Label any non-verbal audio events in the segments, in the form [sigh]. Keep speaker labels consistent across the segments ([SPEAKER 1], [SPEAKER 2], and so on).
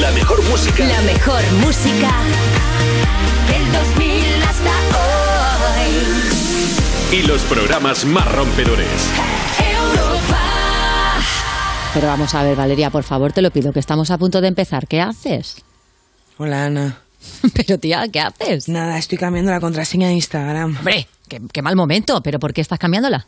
[SPEAKER 1] La mejor música.
[SPEAKER 2] La mejor música del 2000 hasta
[SPEAKER 1] Y los programas más rompedores.
[SPEAKER 2] hoy. Europa.
[SPEAKER 3] Pero vamos a ver, Valeria, por favor, te lo pido, que estamos a punto de empezar. ¿Qué haces?
[SPEAKER 4] Hola, Ana.
[SPEAKER 3] [laughs] Pero tía, ¿qué haces?
[SPEAKER 4] Nada, estoy cambiando la contraseña de Instagram.
[SPEAKER 3] Hombre, qué, qué mal momento, pero ¿por qué estás cambiándola?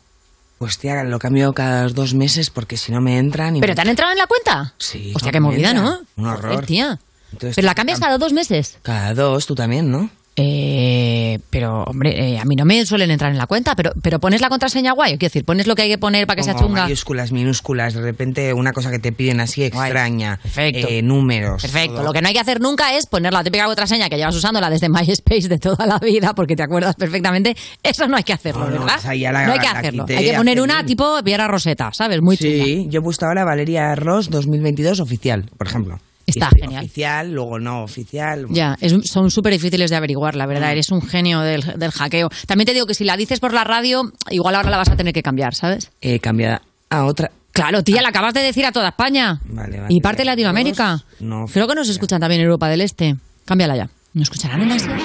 [SPEAKER 4] Pues tía, lo cambio cada dos meses porque si no me entran y...
[SPEAKER 3] ¿Pero
[SPEAKER 4] me-
[SPEAKER 3] te han entrado en la cuenta?
[SPEAKER 4] Sí,
[SPEAKER 3] Hostia,
[SPEAKER 4] no
[SPEAKER 3] qué
[SPEAKER 4] me
[SPEAKER 3] movida,
[SPEAKER 4] entra.
[SPEAKER 3] ¿no?
[SPEAKER 4] Un horror.
[SPEAKER 3] Joder, tía.
[SPEAKER 4] Entonces,
[SPEAKER 3] ¿Pero la
[SPEAKER 4] te-
[SPEAKER 3] cambias cada dos meses?
[SPEAKER 4] Cada dos, tú también, ¿no?
[SPEAKER 3] Eh, pero, hombre, eh, a mí no me suelen entrar en la cuenta, pero, pero pones la contraseña guay, quiero decir, pones lo que hay que poner para que sea
[SPEAKER 4] Pongo
[SPEAKER 3] chunga.
[SPEAKER 4] mayúsculas, minúsculas, de repente una cosa que te piden así extraña.
[SPEAKER 3] Perfecto.
[SPEAKER 4] eh, números.
[SPEAKER 3] Perfecto.
[SPEAKER 4] todo.
[SPEAKER 3] Lo que no hay que hacer nunca es poner la típica contraseña que llevas usando, la desde [laughs] MySpace de toda la vida, porque te acuerdas perfectamente. Eso no hay que hacerlo,
[SPEAKER 4] No, no,
[SPEAKER 3] ¿verdad?
[SPEAKER 4] esa ya la-
[SPEAKER 3] no hay que
[SPEAKER 4] la
[SPEAKER 3] hacerlo.
[SPEAKER 4] quité
[SPEAKER 3] hay que poner
[SPEAKER 4] hace
[SPEAKER 3] una
[SPEAKER 4] mil.
[SPEAKER 3] tipo Viera Roseta, ¿sabes? Muy chula.
[SPEAKER 4] Sí, yo he puesto ahora Valeria Ross 2022 oficial, por ejemplo.
[SPEAKER 3] Está
[SPEAKER 4] Y-
[SPEAKER 3] genial.
[SPEAKER 4] Oficial, luego no Mm. oficial.
[SPEAKER 3] Ya, es- son súper difíciles de averiguar, la verdad. Eres un genio del, del hackeo. También te digo que si la dices por la radio, igual ahora la vas a tener que cambiar, ¿sabes?
[SPEAKER 4] Eh, cambiada a otra.
[SPEAKER 3] Claro, tía, la acabas de decir a toda España.
[SPEAKER 4] Vale, vale.
[SPEAKER 3] y parte de Latinoamérica.
[SPEAKER 4] No,
[SPEAKER 3] Creo que nos
[SPEAKER 4] ya.
[SPEAKER 3] escuchan también en Europa del Este. Cámbiala ya. ¿Nos escucharán en Asia?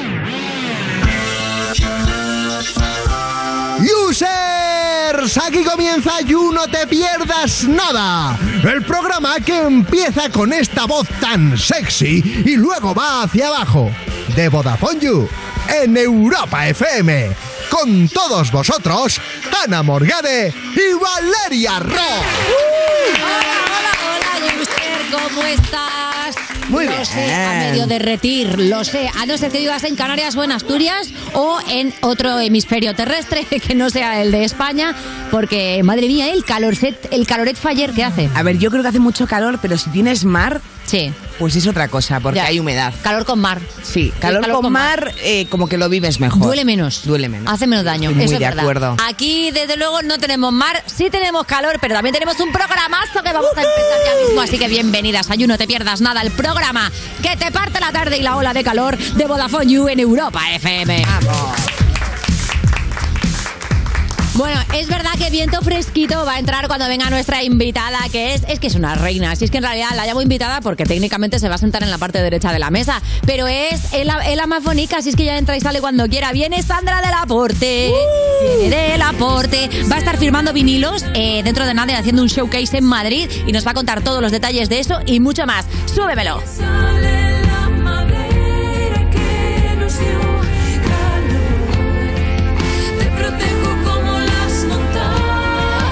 [SPEAKER 5] Users, aquí comienza You No Te Pierdas Nada. El programa que empieza con esta voz tan sexy y luego va hacia abajo. De Vodafone You, en Europa FM. Con todos vosotros, Ana Morgade y Valeria Ross.
[SPEAKER 3] Hola, hola, hola, Yuster, ¿cómo estás?
[SPEAKER 5] Muy
[SPEAKER 3] lo
[SPEAKER 5] bien.
[SPEAKER 3] sé, a medio derretir, lo sé. A no ser que vivas en Canarias o en Asturias o en otro hemisferio terrestre [laughs] que no sea el de España, porque, madre mía, el calorcet, el caloret faller que hace.
[SPEAKER 4] A ver, yo creo que hace mucho calor, pero si tienes mar,
[SPEAKER 3] Sí,
[SPEAKER 4] pues es otra cosa, porque
[SPEAKER 3] Ya.
[SPEAKER 4] hay humedad.
[SPEAKER 3] calor con mar.
[SPEAKER 4] Sí,
[SPEAKER 3] El
[SPEAKER 4] calor, con, mar, eh, como que lo vives mejor.
[SPEAKER 3] Duele menos.
[SPEAKER 4] Duele menos.
[SPEAKER 3] Hace menos daño.
[SPEAKER 4] Estoy muy
[SPEAKER 3] eso es
[SPEAKER 4] de
[SPEAKER 3] verdad.
[SPEAKER 4] acuerdo.
[SPEAKER 3] Aquí, desde luego, no tenemos mar. Sí tenemos calor, pero también tenemos un programazo que vamos a empezar ya mismo. Así que bienvenidas a You, no te pierdas nada. El programa que te parte la tarde y la ola de calor de Vodafone You en Europa FM. Bueno, es verdad que viento fresquito va a entrar cuando venga nuestra invitada, que es, es que es una reina. Si es que en realidad la llamo invitada porque técnicamente se va a sentar en la parte derecha de la mesa, pero es el, el más bonita, si es que ya entra y sale cuando quiera. Viene Sandra del Aporte, viene del Aporte, va a estar firmando vinilos eh, dentro de nada y haciendo un showcase en Madrid y nos va a contar todos los detalles de eso y mucho más. Súbemelo.
[SPEAKER 6] Sale la madera que nos dio calor. Te protejo como las montañas.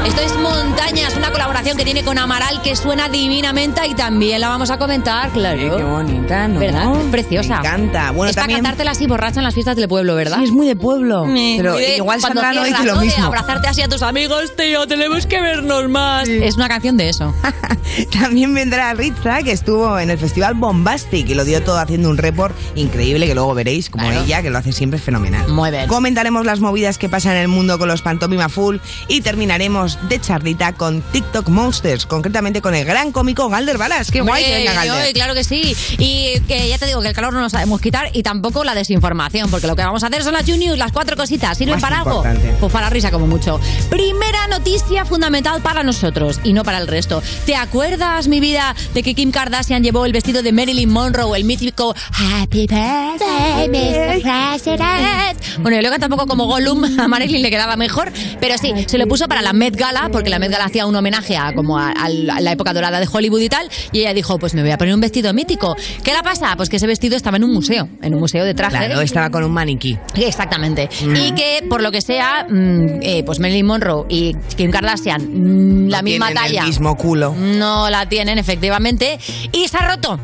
[SPEAKER 3] Esto es Montañas, una colaboración que tiene con Amaral que suena divinamente y también la vamos a comentar, claro.
[SPEAKER 4] Eh, qué bonita, ¿no?
[SPEAKER 3] ¿Verdad? Es preciosa.
[SPEAKER 4] Me encanta. Bueno,
[SPEAKER 3] es
[SPEAKER 4] también.
[SPEAKER 3] para cantártela así borracha en las fiestas del pueblo, ¿verdad?
[SPEAKER 4] Sí, es muy de pueblo.
[SPEAKER 3] Eh,
[SPEAKER 4] Pero
[SPEAKER 3] muy bien.
[SPEAKER 4] igual
[SPEAKER 3] Cuando
[SPEAKER 4] Sandra no
[SPEAKER 3] cierras,
[SPEAKER 4] dice lo
[SPEAKER 3] De
[SPEAKER 4] mismo.
[SPEAKER 3] abrazarte así a tus amigos, tío, tenemos que vernos más. Es una canción de eso.
[SPEAKER 4] [laughs] Ah, También vendrá Ritza, que estuvo en el festival Bombastic y lo dio todo haciendo un report increíble que luego veréis, como
[SPEAKER 3] Claro.
[SPEAKER 4] ella, que lo hace siempre fenomenal.
[SPEAKER 3] Muy bien.
[SPEAKER 4] Comentaremos las movidas que pasan en el mundo con los Pantomima Full y terminaremos de charlita con TikTok Monsters, concretamente con el gran cómico Galder Balas. ¡Qué guay que
[SPEAKER 3] Hombre,
[SPEAKER 4] venga
[SPEAKER 3] yo,
[SPEAKER 4] Galder!
[SPEAKER 3] claro que sí. Y que ya te digo que el calor no lo sabemos quitar y tampoco la desinformación, porque lo que vamos a hacer son las juniors, las cuatro cositas. ¿Sirven
[SPEAKER 4] Más
[SPEAKER 3] para algo?
[SPEAKER 4] importante.
[SPEAKER 3] Pues para risa como mucho. Primera noticia fundamental para nosotros y no para el resto. ¿Te acuerdas, mi vida, de que Kim Kardashian llevó el vestido de Marilyn Monroe, el mítico Happy Birthday, Mr. President? Bueno, y luego tampoco como Gollum a Marilyn le quedaba mejor, pero sí, se lo puso para la Met Gala, porque la Met Gala hacía un homenaje a como a, a la época dorada de Hollywood y tal, y ella dijo, pues me voy a poner un vestido mítico. ¿Qué la pasa? Pues que ese vestido estaba en un museo, en un museo de trajes.
[SPEAKER 4] Claro, estaba con un maniquí. Mm.
[SPEAKER 3] Exactamente. Y que, por lo que sea, mm, eh, pues Marilyn Monroe y Kim Kardashian, mm, la
[SPEAKER 4] No
[SPEAKER 3] misma
[SPEAKER 4] tienen
[SPEAKER 3] talla.
[SPEAKER 4] El mismo culo.
[SPEAKER 3] No la tienen, efectivamente. Y se ha roto.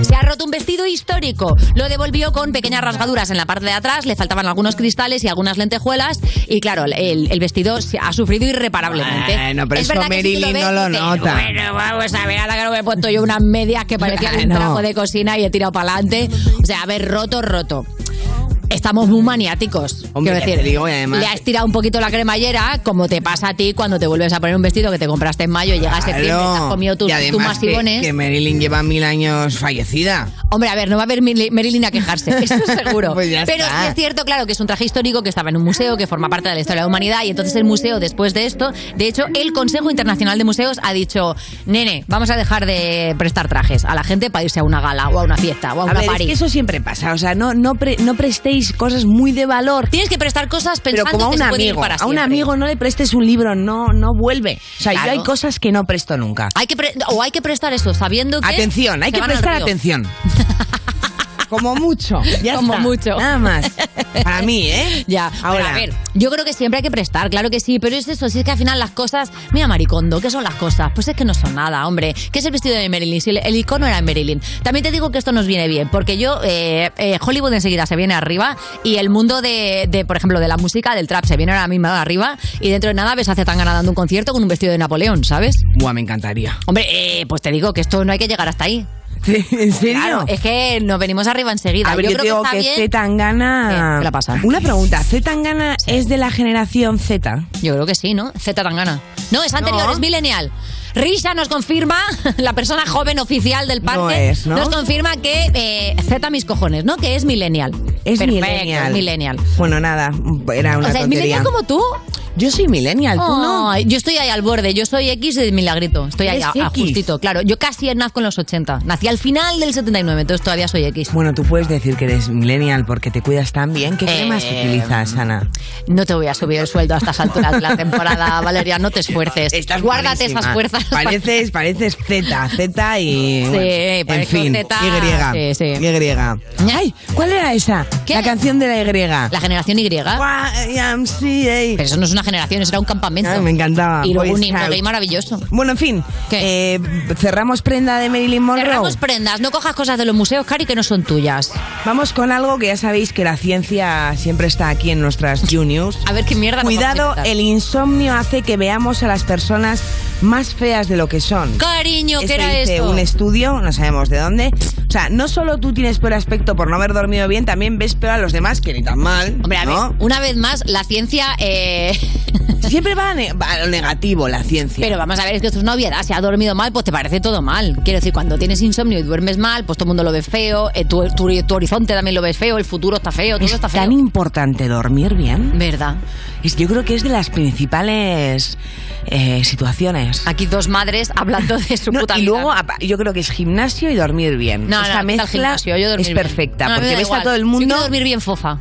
[SPEAKER 3] Se ha roto un vestido histórico. Lo devolvió con pequeñas rasgaduras en la parte de atrás. Le faltaban algunos cristales y algunas lentejuelas. Y claro, el, el vestido se ha sufrido irreparablemente.
[SPEAKER 4] Bueno, pero
[SPEAKER 3] es
[SPEAKER 4] eso
[SPEAKER 3] verdad que si tú
[SPEAKER 4] Marilyn no
[SPEAKER 3] ves,
[SPEAKER 4] lo
[SPEAKER 3] dices,
[SPEAKER 4] nota.
[SPEAKER 3] Bueno, vamos a ver, ahora que no me he puesto yo unas medias que parecían un
[SPEAKER 4] Claro.
[SPEAKER 3] trapo de cocina y he tirado para adelante. O sea, haber roto, roto. estamos muy maniáticos.
[SPEAKER 4] Hombre,
[SPEAKER 3] quiero
[SPEAKER 4] ya
[SPEAKER 3] decir,
[SPEAKER 4] te digo, y además-
[SPEAKER 3] le has tirado un poquito la cremallera, como te pasa a ti cuando te vuelves a poner un vestido que te compraste en mayo y llega a septiembre, te has
[SPEAKER 4] Claro.
[SPEAKER 3] comido tus,
[SPEAKER 4] Y
[SPEAKER 3] tus
[SPEAKER 4] además que-
[SPEAKER 3] masivones.
[SPEAKER 4] Que, Marilyn lleva mil años fallecida.
[SPEAKER 3] Hombre, a ver, no va a haber Meri- Marilyn a
[SPEAKER 4] [laughs]
[SPEAKER 3] quejarse, eso seguro.
[SPEAKER 4] Pues ya
[SPEAKER 3] Pero
[SPEAKER 4] está.
[SPEAKER 3] sí es cierto, claro, que es un traje histórico que estaba en un museo, que forma parte de la historia de la humanidad, y entonces el museo, después de esto, de hecho, el Consejo Internacional de Museos ha dicho, nene, vamos a dejar de prestar trajes a la gente para irse a una gala, o a una fiesta, o a
[SPEAKER 4] A
[SPEAKER 3] una
[SPEAKER 4] ver, es
[SPEAKER 3] party.
[SPEAKER 4] que eso siempre pasa. O sea, no, no, pre- no prestéis cosas muy de valor.
[SPEAKER 3] Tienes que prestar cosas
[SPEAKER 4] Pero
[SPEAKER 3] pensando
[SPEAKER 4] como a
[SPEAKER 3] que
[SPEAKER 4] un
[SPEAKER 3] se pueden ir
[SPEAKER 4] amigo,
[SPEAKER 3] para
[SPEAKER 4] a un
[SPEAKER 3] siempre.
[SPEAKER 4] amigo no le prestes un libro, no, no vuelve. O sea,
[SPEAKER 3] Claro.
[SPEAKER 4] yo hay cosas que no presto nunca.
[SPEAKER 3] Hay que pre- o hay que prestar eso, sabiendo que...
[SPEAKER 4] Atención, hay
[SPEAKER 3] se
[SPEAKER 4] que
[SPEAKER 3] van al
[SPEAKER 4] prestar
[SPEAKER 3] río.
[SPEAKER 4] atención. Como mucho. Ya
[SPEAKER 3] Como
[SPEAKER 4] está.
[SPEAKER 3] mucho.
[SPEAKER 4] Nada más. Para mí, ¿eh?
[SPEAKER 3] [laughs] Ya, ahora
[SPEAKER 4] Ahora,
[SPEAKER 3] a ver, yo creo que siempre hay que prestar, claro que sí, pero es eso, si es que al final las cosas, mira Maricondo, ¿qué son las cosas? Pues es que no son nada, hombre. ¿Qué es el vestido de Marilyn? Si el, el icono era Marilyn. También te digo que esto nos viene bien, porque yo, eh, eh, Hollywood enseguida se viene arriba y el mundo de, de, por ejemplo, de la música, del trap, se viene ahora mismo arriba y dentro de nada ves a Zetangana dando un concierto con un vestido de Napoleón, ¿sabes?
[SPEAKER 4] Buah, me encantaría.
[SPEAKER 3] Hombre, eh, pues te digo que esto no hay que llegar hasta ahí.
[SPEAKER 4] [laughs] ¿En serio?
[SPEAKER 3] Claro, es que nos venimos arriba enseguida.
[SPEAKER 4] A ver,
[SPEAKER 3] yo,
[SPEAKER 4] yo,
[SPEAKER 3] creo
[SPEAKER 4] digo
[SPEAKER 3] que
[SPEAKER 4] que,
[SPEAKER 3] está
[SPEAKER 4] Z
[SPEAKER 3] bien.
[SPEAKER 4] Tangana.
[SPEAKER 3] Eh, ¿qué la pasa?
[SPEAKER 4] Una pregunta, ¿Z Tangana es de la generación Z?
[SPEAKER 3] Yo creo que sí, ¿no? Z Tangana. No, es anterior,
[SPEAKER 4] No.
[SPEAKER 3] es millennial. Risha nos confirma, [laughs] la persona joven oficial del parque,
[SPEAKER 4] No es, ¿no?
[SPEAKER 3] nos confirma que eh, Z mis cojones, ¿no? Que es millennial.
[SPEAKER 4] Es
[SPEAKER 3] Perfecto,
[SPEAKER 4] millennial.
[SPEAKER 3] es millennial.
[SPEAKER 4] Bueno, nada, era una
[SPEAKER 3] o sea, es
[SPEAKER 4] tontería.
[SPEAKER 3] millennial como tú.
[SPEAKER 4] Yo soy millennial, tú no.
[SPEAKER 3] Ay, yo estoy ahí al borde, yo soy X de milagrito, estoy ahí
[SPEAKER 4] Eres
[SPEAKER 3] a, a
[SPEAKER 4] X.
[SPEAKER 3] justito, claro. Yo casi nazco en los 80, nací al final del 79, entonces todavía soy X.
[SPEAKER 4] Bueno, tú puedes decir que eres millennial porque te cuidas tan bien. ¿Qué
[SPEAKER 3] Eh,
[SPEAKER 4] cremas utilizas, Ana?
[SPEAKER 3] No te voy a subir el sueldo a estas alturas de la
[SPEAKER 4] [laughs]
[SPEAKER 3] temporada, Valeria, no te esfuerces.
[SPEAKER 4] Estás
[SPEAKER 3] Guárdate
[SPEAKER 4] malísima.
[SPEAKER 3] esas fuerzas. para-
[SPEAKER 4] Pareces, pareces
[SPEAKER 3] [laughs]
[SPEAKER 4] Z, Z y.
[SPEAKER 3] Sí,
[SPEAKER 4] bueno, en
[SPEAKER 3] parezco
[SPEAKER 4] fin,
[SPEAKER 3] Z,
[SPEAKER 4] Y.
[SPEAKER 3] sí, sí.
[SPEAKER 4] Y. Ay, ¿cuál era esa?
[SPEAKER 3] ¿Qué?
[SPEAKER 4] La canción de la Y.
[SPEAKER 3] La generación Y.
[SPEAKER 4] YMCA.
[SPEAKER 3] Pero eso no es una generación, eso era un campamento.
[SPEAKER 4] Ay, me encantaba.
[SPEAKER 3] Y luego
[SPEAKER 4] Boy
[SPEAKER 3] un himno
[SPEAKER 4] Scout.
[SPEAKER 3] gay maravilloso.
[SPEAKER 4] Bueno, en fin.
[SPEAKER 3] ¿Qué?
[SPEAKER 4] eh, cerramos prenda de Marilyn Monroe.
[SPEAKER 3] Cerramos prendas, no cojas cosas de los museos, Cari, que no son tuyas.
[SPEAKER 4] Vamos con algo que ya sabéis que la ciencia siempre está aquí en nuestras You News.
[SPEAKER 3] A ver qué mierda nos
[SPEAKER 4] Cuidado,
[SPEAKER 3] vamos a quitar.
[SPEAKER 4] el insomnio hace que veamos a las personas más feas de lo que son.
[SPEAKER 3] Cariño, ¿qué
[SPEAKER 4] Esto
[SPEAKER 3] era
[SPEAKER 4] dice
[SPEAKER 3] esto?
[SPEAKER 4] un estudio, no sabemos de dónde. O sea, no solo tú tienes peor aspecto por no haber dormido bien, también ves peor a los demás, que ni tan mal.
[SPEAKER 3] Hombre, a
[SPEAKER 4] ¿no?
[SPEAKER 3] ver, una vez más, la ciencia... eh, [laughs]
[SPEAKER 4] Siempre va a, ne- va a lo negativo la ciencia.
[SPEAKER 3] Pero vamos a ver, es que esto es una obviedad. Si has dormido mal, pues te parece todo mal. Quiero decir, cuando tienes insomnio y duermes mal, pues todo el mundo lo ve feo, eh, tu, tu- tu horizonte también lo ves feo, el futuro está feo, todo
[SPEAKER 4] ¿Es
[SPEAKER 3] está
[SPEAKER 4] tan
[SPEAKER 3] feo.
[SPEAKER 4] importante dormir bien?
[SPEAKER 3] ¿Verdad?
[SPEAKER 4] Es, yo creo que es de las principales eh, situaciones.
[SPEAKER 3] Aquí dos madres hablando de su
[SPEAKER 4] No,
[SPEAKER 3] puta
[SPEAKER 4] y
[SPEAKER 3] vida.
[SPEAKER 4] luego apa- yo creo que es gimnasio y dormir bien.
[SPEAKER 3] No,
[SPEAKER 4] Esta
[SPEAKER 3] no,
[SPEAKER 4] mezcla
[SPEAKER 3] al gimnasio, yo dormir
[SPEAKER 4] es
[SPEAKER 3] bien.
[SPEAKER 4] perfecta,
[SPEAKER 3] No, a mí me
[SPEAKER 4] porque
[SPEAKER 3] da
[SPEAKER 4] ves
[SPEAKER 3] igual.
[SPEAKER 4] a todo el
[SPEAKER 3] Yo
[SPEAKER 4] mundo
[SPEAKER 3] quiero dormir bien fofa.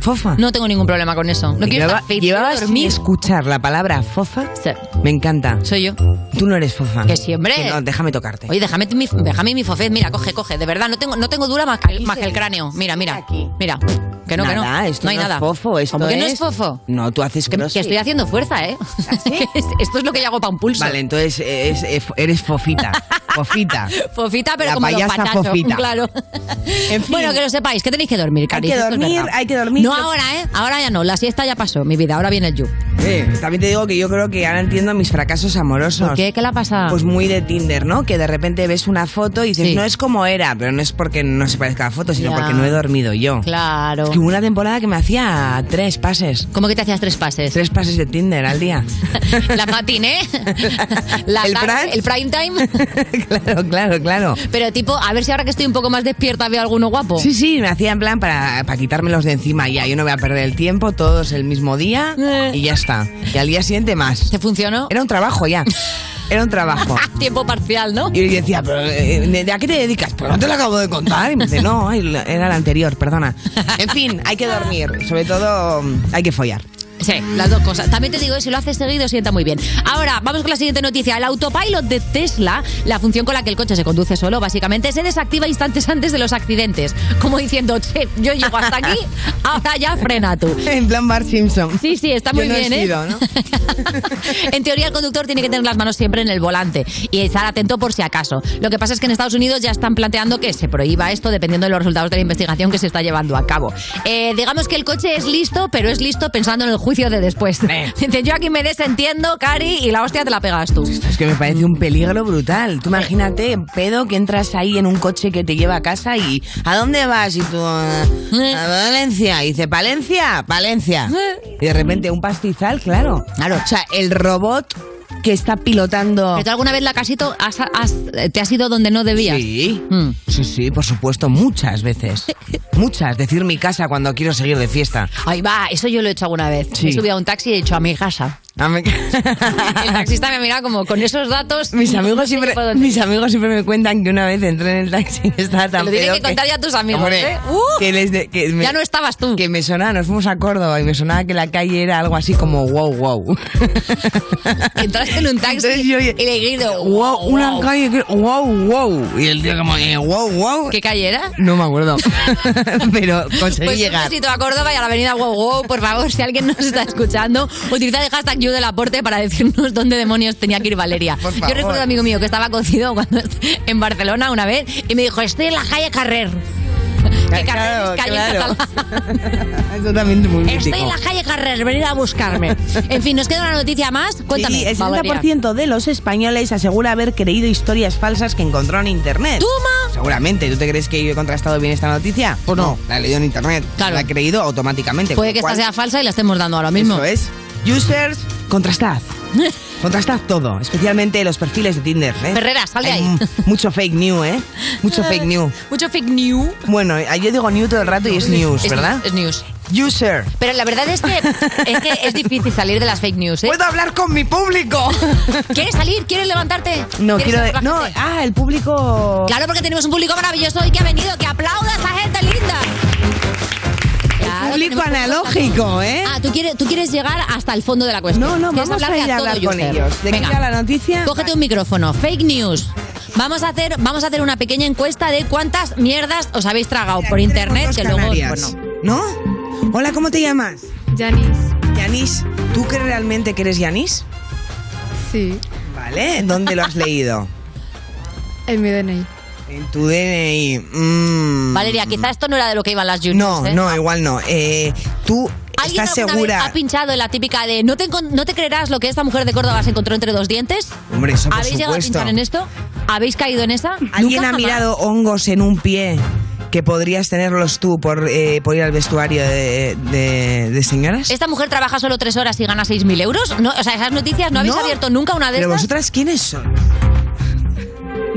[SPEAKER 4] fofa.
[SPEAKER 3] No tengo ningún problema con eso. No quiero
[SPEAKER 4] Llevaba-
[SPEAKER 3] estar fit, quiero
[SPEAKER 4] llevabas sin
[SPEAKER 3] dormir.
[SPEAKER 4] escuchar la palabra fofa.
[SPEAKER 3] Sí.
[SPEAKER 4] Me encanta.
[SPEAKER 3] Soy yo.
[SPEAKER 4] Tú no eres fofa.
[SPEAKER 3] Que sí, hombre.
[SPEAKER 4] no, déjame tocarte.
[SPEAKER 3] Oye, déjame mi, déjame mi fofet. Mira, coge, coge. De verdad, no tengo, no tengo dura más que, más que el cráneo. Mira, mira. Mira. Que no, que no.
[SPEAKER 4] Nada, esto
[SPEAKER 3] no hay
[SPEAKER 4] es
[SPEAKER 3] nada.
[SPEAKER 4] fofo, esto
[SPEAKER 3] ¿Cómo que no es fofo?
[SPEAKER 4] No, tú haces
[SPEAKER 3] Que, que
[SPEAKER 4] crossfit.
[SPEAKER 3] estoy haciendo fuerza, ¿eh? [laughs] Que es- Esto es lo que yo hago para un pulso.
[SPEAKER 4] ¿Ah, Vale, entonces eh, es- eh, eres
[SPEAKER 3] [laughs]
[SPEAKER 4] fofita. fofita.
[SPEAKER 3] Fofita, pero
[SPEAKER 4] La
[SPEAKER 3] como los
[SPEAKER 4] payasa
[SPEAKER 3] pachachos,
[SPEAKER 4] fofita.
[SPEAKER 3] Claro.
[SPEAKER 4] En fin.
[SPEAKER 3] Bueno, que lo sepáis, que tenéis que dormir, cariño.
[SPEAKER 4] que
[SPEAKER 3] esto es
[SPEAKER 4] dormir,
[SPEAKER 3] verdad.
[SPEAKER 4] hay que dormir.
[SPEAKER 3] No ahora, ¿eh? Ahora ya no. La siesta ya pasó, mi vida. Ahora viene el you.
[SPEAKER 4] Eh, también te digo que yo creo que ahora entiendo mis fracasos amorosos.
[SPEAKER 3] ¿Por qué? ¿Qué le ha pasado?
[SPEAKER 4] Pues muy de Tinder, ¿no? Que de repente ves una foto y dices,
[SPEAKER 3] Sí.
[SPEAKER 4] no es como era, pero no es porque no se parezca a la foto, sino
[SPEAKER 3] Ya.
[SPEAKER 4] porque no he dormido yo.
[SPEAKER 3] Claro.
[SPEAKER 4] Es que hubo una temporada que me hacía tres pases.
[SPEAKER 3] ¿Cómo que te hacías tres pases?
[SPEAKER 4] Tres pases de Tinder al día.
[SPEAKER 3] [laughs] la matiné,
[SPEAKER 4] [laughs]
[SPEAKER 3] la
[SPEAKER 4] ¿El
[SPEAKER 3] tar-
[SPEAKER 4] prime?
[SPEAKER 3] el prime time.
[SPEAKER 4] [laughs] claro, claro, claro.
[SPEAKER 3] Pero tipo, a ver si ahora que estoy un poco más despierta veo alguno guapo.
[SPEAKER 4] Sí, sí, me hacía en plan para, para quitármelos de encima ya. Yo no voy a perder el tiempo, todos el mismo día
[SPEAKER 3] Eh.
[SPEAKER 4] y ya está. Y al día siguiente más.
[SPEAKER 3] ¿Te funcionó?
[SPEAKER 4] Era un trabajo ya. Era un trabajo.
[SPEAKER 3] [laughs] Tiempo parcial, ¿no?
[SPEAKER 4] Y yo decía, ¿Pero, eh, ¿de- de a qué te dedicas? Pero no te lo acabo de contar. Y me dice, no, ay, la- era la anterior, perdona.
[SPEAKER 3] [laughs]
[SPEAKER 4] En fin, hay que dormir. Sobre todo, mm, hay que follar.
[SPEAKER 3] Sí, las dos cosas. También te digo, si lo haces seguido, sienta muy bien. Ahora, vamos con la siguiente noticia. El autopilot de Tesla, la función con la que el coche se conduce solo, básicamente, se desactiva instantes antes de los accidentes. Como diciendo, che, yo llego hasta
[SPEAKER 4] [laughs]
[SPEAKER 3] aquí, ahora ya frena tú.
[SPEAKER 4] En plan Bart Simpson.
[SPEAKER 3] Sí, sí, está
[SPEAKER 4] Yo
[SPEAKER 3] muy
[SPEAKER 4] no he
[SPEAKER 3] bien, ¿eh? [laughs]
[SPEAKER 4] sido, ¿no?
[SPEAKER 3] en teoría, el conductor tiene que tener las manos siempre en el volante y estar atento por si acaso. Lo que pasa es que en Estados Unidos ya están planteando que se prohíba esto dependiendo de los resultados de la investigación que se está llevando a cabo. Eh, digamos que el coche es listo, pero es listo pensando en el juicio juicio de después. [laughs] Dice, yo aquí me desentiendo, Cari, y la hostia te la pegas tú.
[SPEAKER 4] Es que me parece
[SPEAKER 3] Mm.
[SPEAKER 4] un peligro brutal. Tú imagínate, pedo, que entras ahí en un coche que te lleva a casa y ¿a dónde vas? Y tú, "Ah,
[SPEAKER 3] Mm.
[SPEAKER 4] a Valencia. Y dice, ¿Palencia? Palencia. Y de repente un pastizal, claro. Claro. O sea, el robot que está pilotando...
[SPEAKER 3] ¿Pero tú alguna vez la casito has- has- te has ido donde no debías?
[SPEAKER 4] Sí, Mm. sí, sí, por supuesto,
[SPEAKER 3] [laughs]
[SPEAKER 4] muchas veces. Muchas. Decir mi casa cuando quiero seguir de fiesta.
[SPEAKER 3] Ahí va, eso yo lo he hecho alguna vez.
[SPEAKER 4] Sí.
[SPEAKER 3] Me he subido a un taxi y he hecho a mi casa.
[SPEAKER 4] Ah,
[SPEAKER 3] [laughs]
[SPEAKER 4] me-
[SPEAKER 3] El taxista me mira como con esos datos.
[SPEAKER 4] Mis amigos,
[SPEAKER 3] no sé
[SPEAKER 4] siempre,
[SPEAKER 3] por dónde.
[SPEAKER 4] mis amigos siempre me cuentan que una vez entré en el taxi y estaba tan
[SPEAKER 3] Te lo tienes
[SPEAKER 4] pedo
[SPEAKER 3] que contar ya a tus amigos,
[SPEAKER 4] Hombre,
[SPEAKER 3] ¿eh? ¡Uh!
[SPEAKER 4] que les de- que me-
[SPEAKER 3] Ya no estabas tú.
[SPEAKER 4] que me sonaba, nos fuimos a Córdoba y me sonaba que la calle era algo así como wow, wow.
[SPEAKER 3] Entraste en un taxi
[SPEAKER 4] Entonces yo-
[SPEAKER 3] y le grito,
[SPEAKER 4] wow,
[SPEAKER 3] wow,
[SPEAKER 4] una
[SPEAKER 3] wow.
[SPEAKER 4] calle que wow, wow. Y el tío como eh, wow, wow.
[SPEAKER 3] ¿Qué calle era?
[SPEAKER 4] No me acuerdo. [laughs] Pero conseguí
[SPEAKER 3] Pues un
[SPEAKER 4] llegar.
[SPEAKER 3] besito a Córdoba y a la avenida Wow Wow, por favor, si alguien nos está escuchando, utilizad el hashtag yo del aporte para decirnos dónde demonios tenía que ir Valeria.
[SPEAKER 4] Por
[SPEAKER 3] Yo
[SPEAKER 4] favor.
[SPEAKER 3] recuerdo a un amigo mío que estaba cocido cuando en Barcelona una vez y me dijo, estoy en la calle Carrer. Que Carrer
[SPEAKER 4] Claro,
[SPEAKER 3] es calle en
[SPEAKER 4] claro.
[SPEAKER 3] catalán.
[SPEAKER 4] [laughs] Eso también es muy
[SPEAKER 3] Estoy en
[SPEAKER 4] mítico.
[SPEAKER 3] la calle Carrer, venid a buscarme. En fin, nos queda una noticia más. Cuéntame,
[SPEAKER 4] Sí, el
[SPEAKER 3] Valeria.
[SPEAKER 4] 70% de los españoles asegura haber creído historias falsas que encontró en internet.
[SPEAKER 3] ¡Toma!
[SPEAKER 4] Seguramente, ¿tú te crees que yo he contrastado bien esta noticia?
[SPEAKER 3] Pues no.
[SPEAKER 4] La he leído en internet.
[SPEAKER 3] Claro.
[SPEAKER 4] La he creído automáticamente.
[SPEAKER 3] Puede
[SPEAKER 4] con
[SPEAKER 3] que
[SPEAKER 4] lo cual,
[SPEAKER 3] esta sea falsa y la estemos dando ahora mismo.
[SPEAKER 4] Eso es. Users,
[SPEAKER 3] [laughs]
[SPEAKER 4] contrastad. Contrastad todo, especialmente los perfiles de Tinder. ¿eh?
[SPEAKER 3] Ferreras, sal de
[SPEAKER 4] Hay
[SPEAKER 3] ahí.
[SPEAKER 4] m- [laughs] Mucho fake news, ¿eh?
[SPEAKER 3] [laughs]
[SPEAKER 4] Mucho fake news.
[SPEAKER 3] Mucho fake news.
[SPEAKER 4] Bueno, eh, yo digo new todo el rato y es news,
[SPEAKER 3] Es
[SPEAKER 4] ¿verdad?
[SPEAKER 3] news, Es news.
[SPEAKER 4] User,
[SPEAKER 3] Pero la verdad es que es, que es difícil salir de las fake news, ¿eh?
[SPEAKER 4] [laughs] ¡puedo hablar con mi público!
[SPEAKER 3] ¿Quieres salir? ¿Quieres levantarte?
[SPEAKER 4] No,
[SPEAKER 3] ¿Quieres
[SPEAKER 4] quiero...
[SPEAKER 3] ser
[SPEAKER 4] No,
[SPEAKER 3] bajante?
[SPEAKER 4] ah, el público...
[SPEAKER 3] Claro, porque tenemos un público maravilloso hoy que ha venido. ¡Que aplauda a esa gente linda! Claro,
[SPEAKER 4] público
[SPEAKER 3] tenemos
[SPEAKER 4] analógico, ¿eh?
[SPEAKER 3] Ah, ¿tú quieres, tú quieres llegar hasta el fondo de la cuestión.
[SPEAKER 4] No, no,
[SPEAKER 3] Quieres
[SPEAKER 4] vamos a
[SPEAKER 3] hablarle
[SPEAKER 4] ir a
[SPEAKER 3] todo
[SPEAKER 4] hablar con
[SPEAKER 3] user.
[SPEAKER 4] ellos. ¿De qué
[SPEAKER 3] Venga.
[SPEAKER 4] era la noticia?
[SPEAKER 3] Cógete un micrófono. Fake news. Vamos a hacer, vamos a hacer una pequeña encuesta de cuántas mierdas os habéis tragado por
[SPEAKER 4] Aquí
[SPEAKER 3] internet,
[SPEAKER 4] tenemos
[SPEAKER 3] que
[SPEAKER 4] dos
[SPEAKER 3] luego
[SPEAKER 4] canarias,
[SPEAKER 3] bueno.
[SPEAKER 4] ¿No? Hola, ¿cómo te llamas?
[SPEAKER 7] Janice,
[SPEAKER 4] Yanis. ¿Tú crees realmente que eres Yanis?
[SPEAKER 7] sí,
[SPEAKER 4] Vale, ¿dónde lo has leído?
[SPEAKER 7] en mi DNI.
[SPEAKER 4] En tu DNI. mm.
[SPEAKER 3] Valeria, quizás esto no era de lo que iban las juniors.
[SPEAKER 4] No,
[SPEAKER 3] ¿eh?
[SPEAKER 4] no, igual no. Eh, ¿Tú
[SPEAKER 3] ¿Alguien
[SPEAKER 4] estás
[SPEAKER 3] alguna vez
[SPEAKER 4] segura?
[SPEAKER 3] ha pinchado en la típica de no te, encon- no te creerás lo que esta mujer de Córdoba se encontró entre dos dientes?
[SPEAKER 4] Hombre, eso por
[SPEAKER 3] ¿Habéis llegado a
[SPEAKER 4] supuesto.
[SPEAKER 3] pinchar en esto? ¿Habéis caído en esa?
[SPEAKER 4] ¿Alguien
[SPEAKER 3] Nunca
[SPEAKER 4] ha
[SPEAKER 3] jamás.
[SPEAKER 4] mirado hongos en un pie que podrías tenerlos tú por, eh, por ir al vestuario de, de- de señoras?
[SPEAKER 3] ¿Esta mujer trabaja solo tres horas y gana 6.000 euros? No, o sea, esas noticias no habéis
[SPEAKER 4] No.
[SPEAKER 3] abierto nunca una de
[SPEAKER 4] ¿Pero
[SPEAKER 3] estas.
[SPEAKER 4] vosotras quiénes son?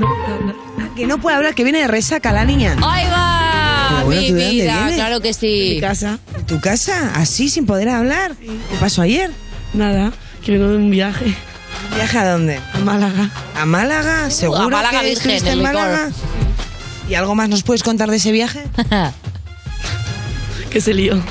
[SPEAKER 4] Ah, Que no puede hablar, que viene de resaca la niña.
[SPEAKER 3] ¡Ahí va!
[SPEAKER 4] Pero bueno,
[SPEAKER 3] mi
[SPEAKER 4] ¿tú de dónde
[SPEAKER 3] vida,
[SPEAKER 4] vienes?
[SPEAKER 3] claro que sí.
[SPEAKER 8] casa.
[SPEAKER 4] ¿En tu casa? ¿Así, sin poder hablar? ¿Qué pasó ayer?
[SPEAKER 8] Nada, quiero un viaje
[SPEAKER 4] ¿Viaje a dónde?
[SPEAKER 8] a Málaga.
[SPEAKER 4] ¿A Málaga? ¿Seguro
[SPEAKER 3] Uh, a Málaga
[SPEAKER 4] que
[SPEAKER 3] virgen,
[SPEAKER 4] estuviste
[SPEAKER 3] el
[SPEAKER 4] en
[SPEAKER 3] licor.
[SPEAKER 4] Málaga? ¿Y algo más nos puedes contar de
[SPEAKER 3] [laughs]
[SPEAKER 4] ese viaje?
[SPEAKER 8] Que se lío.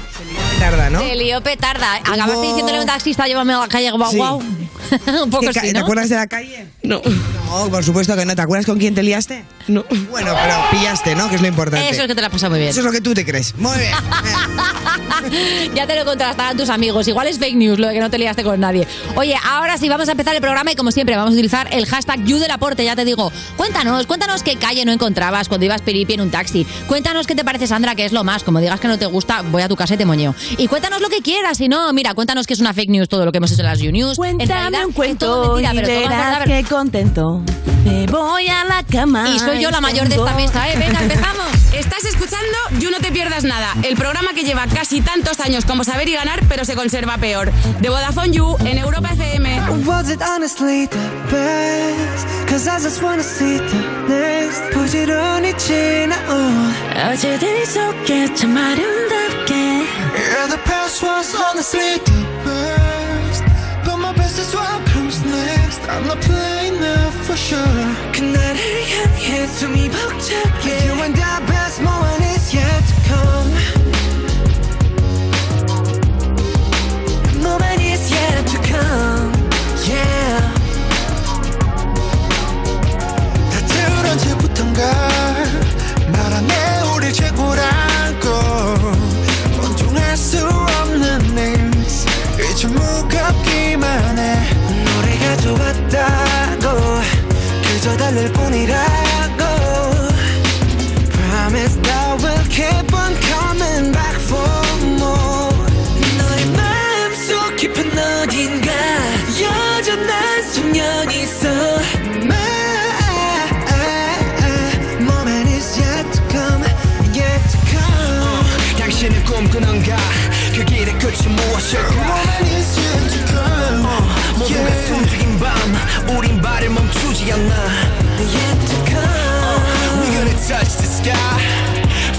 [SPEAKER 4] Tarda, ¿no?
[SPEAKER 3] Se lió petarda. Acabaste
[SPEAKER 4] Hubo-
[SPEAKER 3] diciéndole a un taxista, llévame a la calle guau
[SPEAKER 4] Sí.
[SPEAKER 3] guau. [laughs] un poco
[SPEAKER 4] ¿Te, ca-
[SPEAKER 3] así,
[SPEAKER 4] ¿Te
[SPEAKER 3] ¿no?
[SPEAKER 4] acuerdas de la calle?
[SPEAKER 8] No,
[SPEAKER 4] No, por supuesto que no. ¿Te acuerdas con quién te liaste?
[SPEAKER 8] no.
[SPEAKER 4] Bueno, pero pillaste, ¿no? Que es lo importante.
[SPEAKER 3] Eso es que te la has pasado muy bien.
[SPEAKER 4] Eso es lo que tú te crees. Muy bien.
[SPEAKER 3] [laughs] Ya te lo contrastarán tus amigos. Igual es fake news lo de que no te liaste con nadie. Oye, ahora sí vamos a empezar el programa y como siempre vamos a utilizar el hashtag YouDelaporte. Ya te digo, cuéntanos, cuéntanos qué calle no encontrabas cuando ibas piripi en un taxi. Cuéntanos qué te parece, Sandra, que es lo más. Como digas que no te gusta, voy a tu casa y te moñeo. Y cuéntanos lo que quieras. Si no, mira, cuéntanos que es una fake news todo lo que hemos hecho en las You News. en realidad, es todo mentira, pero todo es verdad, pero-
[SPEAKER 8] contento. Me voy a la cama.
[SPEAKER 3] Y soy yo la mayor de esta mesa, ¿eh? Venga, empezamos.
[SPEAKER 9] [laughs] Estás escuchando You No Te Pierdas Nada, el programa que lleva casi tantos años como saber y ganar, pero se conserva peor. De Vodafone You en Europa FM.
[SPEAKER 10] Was it honestly the best? Cause I just wanna see the next. 부지런히 지나온
[SPEAKER 8] 어제 뒤속에 참 아름답게.
[SPEAKER 10] Yeah, the past was honestly the best. But my best is what comes next. I'm not playing now for sure. 그날을 향해 숨이 벅차게. You and the best moment is yet to come. Moment is yet to come. Yeah. 다들 언제부턴가 말하네 우리 최고라고 온종할 수 없는 names 이제 무겁기만 해 노래가 좋았다고 그저 달랠 뿐이라고 Promise that we'll keep on coming back for more 너의 마음속
[SPEAKER 11] My moment is yet to come, yet to come.
[SPEAKER 12] 당신은 꿈꾸는가 그 길의 끝이 무엇일까
[SPEAKER 11] moment is yet to come.
[SPEAKER 12] 어, 모두가
[SPEAKER 11] Yeah.
[SPEAKER 12] 숨죽인 밤 우린 발을 멈추지 않아
[SPEAKER 11] Yet to come.
[SPEAKER 12] We're gonna touch the sky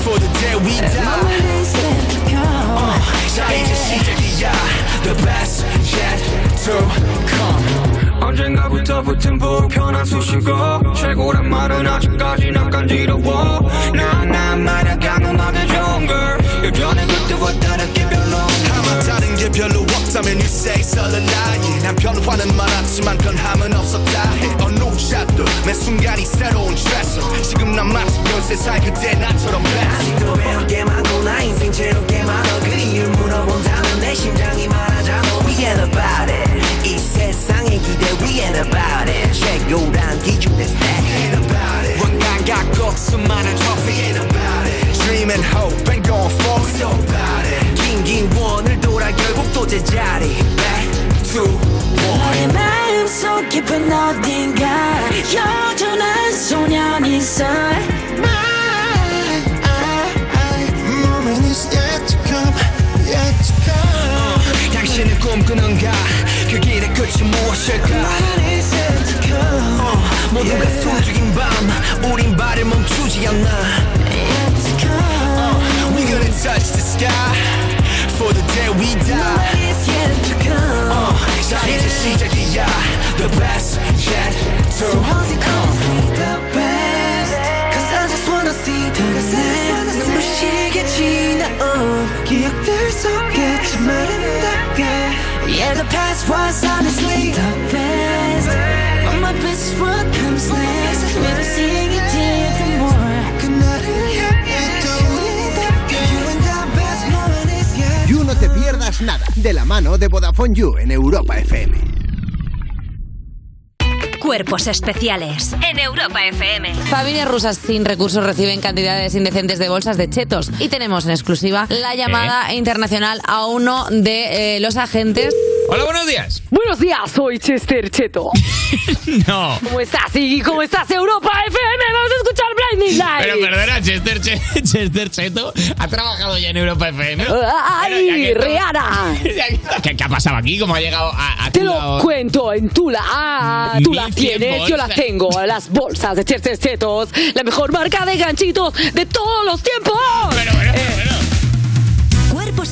[SPEAKER 12] For the day we die
[SPEAKER 11] moment is yet to come.
[SPEAKER 12] 어, 자 이제 시작이야 The best yet to come
[SPEAKER 13] 언젠가부터 붙은 불편한 수식어 최고란 말은 아직까지 난 간지러워 나나 말야 가능하게 좋은 걸 여전히 그때와 다르게 별로
[SPEAKER 12] 아마 다른 게 별로 없다면 you say 설레나이 난 별로 화는 많았지만 변함은 없었다 해 어느 샷도 매 순간이 새로운 트레스 지금 난 마치 연세살 그때 나처럼
[SPEAKER 10] 아직도 외롭게 많고 나 인생 채롭게 많아 그 이유 물어본다면 내 심장이 말하잖아 We ain't about it 이 세상의 기대 We ain't about it 최고란 기준 is that
[SPEAKER 12] ain't about it 왕관 갖고 수많은 trophy ain't about it dream and hope and going for it so about it
[SPEAKER 10] 긴긴 원을 돌아 결국 또 제자리
[SPEAKER 12] 네,
[SPEAKER 10] Back to
[SPEAKER 14] 너의 마음속 깊은 어딘가 여전한 소년이 있어
[SPEAKER 11] Moment is yet to come, yet to come.
[SPEAKER 12] 당신은 꿈꾸는가 그 길의 끝이 무엇일까 어, 모두가 숨죽인 밤 우린 발을 멈추지 않아 어,
[SPEAKER 15] Uh,
[SPEAKER 12] We gonna touch the sky For the day we die
[SPEAKER 15] Uh,
[SPEAKER 12] 어, 자 이제 시작이야 The best yet to come
[SPEAKER 10] Cause I just wanna see the next 눈부시게 지나온 기억들 속에 참 아름답게 Yeah the past was honestly the best But my best is what comes next We'll sing it till the more 그날을 향해 떠오른답게 You and the best moment is yet
[SPEAKER 5] You no te pierdas nada de la mano de Vodafone You en Europa FM.
[SPEAKER 16] Cuerpos especiales en Europa FM.
[SPEAKER 17] Familias rusas sin recursos reciben cantidades indecentes de bolsas de chetos. Y tenemos en exclusiva la llamada internacional a uno de eh, los agentes.
[SPEAKER 18] Hola, buenos días.
[SPEAKER 17] Buenos días, soy Chester Cheto.
[SPEAKER 18] [laughs] No.
[SPEAKER 17] ¿Cómo estás, Iggy? ¿Cómo estás, Europa FM? Vamos a escuchar Blinding Lights.
[SPEAKER 18] Pero perdona, Chester, Che- [laughs] Chester Cheto ha trabajado ya en Europa FM. Bueno, ya que
[SPEAKER 17] ¡Ay,
[SPEAKER 18] estamos-
[SPEAKER 17] Rihanna!
[SPEAKER 18] [laughs] ¿Qué, qué ha pasado aquí? ¿Cómo ha llegado a, a
[SPEAKER 17] Te
[SPEAKER 18] tu
[SPEAKER 17] lo
[SPEAKER 18] lado?
[SPEAKER 17] cuento en Tula. Ah, tú las
[SPEAKER 18] 1100
[SPEAKER 17] tienes, yo las
[SPEAKER 18] bolsas.
[SPEAKER 17] tengo. Las bolsas de Chester Chetos, la mejor marca de ganchitos de todos los tiempos.
[SPEAKER 16] Cuerpos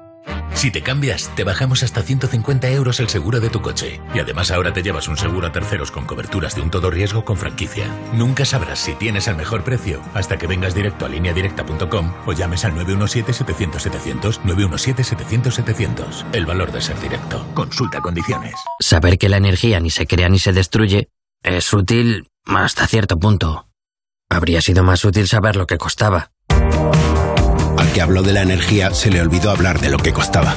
[SPEAKER 19] Si te cambias, te bajamos hasta 150 euros el seguro de tu coche. Y además ahora te llevas un seguro a terceros con coberturas de un todo riesgo con franquicia. Nunca sabrás si tienes el mejor precio hasta que vengas directo a lineadirecta.com o llames al 917-700-700, 917-700-700. El valor de ser directo. Consulta condiciones.
[SPEAKER 20] Saber que la energía ni se crea ni se destruye es útil hasta cierto punto. Habría sido más útil saber lo que costaba.
[SPEAKER 21] Al que habló de la energía se le olvidó hablar de lo que costaba.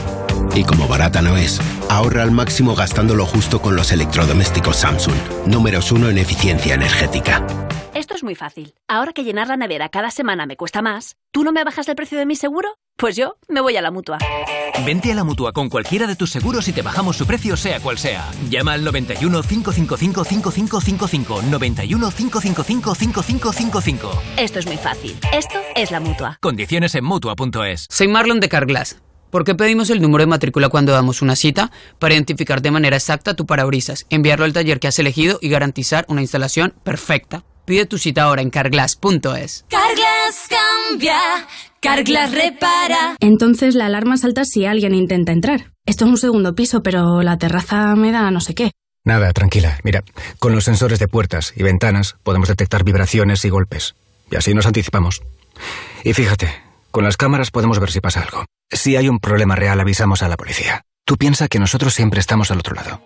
[SPEAKER 21] Y como barata no es, ahorra al máximo gastando lo justo con los electrodomésticos Samsung, números uno en eficiencia energética.
[SPEAKER 22] Esto es muy fácil. Ahora que llenar la nevera cada semana me cuesta más, ¿tú no me bajas el precio de mi seguro? Pues yo me voy a la mutua.
[SPEAKER 23] Vente a la mutua con cualquiera de tus seguros y te bajamos su precio, sea cual sea. Llama al 91 555 5555. 91 555 5555.
[SPEAKER 22] Esto es muy fácil. Esto es la mutua.
[SPEAKER 23] Condiciones en mutua.es.
[SPEAKER 24] Soy Marlon de Carglass. ¿Por qué pedimos el número de matrícula cuando damos una cita? Para identificar de manera exacta tu parabrisas, enviarlo al taller que has elegido y garantizar una instalación perfecta. Pide tu cita ahora en carglass.es.
[SPEAKER 6] Carglass cambia, Carglass repara.
[SPEAKER 25] Entonces la alarma salta si alguien intenta entrar. Esto es un segundo piso, pero la terraza me da no sé qué.
[SPEAKER 26] Nada, tranquila. Mira, con los sensores de puertas y ventanas podemos detectar vibraciones y golpes. Y así nos anticipamos. Y fíjate, con las cámaras podemos ver si pasa algo. Si hay un problema real, avisamos a la policía. Tú piensa que nosotros siempre estamos al otro lado.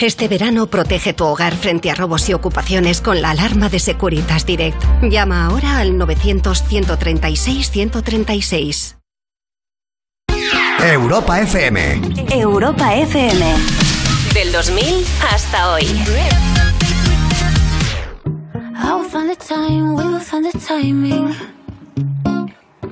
[SPEAKER 3] Este verano protege tu hogar frente a robos y ocupaciones con la alarma de Securitas Direct. Llama ahora al 900 136 136.
[SPEAKER 27] Europa FM.
[SPEAKER 28] Europa FM.
[SPEAKER 16] Del 2000 hasta hoy.
[SPEAKER 6] I will find the time, we will find the timing.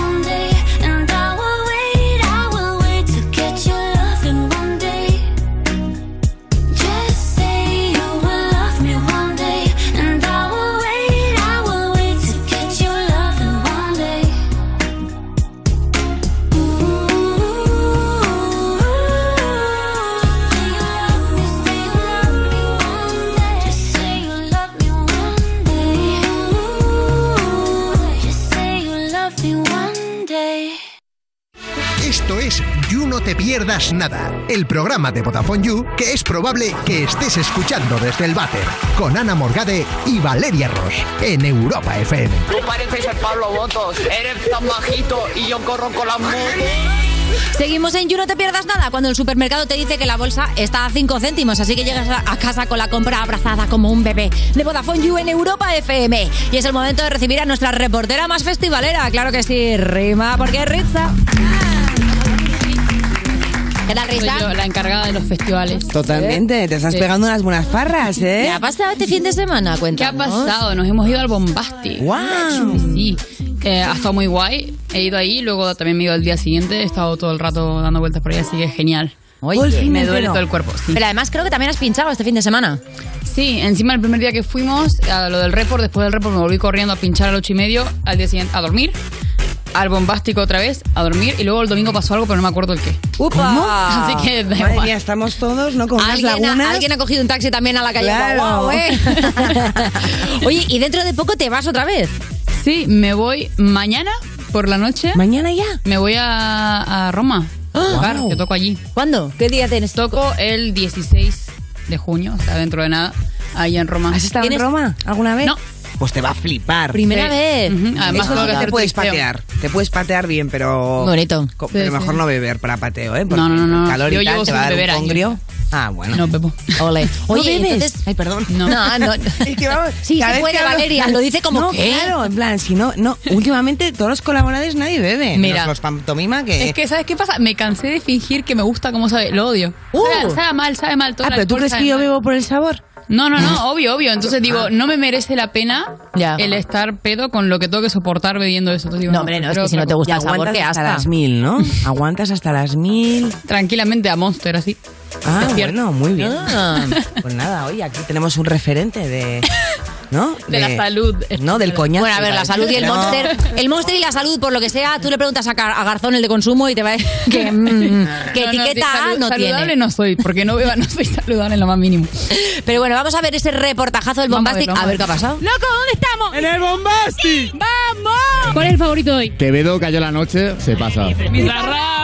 [SPEAKER 6] one day, and I will wait, I will wait to get your loving one day. Just say you will love me one day, and I will wait, I will wait to get your loving one day. Just say you love me one day. Just say you love me one day.
[SPEAKER 5] Esto es You No Te Pierdas Nada, el programa de Vodafone You que es probable que estés escuchando desde el váter, con Ana Morgade y Valeria Ross, en Europa FM.
[SPEAKER 12] Tú pareces el Pablo Botos, eres tan bajito y yo corro con la moto.
[SPEAKER 3] Seguimos en You, no te pierdas nada cuando el supermercado te dice que la bolsa está a 5 céntimos, así que llegas a- a casa con la compra abrazada como un bebé. De Vodafone You en Europa FM. Y es el momento de recibir a nuestra reportera más festivalera, claro que sí, Rima, porque es Ritza. ¿Qué tal, Ritza?
[SPEAKER 24] Soy yo, la encargada de los festivales.
[SPEAKER 4] Totalmente, te estás
[SPEAKER 24] Sí.
[SPEAKER 4] pegando unas buenas farras, ¿eh?
[SPEAKER 24] ¿Qué ha pasado este fin de semana? ¿Qué ha pasado? Nos hemos ido al Bombasti. ¡Wow! Sí, Eh, ha estado muy guay. He ido ahí, luego también me he ido al día siguiente. He estado todo el rato dando vueltas por ahí, así que es genial.
[SPEAKER 3] Todo el fin
[SPEAKER 24] me
[SPEAKER 3] entero.
[SPEAKER 24] duele todo el cuerpo. sí.
[SPEAKER 3] Pero además creo que también has pinchado este fin de semana.
[SPEAKER 24] Sí, encima el primer día que fuimos, a lo del report, después del report me volví corriendo a pinchar a las ocho y medio, al día siguiente a dormir, al bombástico otra vez, a dormir, y luego el domingo pasó algo, pero no me acuerdo el qué.
[SPEAKER 4] ¡Upa! ¿Cómo?
[SPEAKER 24] [laughs] Así que da
[SPEAKER 4] Madre
[SPEAKER 24] igual.
[SPEAKER 4] mía, estamos todos, ¿no? Con unas
[SPEAKER 3] ¿Alguien ha,
[SPEAKER 4] lagunas.
[SPEAKER 3] alguien ha cogido un taxi también a la calle
[SPEAKER 4] Claro.
[SPEAKER 3] Guau, ¿eh? Oye, y dentro de poco te vas otra vez.
[SPEAKER 24] Sí, me voy mañana por la noche.
[SPEAKER 4] ¿Mañana ya?
[SPEAKER 24] Me voy a, a Roma. a tocar, que toco allí.
[SPEAKER 3] ¡Ah! ¿Cuándo? ¿Qué día tienes?
[SPEAKER 24] Toco el 16 de junio, o sea, dentro de nada, ahí en Roma. ¿Has
[SPEAKER 4] estado en Roma alguna vez?
[SPEAKER 24] No.
[SPEAKER 4] [laughs] Pues te va a flipar.
[SPEAKER 24] Primera Sí. vez. Ujú, además
[SPEAKER 4] Eso
[SPEAKER 24] tengo
[SPEAKER 4] sí
[SPEAKER 24] que
[SPEAKER 4] que
[SPEAKER 24] hacer
[SPEAKER 4] te puedes
[SPEAKER 24] triceo.
[SPEAKER 4] patear. Te puedes patear bien, pero.
[SPEAKER 24] Muy bonito.
[SPEAKER 4] Co-
[SPEAKER 24] Sí,
[SPEAKER 4] pero
[SPEAKER 24] sí.
[SPEAKER 4] mejor no beber para pateo, ¿eh? Porque
[SPEAKER 24] No, no, no,
[SPEAKER 4] el
[SPEAKER 24] no.
[SPEAKER 4] calor
[SPEAKER 24] Yo
[SPEAKER 4] y tal
[SPEAKER 24] llevo
[SPEAKER 4] te
[SPEAKER 24] sin
[SPEAKER 4] va a dar un
[SPEAKER 24] beber años.
[SPEAKER 4] congrio. Ah, bueno.
[SPEAKER 24] No bebo.
[SPEAKER 3] Ole. Oye, entonces...
[SPEAKER 4] Ay, perdón.
[SPEAKER 3] No, no.
[SPEAKER 4] [laughs] Es que vamos,
[SPEAKER 3] Sí,
[SPEAKER 4] cada
[SPEAKER 3] se
[SPEAKER 4] vez
[SPEAKER 3] puede,
[SPEAKER 4] que hablo-
[SPEAKER 3] Valeria. Lo dice como
[SPEAKER 4] no,
[SPEAKER 3] que...
[SPEAKER 4] Claro, en plan, si no, no, últimamente todos los colaboradores nadie bebe.
[SPEAKER 24] Mira.
[SPEAKER 4] Menos los pantomima que.
[SPEAKER 24] Es que, ¿sabes qué pasa? Me cansé de fingir que me gusta cómo sabe. Lo odio. Sabe, sabe mal, sabe mal. Todo
[SPEAKER 4] Uh. Ah,
[SPEAKER 24] el
[SPEAKER 4] pero tú
[SPEAKER 24] alcohol
[SPEAKER 4] crees
[SPEAKER 24] sabe
[SPEAKER 4] que yo
[SPEAKER 24] mal.
[SPEAKER 4] bebo por el sabor. Ah.
[SPEAKER 24] No, no,
[SPEAKER 4] [laughs]
[SPEAKER 24] no, obvio, obvio. Entonces digo, no me merece la pena
[SPEAKER 4] Ya.
[SPEAKER 24] el estar pedo con lo que tengo que soportar bebiendo eso. Entonces digo,
[SPEAKER 4] No, hombre, no, es
[SPEAKER 24] prefiero
[SPEAKER 4] que si no
[SPEAKER 24] otra
[SPEAKER 4] te gusta
[SPEAKER 24] cosa.
[SPEAKER 4] el sabor, ¿qué hasta? [laughs] las
[SPEAKER 3] [laughs]
[SPEAKER 4] mil, ¿no? Aguantas hasta las mil.
[SPEAKER 24] Tranquilamente a Monster, así.
[SPEAKER 4] Ah,
[SPEAKER 24] Es cierto.
[SPEAKER 4] bueno, muy bien.
[SPEAKER 24] Ah.
[SPEAKER 4] Pues nada, oye, aquí tenemos un referente de. ¿No?
[SPEAKER 3] [laughs] De la
[SPEAKER 24] salud.
[SPEAKER 4] No, del coñazo.
[SPEAKER 3] Bueno, a ver, la
[SPEAKER 4] ¿sabes?
[SPEAKER 3] salud y el
[SPEAKER 4] No.
[SPEAKER 3] monster. El monster y la salud, por lo que sea, tú le preguntas a, Gar- a Garzón, el de consumo, y te va a decir que, [laughs] mm, que
[SPEAKER 24] [laughs] No, no,
[SPEAKER 3] etiqueta
[SPEAKER 24] de
[SPEAKER 3] A
[SPEAKER 24] salud-
[SPEAKER 3] no
[SPEAKER 24] saludable
[SPEAKER 3] tiene.
[SPEAKER 24] no soy, porque no beba, [laughs] no soy saludable en lo más mínimo.
[SPEAKER 3] Pero bueno, vamos a ver ese reportajazo del Bombastic, a ver qué ha pasado.
[SPEAKER 24] ¡Loco, ¿dónde estamos?
[SPEAKER 29] ¡En el Bombastic!
[SPEAKER 24] ¡Vamos!
[SPEAKER 30] ¿Cuál es el favorito de hoy?
[SPEAKER 29] Quevedo cayó la noche, se pasa.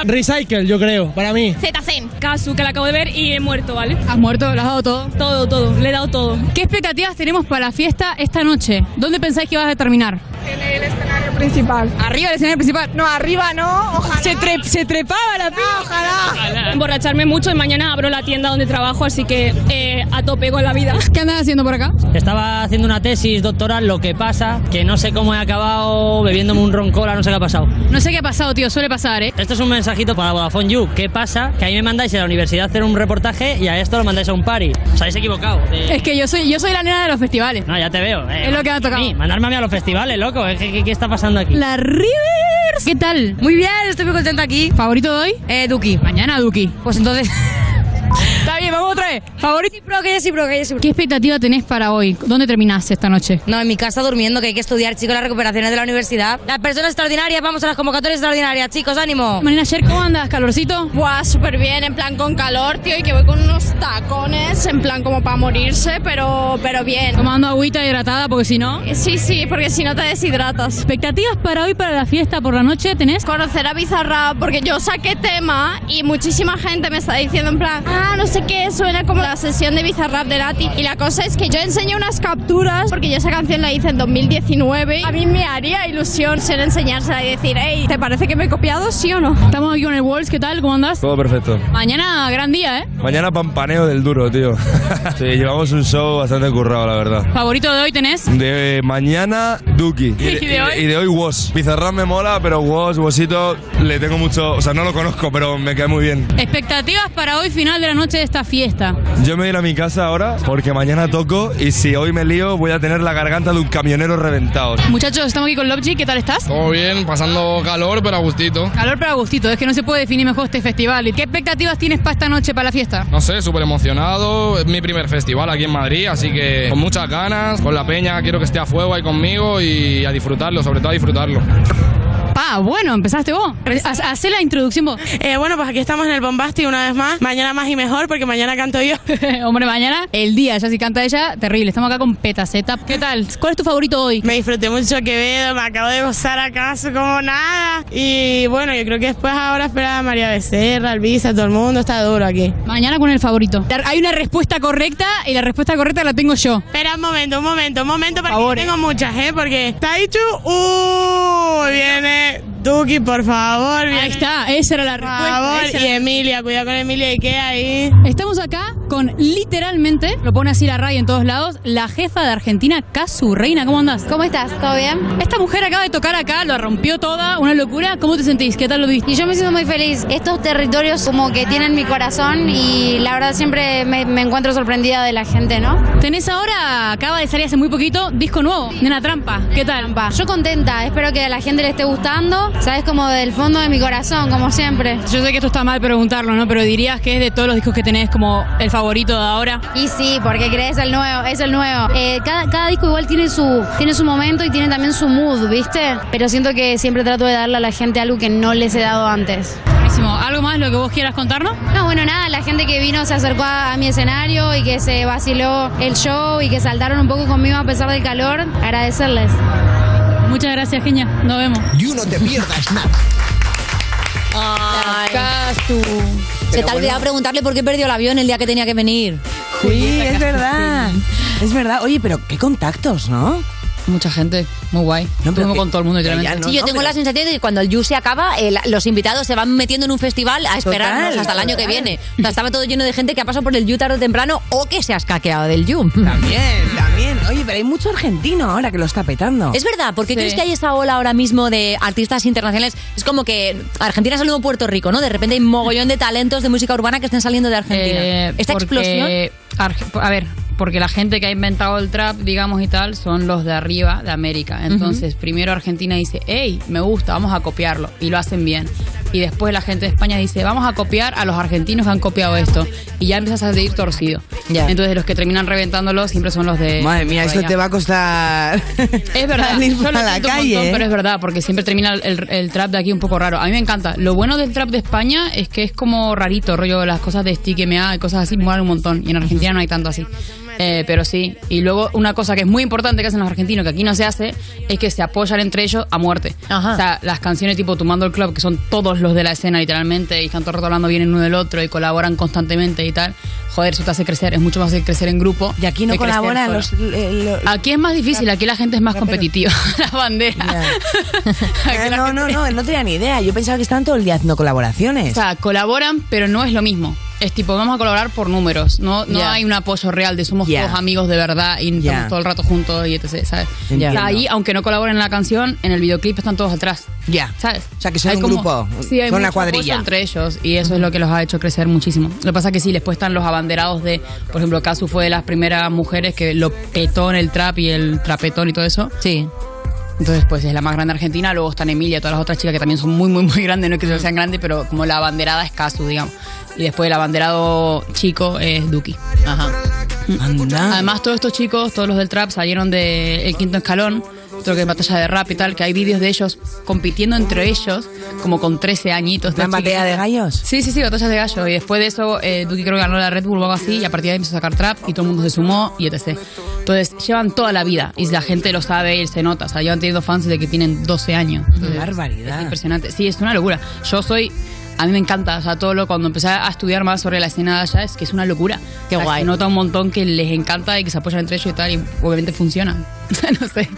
[SPEAKER 29] Recycle, yo creo, para mí.
[SPEAKER 30] Zen, Kazu, que la acabo de ver y he muerto, ¿vale? ¿Has muerto? ¿Le has dado todo? Todo, todo, le he dado todo. ¿Qué expectativas tenemos para la fiesta esta noche? ¿Dónde pensáis que vas a terminar?
[SPEAKER 31] En el escenario principal.
[SPEAKER 24] ¿Arriba el escenario principal?
[SPEAKER 31] No, arriba no, ojalá. Se, trepaba la pija. Ojalá, Emborracharme mucho y mañana abro la tienda donde trabajo, así que eh, a tope con la vida.
[SPEAKER 24] [laughs] ¿Qué andas haciendo por acá?
[SPEAKER 32] Estaba haciendo una tesis doctoral, lo que pasa que no sé cómo he acabado bebiéndome un roncola, no sé qué ha pasado.
[SPEAKER 30] No sé qué ha pasado, tío, suele pasar, ¿eh?
[SPEAKER 32] Esto es un mensajito para Vodafone You. ¿Qué pasa? Que a mí me mandáis a la universidad a hacer un reportaje y a esto lo mandáis a un party. Os habéis equivocado. Eh,
[SPEAKER 30] Es que yo soy, yo soy la nena de los festivales.
[SPEAKER 32] No, ya te veo. eh.
[SPEAKER 30] Es lo que ha tocado.
[SPEAKER 32] A mí, mandarme a mí a los festivales, loco. Eh, ¿Qué, qué- qué está pasando aquí?
[SPEAKER 30] La Rivers. ¿Qué tal? Muy bien, estoy muy contenta aquí. ¿Favorito de hoy? Eh, Duki. Mañana Duki. Pues entonces. [laughs] Está bien, vamos otra vez. Favorito.
[SPEAKER 24] ¿Qué expectativa tenés para hoy? ¿Dónde terminás esta noche?
[SPEAKER 33] No, en mi casa durmiendo, que hay que estudiar, chicos, las recuperaciones de la universidad. Las personas extraordinarias, vamos a las convocatorias extraordinarias, chicos, ánimo.
[SPEAKER 30] Marina Sher, ¿cómo andas? ¿Calorcito?
[SPEAKER 25] Buah, súper bien, en plan con calor, tío, y que voy con unos tacones, en plan como para morirse, pero, pero bien.
[SPEAKER 30] Tomando agüita hidratada, porque si no.
[SPEAKER 25] Sí, sí, porque si no te deshidratas.
[SPEAKER 30] ¿Expectativas para hoy, para la fiesta por la noche, tenés?
[SPEAKER 25] Conocer a Bizarra, porque yo saqué tema y muchísima gente me está diciendo en plan, ah, no sé qué es, suena como la sesión de Bizarrap de Nati. Y la cosa es que yo enseñé unas capturas, porque yo esa canción la hice en 2019. A mí me haría ilusión ser enseñársela y decir, hey, ¿te parece que me he copiado, sí o no?
[SPEAKER 24] Estamos aquí con el Walls, ¿qué tal? ¿Cómo andas?
[SPEAKER 34] Todo perfecto.
[SPEAKER 24] Mañana, gran día, ¿eh?
[SPEAKER 34] Mañana pampaneo del
[SPEAKER 24] [laughs]
[SPEAKER 34] duro, tío. sí, llevamos un show bastante currado, la verdad.
[SPEAKER 24] ¿Favorito de hoy tenés?
[SPEAKER 34] De mañana, Duki.
[SPEAKER 24] ¿Y de hoy?
[SPEAKER 34] Y de hoy, Woz. Pizarrán me mola, pero Woz, Wosito, le tengo mucho. O sea, no lo conozco, pero me cae muy bien.
[SPEAKER 24] Expectativas para hoy, final de la noche de esta fiesta.
[SPEAKER 34] Yo me voy a ir a mi casa ahora porque mañana toco y si hoy me lío, voy a tener la garganta de un camionero reventado.
[SPEAKER 24] Muchachos, estamos aquí con Lobji, ¿qué tal estás?
[SPEAKER 35] Todo bien, pasando calor, pero a gustito.
[SPEAKER 24] Calor para gustito, es que no se puede definir mejor este festival. ¿Y ¿Qué expectativas tienes para esta noche, para la fiesta?
[SPEAKER 35] No sé, súper emocionado. Es mi primer festival aquí en Madrid, así que con muchas ganas, con la peña, quiero que esté a fuego ahí conmigo y a disfrutarlo, sobre todo a disfrutarlo.
[SPEAKER 24] Pa, bueno, empezaste vos. Haz- Hacé la introducción vos.
[SPEAKER 36] Eh, bueno, pues aquí estamos en el Bombasti una vez más. Mañana más y mejor, porque mañana canto yo.
[SPEAKER 24] [laughs] Hombre, mañana el día, ya si canta ella, terrible. Estamos acá con Petaceta. ¿Qué tal? ¿Cuál es tu favorito hoy?
[SPEAKER 36] Me disfruté mucho Quevedo, me acabo de gozar acaso como nada. Y bueno, yo creo que después ahora espera a María Becerra, Alvisa, todo el mundo está duro aquí.
[SPEAKER 24] Mañana con el favorito. Dar- Hay una respuesta correcta y la respuesta correcta la tengo yo.
[SPEAKER 36] Espera un momento, un momento, un momento, porque yo tengo muchas, ¿eh? Porque está dicho, ¡uh! Viene Duki, por favor. Ahí
[SPEAKER 24] está, esa era la respuesta,
[SPEAKER 36] Por
[SPEAKER 24] esa
[SPEAKER 36] favor,
[SPEAKER 24] era
[SPEAKER 36] y
[SPEAKER 24] la-
[SPEAKER 36] Emilia, cuidado con Emilia y qué ahí.
[SPEAKER 24] Estamos acá con literalmente, lo pone así la RAI en todos lados, la jefa de Argentina, Casu Reina. ¿Cómo andás?
[SPEAKER 37] ¿Cómo estás? ¿Todo bien?
[SPEAKER 24] Esta mujer acaba de tocar acá, lo rompió toda, una locura. ¿Cómo te sentís? ¿Qué tal lo viste?
[SPEAKER 37] Y yo me siento muy feliz. Estos territorios como que tienen mi corazón y la verdad siempre me, me encuentro sorprendida de la gente, ¿no?
[SPEAKER 24] Tenés ahora, acaba de salir hace muy poquito, disco nuevo, Nena Trampa. ¿Qué tal?
[SPEAKER 37] Yo contenta, espero que a la gente le esté gustando, sabes, como del fondo de mi corazón, como siempre.
[SPEAKER 24] Yo sé que esto está mal preguntarlo, ¿no? Pero dirías que es de todos los discos que tenés como el favorito de ahora.
[SPEAKER 37] Y sí, porque crees el nuevo, es el nuevo. Eh, cada, cada disco igual tiene su, tiene su momento y tiene también su mood, ¿viste? Pero siento que siempre trato de darle a la gente algo que no les he dado antes.
[SPEAKER 24] Buenísimo. ¿Algo más lo que vos quieras contarnos?
[SPEAKER 37] No, bueno, nada, la gente que vino se acercó a, a mi escenario y que se vaciló el show y que saltaron un poco conmigo a pesar del calor, agradecerles.
[SPEAKER 24] Muchas gracias, Genia. Nos vemos.
[SPEAKER 5] Y uno te pierdas nada.
[SPEAKER 3] Ah, Se te ha olvidado preguntarle por qué perdió el avión el día que tenía que venir.
[SPEAKER 4] Sí, es verdad. Es verdad. Oye, pero qué contactos, ¿no?
[SPEAKER 24] Mucha gente, muy guay.
[SPEAKER 4] No,
[SPEAKER 24] Estuvimos con todo el mundo, literalmente.
[SPEAKER 3] sí, yo tengo la sensación de que cuando el You se acaba, el- los invitados se van metiendo en un festival a esperarnos
[SPEAKER 4] Total,
[SPEAKER 3] hasta el año que
[SPEAKER 4] total.
[SPEAKER 3] viene. O sea, estaba todo lleno de gente que ha pasado por el You tarde o temprano o que se ha escaqueado del You.
[SPEAKER 4] También, también. Oye, pero hay mucho argentino ahora que lo está petando.
[SPEAKER 3] Es verdad, porque
[SPEAKER 4] Sí.
[SPEAKER 3] crees que hay esa ola ahora mismo de artistas internacionales. Es como que Argentina es el nuevo Puerto Rico, ¿no? De repente hay mogollón de talentos de música urbana que están saliendo de Argentina.
[SPEAKER 24] Eh,
[SPEAKER 3] Esta
[SPEAKER 24] porque-
[SPEAKER 3] explosión.
[SPEAKER 24] Arge- A ver, porque la gente que ha inventado el trap, digamos y tal, son los de arriba de América. Entonces, primero Argentina dice, hey, me gusta, vamos a copiarlo. Y lo hacen bien. Y después la gente de España dice, vamos a copiar a los argentinos que han copiado esto. Y ya empiezas a seguir torcido.
[SPEAKER 4] Ya.
[SPEAKER 24] Entonces, los que terminan reventándolo siempre son los de.
[SPEAKER 4] Madre mía,
[SPEAKER 24] por
[SPEAKER 4] esto
[SPEAKER 24] allá.
[SPEAKER 4] te va a costar.
[SPEAKER 24] Es verdad,
[SPEAKER 4] salir
[SPEAKER 24] yo lo
[SPEAKER 4] a la
[SPEAKER 24] siento un
[SPEAKER 4] calle,
[SPEAKER 24] montón,
[SPEAKER 4] ¿eh?
[SPEAKER 24] pero es verdad, porque siempre termina el, el trap de aquí un poco raro. A mí me encanta. Lo bueno del trap de España es que es como rarito, rollo, las cosas de stick MA y cosas así molan un montón. Y en Argentina no hay tanto así. Eh, pero sí, y luego una cosa que es muy importante que hacen los argentinos, que aquí no se hace, es que se apoyan entre ellos a muerte. O sea, las canciones tipo Tumando el Club, que son todos los de la escena literalmente, y están todo el rato hablando bien el uno del otro y colaboran constantemente y tal. Joder, eso te hace crecer, es mucho más fácil crecer en grupo. Y
[SPEAKER 4] Aquí no colaboran los, eh, los-
[SPEAKER 24] Aquí es más difícil, aquí la gente es más competitiva.
[SPEAKER 4] [laughs]
[SPEAKER 24] La bandera. [laughs]
[SPEAKER 4] Ah, no, no, no, no tenía [laughs] ni idea. Yo pensaba que estaban todo el día haciendo
[SPEAKER 24] O
[SPEAKER 4] colaboraciones.
[SPEAKER 24] sea, colaboran, pero no es lo mismo. Es tipo, vamos a colaborar por números. No, no
[SPEAKER 4] Ya.
[SPEAKER 24] hay un apoyo real de somos
[SPEAKER 4] Ya.
[SPEAKER 24] todos amigos de verdad y
[SPEAKER 4] Ya.
[SPEAKER 24] estamos todo el rato juntos y etc. ¿sabes?
[SPEAKER 4] Entiendo.
[SPEAKER 24] O sea, ahí, aunque no colaboren en la canción, en el videoclip están todos atrás.
[SPEAKER 4] Ya.
[SPEAKER 24] ¿Sabes?
[SPEAKER 4] O sea, que son un grupo,
[SPEAKER 24] Sí, hay
[SPEAKER 4] son una
[SPEAKER 24] mucho apoyo
[SPEAKER 4] cuadrilla.
[SPEAKER 24] entre ellos y eso es lo que los ha hecho crecer muchísimo. Lo que pasa es que sí, después están los abanderados de, por ejemplo, Casu fue de las primeras mujeres que lo petó en el trap y el trapetón y todo eso.
[SPEAKER 3] Sí.
[SPEAKER 24] Entonces, pues es la más grande argentina. Luego están Emilia, todas las otras chicas que también son muy, muy, muy grandes. No es que sean grandes, pero como la abanderada es Casu, digamos. Y después el abanderado chico es Duki. Ajá. Además, todos estos chicos, todos los del trap, salieron del quinto escalón, creo que en batalla de rap y tal, que hay vídeos de ellos compitiendo entre ellos, como con 13 añitos.
[SPEAKER 4] ¿Una
[SPEAKER 24] todos
[SPEAKER 4] batalla de gallos?
[SPEAKER 24] Sí, sí, sí, batallas de gallo. Y después de eso, eh, Duki creo que ganó la Red Bull o algo así, y a partir de ahí empezó a sacar trap y todo el mundo se sumó y etc. Entonces, llevan toda la vida y la gente lo sabe y se nota. O sea, llevan teniendo fans desde que tienen 12 años.
[SPEAKER 4] Qué barbaridad.
[SPEAKER 24] Impresionante. Sí, es una locura. Yo soy a mí me encanta, o sea, todo lo cuando empecé a estudiar más sobre la escena de allá es que es una locura. Qué guay. Se nota un montón que les encanta y que se apoyan entre ellos y tal, y obviamente funciona. [laughs] O sea, no sé.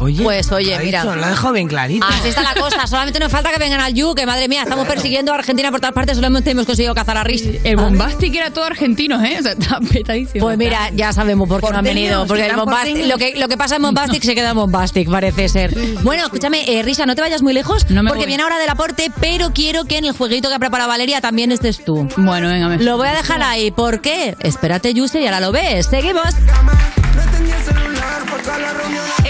[SPEAKER 3] Oye, pues oye, mira.
[SPEAKER 4] Lo dejo bien clarito.
[SPEAKER 3] Ah, Así está la cosa. Solamente nos falta que vengan al You, que madre mía, estamos persiguiendo a Argentina por todas partes, solamente hemos conseguido cazar a Ah, Rich.
[SPEAKER 24] El Bombastic era todo argentino, ¿eh? O sea, [laughs] está petadísimo.
[SPEAKER 3] Pues mira, ya sabemos por qué no han
[SPEAKER 24] Porteños,
[SPEAKER 3] venido. Porque el
[SPEAKER 24] eran
[SPEAKER 3] Bombastic-
[SPEAKER 24] porteños.
[SPEAKER 3] lo, que, lo que pasa en Bombastic se queda en Bombastic, parece ser. Bueno, escúchame, eh, Risa, no te vayas muy lejos, porque
[SPEAKER 24] voy.
[SPEAKER 3] viene ahora del aporte, pero quiero que en el jueguito que ha preparado Valeria también estés tú.
[SPEAKER 24] Bueno, venga, me-
[SPEAKER 3] Lo voy a dejar ahí. ¿Por qué? Espérate, Yuse, y ahora lo ves. Seguimos.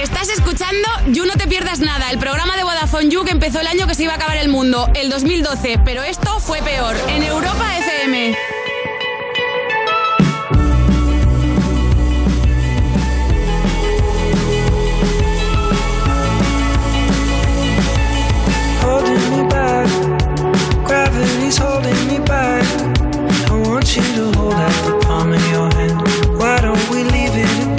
[SPEAKER 9] Estás escuchando You No Te Pierdas Nada, el programa de Vodafone You que empezó el año que se iba a acabar el mundo, el 2012, pero esto fue peor, en Europa FM.
[SPEAKER 10] holding me back. Gravity's holding me back. I want you to hold out the palm of your hand. Why don't we leave it at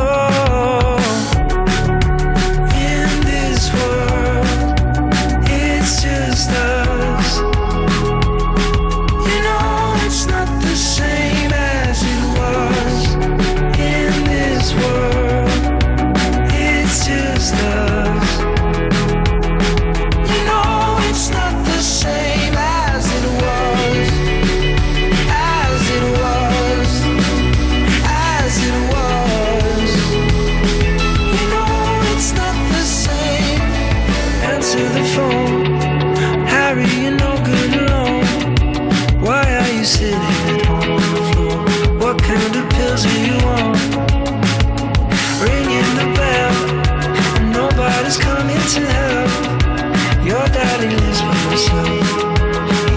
[SPEAKER 10] Oh, in this world, it's just us. You know it's not the same as it was in this world. It's just us. You know it's not the same as it was, as it was, as it was. You know it's not the same. Answer the phone, Harry. You're no good alone. Why are you sitting at home on the floor? What kind of pills are you on? Ringing the bell, and nobody's coming to help. Your daddy lives by himself. He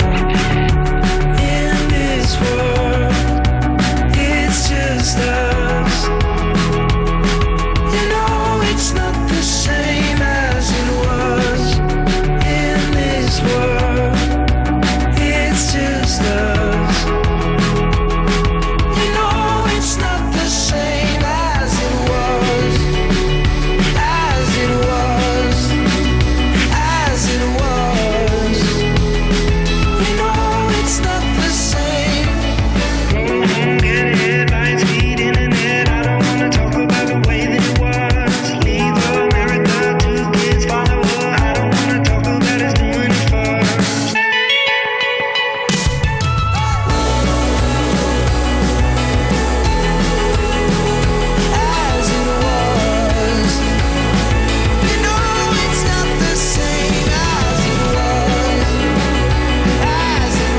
[SPEAKER 10] Oh, in this world, it's just us. You know it's not the same as it was in this world. It's just us. You know it's not the same as it was, as it was, as it was. You know it's not the same. Get headlines feeding in it. I don't wanna talk about the way that it was. Leave America, two kids, father. I don't wanna talk about us doing it first. As it was, you know it's not the same as it was, as it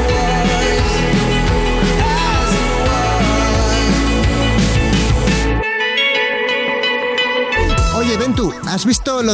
[SPEAKER 10] was, as it
[SPEAKER 5] Oye, Ventu, ¿has visto lo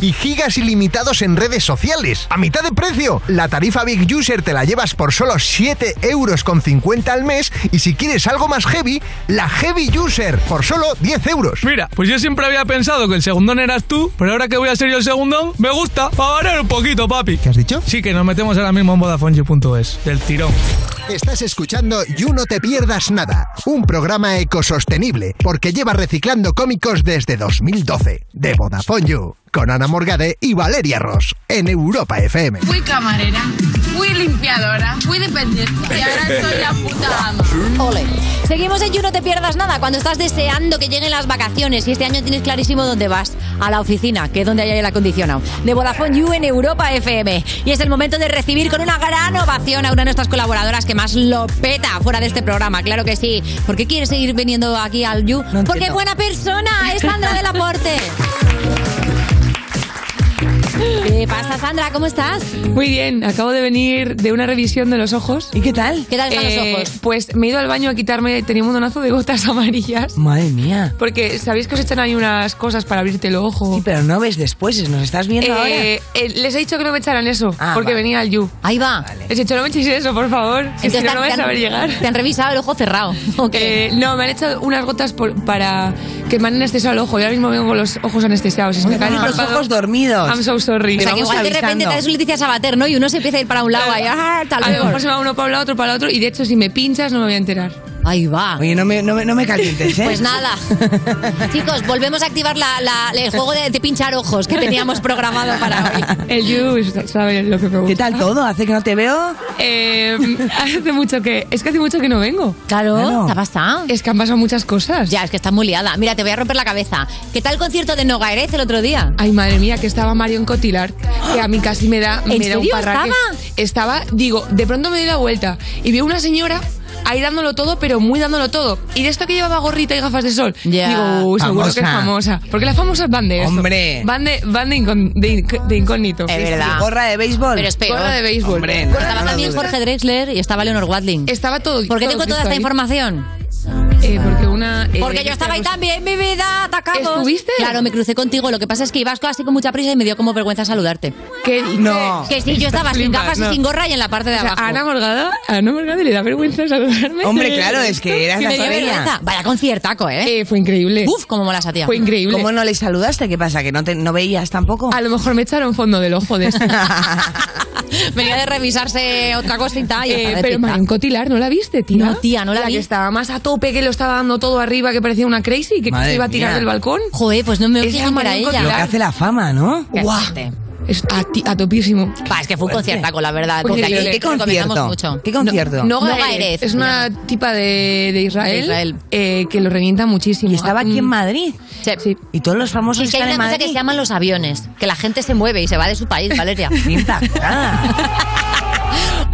[SPEAKER 5] y gigas ilimitados en redes sociales. ¡A mitad de precio! La tarifa Big User te la llevas por solo 7,50 euros al mes y si quieres algo más heavy, la Heavy User por solo 10 euros.
[SPEAKER 10] Mira, pues yo siempre había pensado que el segundón eras tú, pero ahora que voy a ser yo el segundón, me gusta, para variar un poquito, papi. ¿Qué
[SPEAKER 5] has dicho?
[SPEAKER 10] Sí, que nos metemos ahora mismo en VodafoneYou.es, del tirón.
[SPEAKER 5] Estás escuchando You No Te Pierdas Nada, un programa ecosostenible porque lleva reciclando cómicos desde 2012. De Vodafone You, con Ana Morgade y Valeria Ross, en Europa FM.
[SPEAKER 38] Fui camarera, fui limpiadora, fui dependiente y ahora soy la puta ama.
[SPEAKER 3] Ole. Seguimos en You No Te Pierdas Nada cuando estás deseando que lleguen las vacaciones y este año tienes clarísimo dónde vas. A la oficina, que es donde hay aire acondicionado. De Vodafone You en Europa FM. Y es el momento de recibir con una gran ovación a una de nuestras colaboradoras que más lo peta fuera de este programa. Claro que sí. ¿Por qué quieres seguir viniendo aquí al You? Porque es buena persona. Es Sandra del Aporte. ¿Qué pasa, Sandra, ¿cómo estás?
[SPEAKER 31] Muy bien, acabo de venir de una revisión de los ojos.
[SPEAKER 4] ¿Y qué tal?
[SPEAKER 3] ¿Qué tal están los ojos?
[SPEAKER 31] Pues me he ido al baño a quitarme, tenía un montonazo de gotas [laughs] amarillas.
[SPEAKER 4] Madre mía.
[SPEAKER 31] Porque sabéis que os echan ahí unas cosas para abrirte el ojo.
[SPEAKER 4] Sí, pero no ves después, nos estás viendo ahora.
[SPEAKER 31] Eh, eh, les he dicho que no me echaran eso,
[SPEAKER 4] Ah,
[SPEAKER 31] porque
[SPEAKER 4] vale.
[SPEAKER 31] venía al You.
[SPEAKER 3] Ahí va.
[SPEAKER 31] Les he dicho, no me echéis eso, por favor. que si no, no vais a saber llegar.
[SPEAKER 3] Te han revisado el
[SPEAKER 31] [laughs]
[SPEAKER 3] ojo cerrado.
[SPEAKER 31] Eh, no, me han echado unas gotas por- para que me han anestesiado el ojo. Y ahora mismo vengo con los ojos anestesiados. Es que me han
[SPEAKER 4] Los
[SPEAKER 31] empapado.
[SPEAKER 4] ojos dormidos.
[SPEAKER 31] I'm so sorry.
[SPEAKER 3] O sea, que igual de repente traes un Leticia Sabater, ¿no? Y uno se empieza a ir para un lado ahí, ah, tal
[SPEAKER 31] A lo mejor
[SPEAKER 3] vez.
[SPEAKER 31] se va uno para un lado, otro para el otro. Y de hecho, si me pinchas, no me voy a enterar.
[SPEAKER 3] Ahí va.
[SPEAKER 4] Oye, no me, no me, no me calientes, ¿eh?
[SPEAKER 3] Ah. Pues nada. Chicos, volvemos a activar la- la- el juego de, de pinchar ojos que teníamos programado para hoy.
[SPEAKER 31] El You sabe lo que me gusta.
[SPEAKER 4] ¿Qué tal todo? ¿Hace que no te veo?
[SPEAKER 31] Eh, [laughs] hace mucho que. Es que hace mucho que no vengo.
[SPEAKER 3] Claro, ¿te ha pasado?
[SPEAKER 31] Es que han pasado muchas cosas.
[SPEAKER 3] Ya, es que estás muy liada. Mira, te voy a romper la cabeza. ¿Qué tal el concierto de Nogaerez el otro día?
[SPEAKER 31] Ay, madre mía, que estaba Marion Cotillard, que a mí casi me da,
[SPEAKER 3] ¿En
[SPEAKER 31] me da un
[SPEAKER 3] serio
[SPEAKER 31] parraque. Estaba, digo, de pronto me di la vuelta y vi a una señora ahí dándolo todo, pero muy dándolo todo. Y de esto que llevaba gorrita y gafas de sol. Digo, uy, seguro que es
[SPEAKER 4] Famosa.
[SPEAKER 31] famosa. Porque las famosas van de eso.
[SPEAKER 4] Hombre.
[SPEAKER 31] Van de, van de, incon- de inc- de incógnito.
[SPEAKER 4] Sí, sí, Gorra de béisbol.
[SPEAKER 31] Pero es peor. Gorra de béisbol.
[SPEAKER 4] Hombre, no,
[SPEAKER 31] Estaba
[SPEAKER 4] no lo
[SPEAKER 31] también
[SPEAKER 4] dudes.
[SPEAKER 3] Jorge Drexler y estaba Leonor Watling.
[SPEAKER 31] Estaba todo.
[SPEAKER 3] ¿Por qué
[SPEAKER 31] todo
[SPEAKER 3] tengo toda esta
[SPEAKER 31] Cristo ahí.
[SPEAKER 3] información?
[SPEAKER 31] Eh, porque una. eh,
[SPEAKER 3] Porque yo estaba ahí también, mi vida, atacados.
[SPEAKER 31] ¿Estuviste?
[SPEAKER 3] Claro, me crucé contigo. Lo que pasa es que ibas así con mucha prisa y me dio como vergüenza saludarte.
[SPEAKER 31] Que
[SPEAKER 4] No.
[SPEAKER 3] Que sí, yo estaba sin gafas y sin gorra y en la parte de
[SPEAKER 31] O sea,
[SPEAKER 3] abajo.
[SPEAKER 31] a Ana Morgada, a Ana Morgada le da vergüenza saludarme.
[SPEAKER 4] Hombre, claro, es que eras
[SPEAKER 3] Que
[SPEAKER 4] la
[SPEAKER 3] me dio vergüenza.
[SPEAKER 4] estrella.
[SPEAKER 3] Vaya conciertaco, ¿eh?
[SPEAKER 31] Fue increíble.
[SPEAKER 3] Uf, cómo mola esa tía.
[SPEAKER 4] ¿Cómo no le saludaste? ¿Qué pasa? ¿Que no, te, no veías tampoco?
[SPEAKER 31] A lo mejor me echaron fondo del ojo de
[SPEAKER 4] [laughs]
[SPEAKER 31] eso.
[SPEAKER 3] Venía de revisarse otra cosita y
[SPEAKER 31] Eh,
[SPEAKER 3] estaba de
[SPEAKER 31] pero
[SPEAKER 3] pinta.
[SPEAKER 31] Marín Cotilar, ¿no la viste, tía?
[SPEAKER 3] No, tía, no la vi.
[SPEAKER 31] que estaba más a tope, que lo estaba dando todo arriba, que parecía una crazy, que
[SPEAKER 4] Madre
[SPEAKER 31] se iba a tirar
[SPEAKER 4] mía.
[SPEAKER 31] del balcón.
[SPEAKER 3] Joder, pues no me
[SPEAKER 31] Esa
[SPEAKER 3] quién era
[SPEAKER 31] Marín
[SPEAKER 3] ella.
[SPEAKER 4] Lo que
[SPEAKER 31] Cotilar.
[SPEAKER 4] hace la fama, ¿no?
[SPEAKER 3] Qué
[SPEAKER 31] Guau.
[SPEAKER 3] fuerte.
[SPEAKER 31] Es a, ti- a topísimo.
[SPEAKER 3] Pa, es que fue un conciertaco, la verdad.
[SPEAKER 31] Pues
[SPEAKER 3] porque
[SPEAKER 31] sí,
[SPEAKER 3] ahí
[SPEAKER 31] ¿qué
[SPEAKER 3] te recomendamos
[SPEAKER 4] concierto?
[SPEAKER 3] mucho.
[SPEAKER 4] ¿Qué concierto?
[SPEAKER 31] No,
[SPEAKER 3] Noga Erez,
[SPEAKER 31] Es
[SPEAKER 3] se
[SPEAKER 31] una tipa de, de Israel,
[SPEAKER 3] De Israel.
[SPEAKER 31] eh, que lo revienta muchísimo.
[SPEAKER 4] Y estaba aquí en Madrid.
[SPEAKER 31] Sí.
[SPEAKER 4] Y todos los famosos
[SPEAKER 3] Mm. Es que hay una
[SPEAKER 4] están en
[SPEAKER 3] cosa
[SPEAKER 4] Madrid.
[SPEAKER 3] que se llaman los aviones, que la gente se mueve y se va de su país, [laughs] Valeria. [laughs]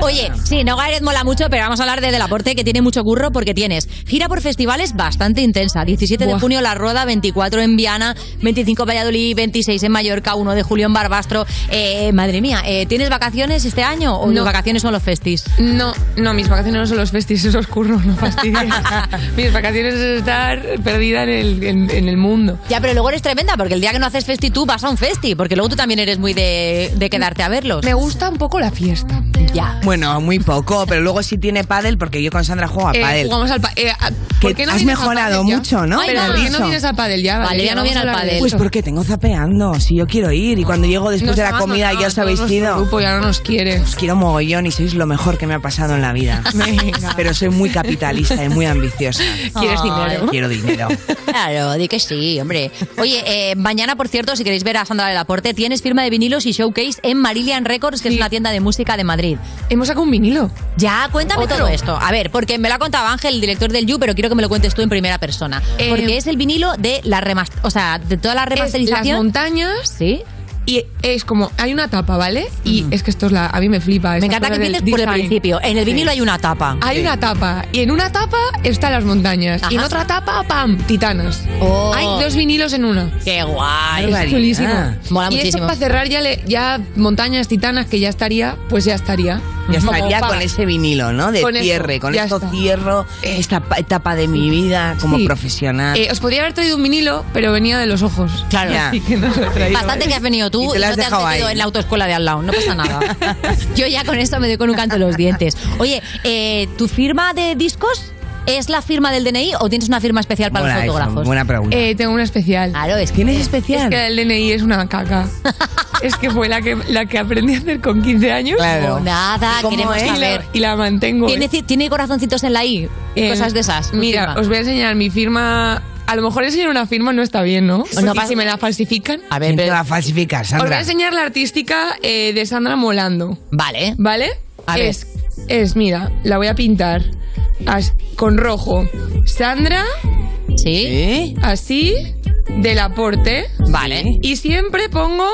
[SPEAKER 3] Oye, sí, Nogaret mola mucho, pero vamos a hablar de Del Aporte, que tiene mucho curro porque tienes gira por festivales bastante intensa. 17 de
[SPEAKER 31] Buah.
[SPEAKER 3] junio La Rueda, 24 en Viana, 25 en Valladolid, 26 en Mallorca, 1 de julio en Barbastro. Eh, madre mía, eh, ¿tienes vacaciones este año o
[SPEAKER 31] No.
[SPEAKER 3] tus vacaciones son los festis?
[SPEAKER 31] No, no, mis vacaciones no son los festis, eso es curro, no fastidies.
[SPEAKER 3] [laughs]
[SPEAKER 31] mis vacaciones es estar perdida en el, en- en el mundo.
[SPEAKER 3] Ya, pero luego eres tremenda, porque el día que no haces festi tú vas a un festi, porque luego tú también eres muy de, de quedarte a verlos.
[SPEAKER 31] Me gusta un poco la fiesta.
[SPEAKER 3] Ya.
[SPEAKER 4] Bueno, muy poco, pero luego sí tiene pádel porque yo con Sandra juego a
[SPEAKER 31] Eh,
[SPEAKER 4] pádel.
[SPEAKER 31] jugamos al pa- eh, a-
[SPEAKER 4] Que
[SPEAKER 31] ¿por qué no
[SPEAKER 4] has
[SPEAKER 31] vienes al
[SPEAKER 4] mejorado
[SPEAKER 31] pádel ya?
[SPEAKER 4] mucho, ¿no?
[SPEAKER 31] Pero
[SPEAKER 4] Me
[SPEAKER 31] ¿por
[SPEAKER 4] lo has
[SPEAKER 31] qué no
[SPEAKER 4] dicho.
[SPEAKER 31] vienes al pádel ya?
[SPEAKER 3] Valeria no
[SPEAKER 31] vamos
[SPEAKER 3] viene
[SPEAKER 31] a
[SPEAKER 3] al
[SPEAKER 31] hablar de
[SPEAKER 3] pádel.
[SPEAKER 4] Pues
[SPEAKER 31] eso.
[SPEAKER 4] porque tengo zapeando, si yo quiero ir y cuando llego después
[SPEAKER 31] Nos
[SPEAKER 4] de la
[SPEAKER 31] ha
[SPEAKER 4] comida ya
[SPEAKER 31] abandonado
[SPEAKER 4] os habéis
[SPEAKER 31] todo nuestro
[SPEAKER 4] ido.
[SPEAKER 31] grupo, ya no nos quiere.
[SPEAKER 4] Os quiero mogollón y sois lo mejor que me ha pasado en
[SPEAKER 31] [laughs]
[SPEAKER 4] la vida. Pero soy muy capitalista y muy ambiciosa.
[SPEAKER 3] ¿Quieres dinero?
[SPEAKER 4] Quiero dinero.
[SPEAKER 3] Claro, di que sí, hombre. Oye, eh, mañana, por cierto, si queréis ver a Sandra del Aporte, tienes firma de vinilos y showcase en Marillion Records, que es una tienda de música de Madrid.
[SPEAKER 31] Hemos sacado un vinilo.
[SPEAKER 3] Ya, cuéntame
[SPEAKER 31] Otro.
[SPEAKER 3] todo esto. A ver, porque me lo ha contado Ángel, el director del You, pero quiero que me lo cuentes tú en primera persona.
[SPEAKER 31] Eh,
[SPEAKER 3] porque es el vinilo de la remas- o sea, de toda la
[SPEAKER 31] Es las
[SPEAKER 3] remasterización.
[SPEAKER 31] montañas.
[SPEAKER 3] Sí. Mm.
[SPEAKER 31] Y es como, hay una tapa, ¿vale? Y es que esto es la. A mí me flipa.
[SPEAKER 3] Me encanta que empieces por el principio. En el vinilo hay una tapa.
[SPEAKER 31] Hay una tapa. Y en una tapa están las montañas. Y en
[SPEAKER 3] Ajá.
[SPEAKER 31] otra tapa, ¡pam! Titanas.
[SPEAKER 3] Oh.
[SPEAKER 31] Hay dos vinilos en uno.
[SPEAKER 3] ¡Qué guay!
[SPEAKER 31] Es chulísimo.
[SPEAKER 4] Ah.
[SPEAKER 3] Mola
[SPEAKER 31] y esto
[SPEAKER 3] muchísimo.
[SPEAKER 31] para cerrar ya, le- ya montañas titanas que ya estaría, pues ya estaría. Eh,
[SPEAKER 4] Ya
[SPEAKER 31] Como
[SPEAKER 4] estaría
[SPEAKER 31] pa-
[SPEAKER 4] con ese vinilo, ¿no? De
[SPEAKER 31] Con eso,
[SPEAKER 4] cierre, con
[SPEAKER 31] ya
[SPEAKER 4] esto
[SPEAKER 31] está. Eh.
[SPEAKER 4] cierro esta pa- etapa de mi vida como
[SPEAKER 31] Sí.
[SPEAKER 4] profesional.
[SPEAKER 31] Eh, os podría haber traído un vinilo, pero venía de los ojos.
[SPEAKER 3] Claro.
[SPEAKER 31] [laughs]
[SPEAKER 4] Ya.
[SPEAKER 31] Así que no os lo he traído.
[SPEAKER 3] Bastante que has venido tú
[SPEAKER 4] Y
[SPEAKER 3] y,
[SPEAKER 4] te la
[SPEAKER 3] no
[SPEAKER 4] has
[SPEAKER 3] te has
[SPEAKER 4] dejado
[SPEAKER 3] metido
[SPEAKER 4] ahí.
[SPEAKER 3] en la autoescuela de al lado. No pasa nada. Yo ya con esto me doy con un canto en los dientes. Oye, eh, ¿tu firma de discos es la firma del DNI o tienes una firma especial para
[SPEAKER 4] Mola
[SPEAKER 3] los
[SPEAKER 4] eso,
[SPEAKER 3] fotógrafos?
[SPEAKER 4] buena pregunta.
[SPEAKER 31] Eh, tengo una especial.
[SPEAKER 3] Claro, es que
[SPEAKER 4] ¿Tienes especial?
[SPEAKER 31] Es que el DNI es una caca. [laughs] es que fue la que, la que aprendí a hacer con 15 años. Oh,
[SPEAKER 4] Claro.
[SPEAKER 3] nada,
[SPEAKER 4] ¿Cómo
[SPEAKER 3] queremos
[SPEAKER 4] es?
[SPEAKER 3] saber.
[SPEAKER 31] Y la, y la mantengo.
[SPEAKER 3] ¿Tiene,
[SPEAKER 31] ¿eh?
[SPEAKER 3] ci- tiene corazoncitos en la I?
[SPEAKER 31] Eh,
[SPEAKER 3] cosas de esas. tu
[SPEAKER 31] Mira,
[SPEAKER 3] firma.
[SPEAKER 31] os voy a enseñar mi firma. A lo mejor enseñar una firma no está bien, ¿no?
[SPEAKER 3] Pues no
[SPEAKER 31] Porque
[SPEAKER 3] pasa-
[SPEAKER 31] si me la falsifican.
[SPEAKER 3] A ver,
[SPEAKER 4] ¿Quién te
[SPEAKER 3] pero-
[SPEAKER 4] va a falsificar,
[SPEAKER 31] Os voy a
[SPEAKER 4] Sandra?
[SPEAKER 31] enseñar la artística eh, de Sandra Molando.
[SPEAKER 3] Vale.
[SPEAKER 31] ¿Vale?
[SPEAKER 3] A ver.
[SPEAKER 31] es, es, mira, la voy a pintar as- con rojo. Sandra,
[SPEAKER 3] ¿Sí?
[SPEAKER 4] ¿Eh?
[SPEAKER 31] así, del aporte.
[SPEAKER 3] Vale.
[SPEAKER 31] este Y siempre pongo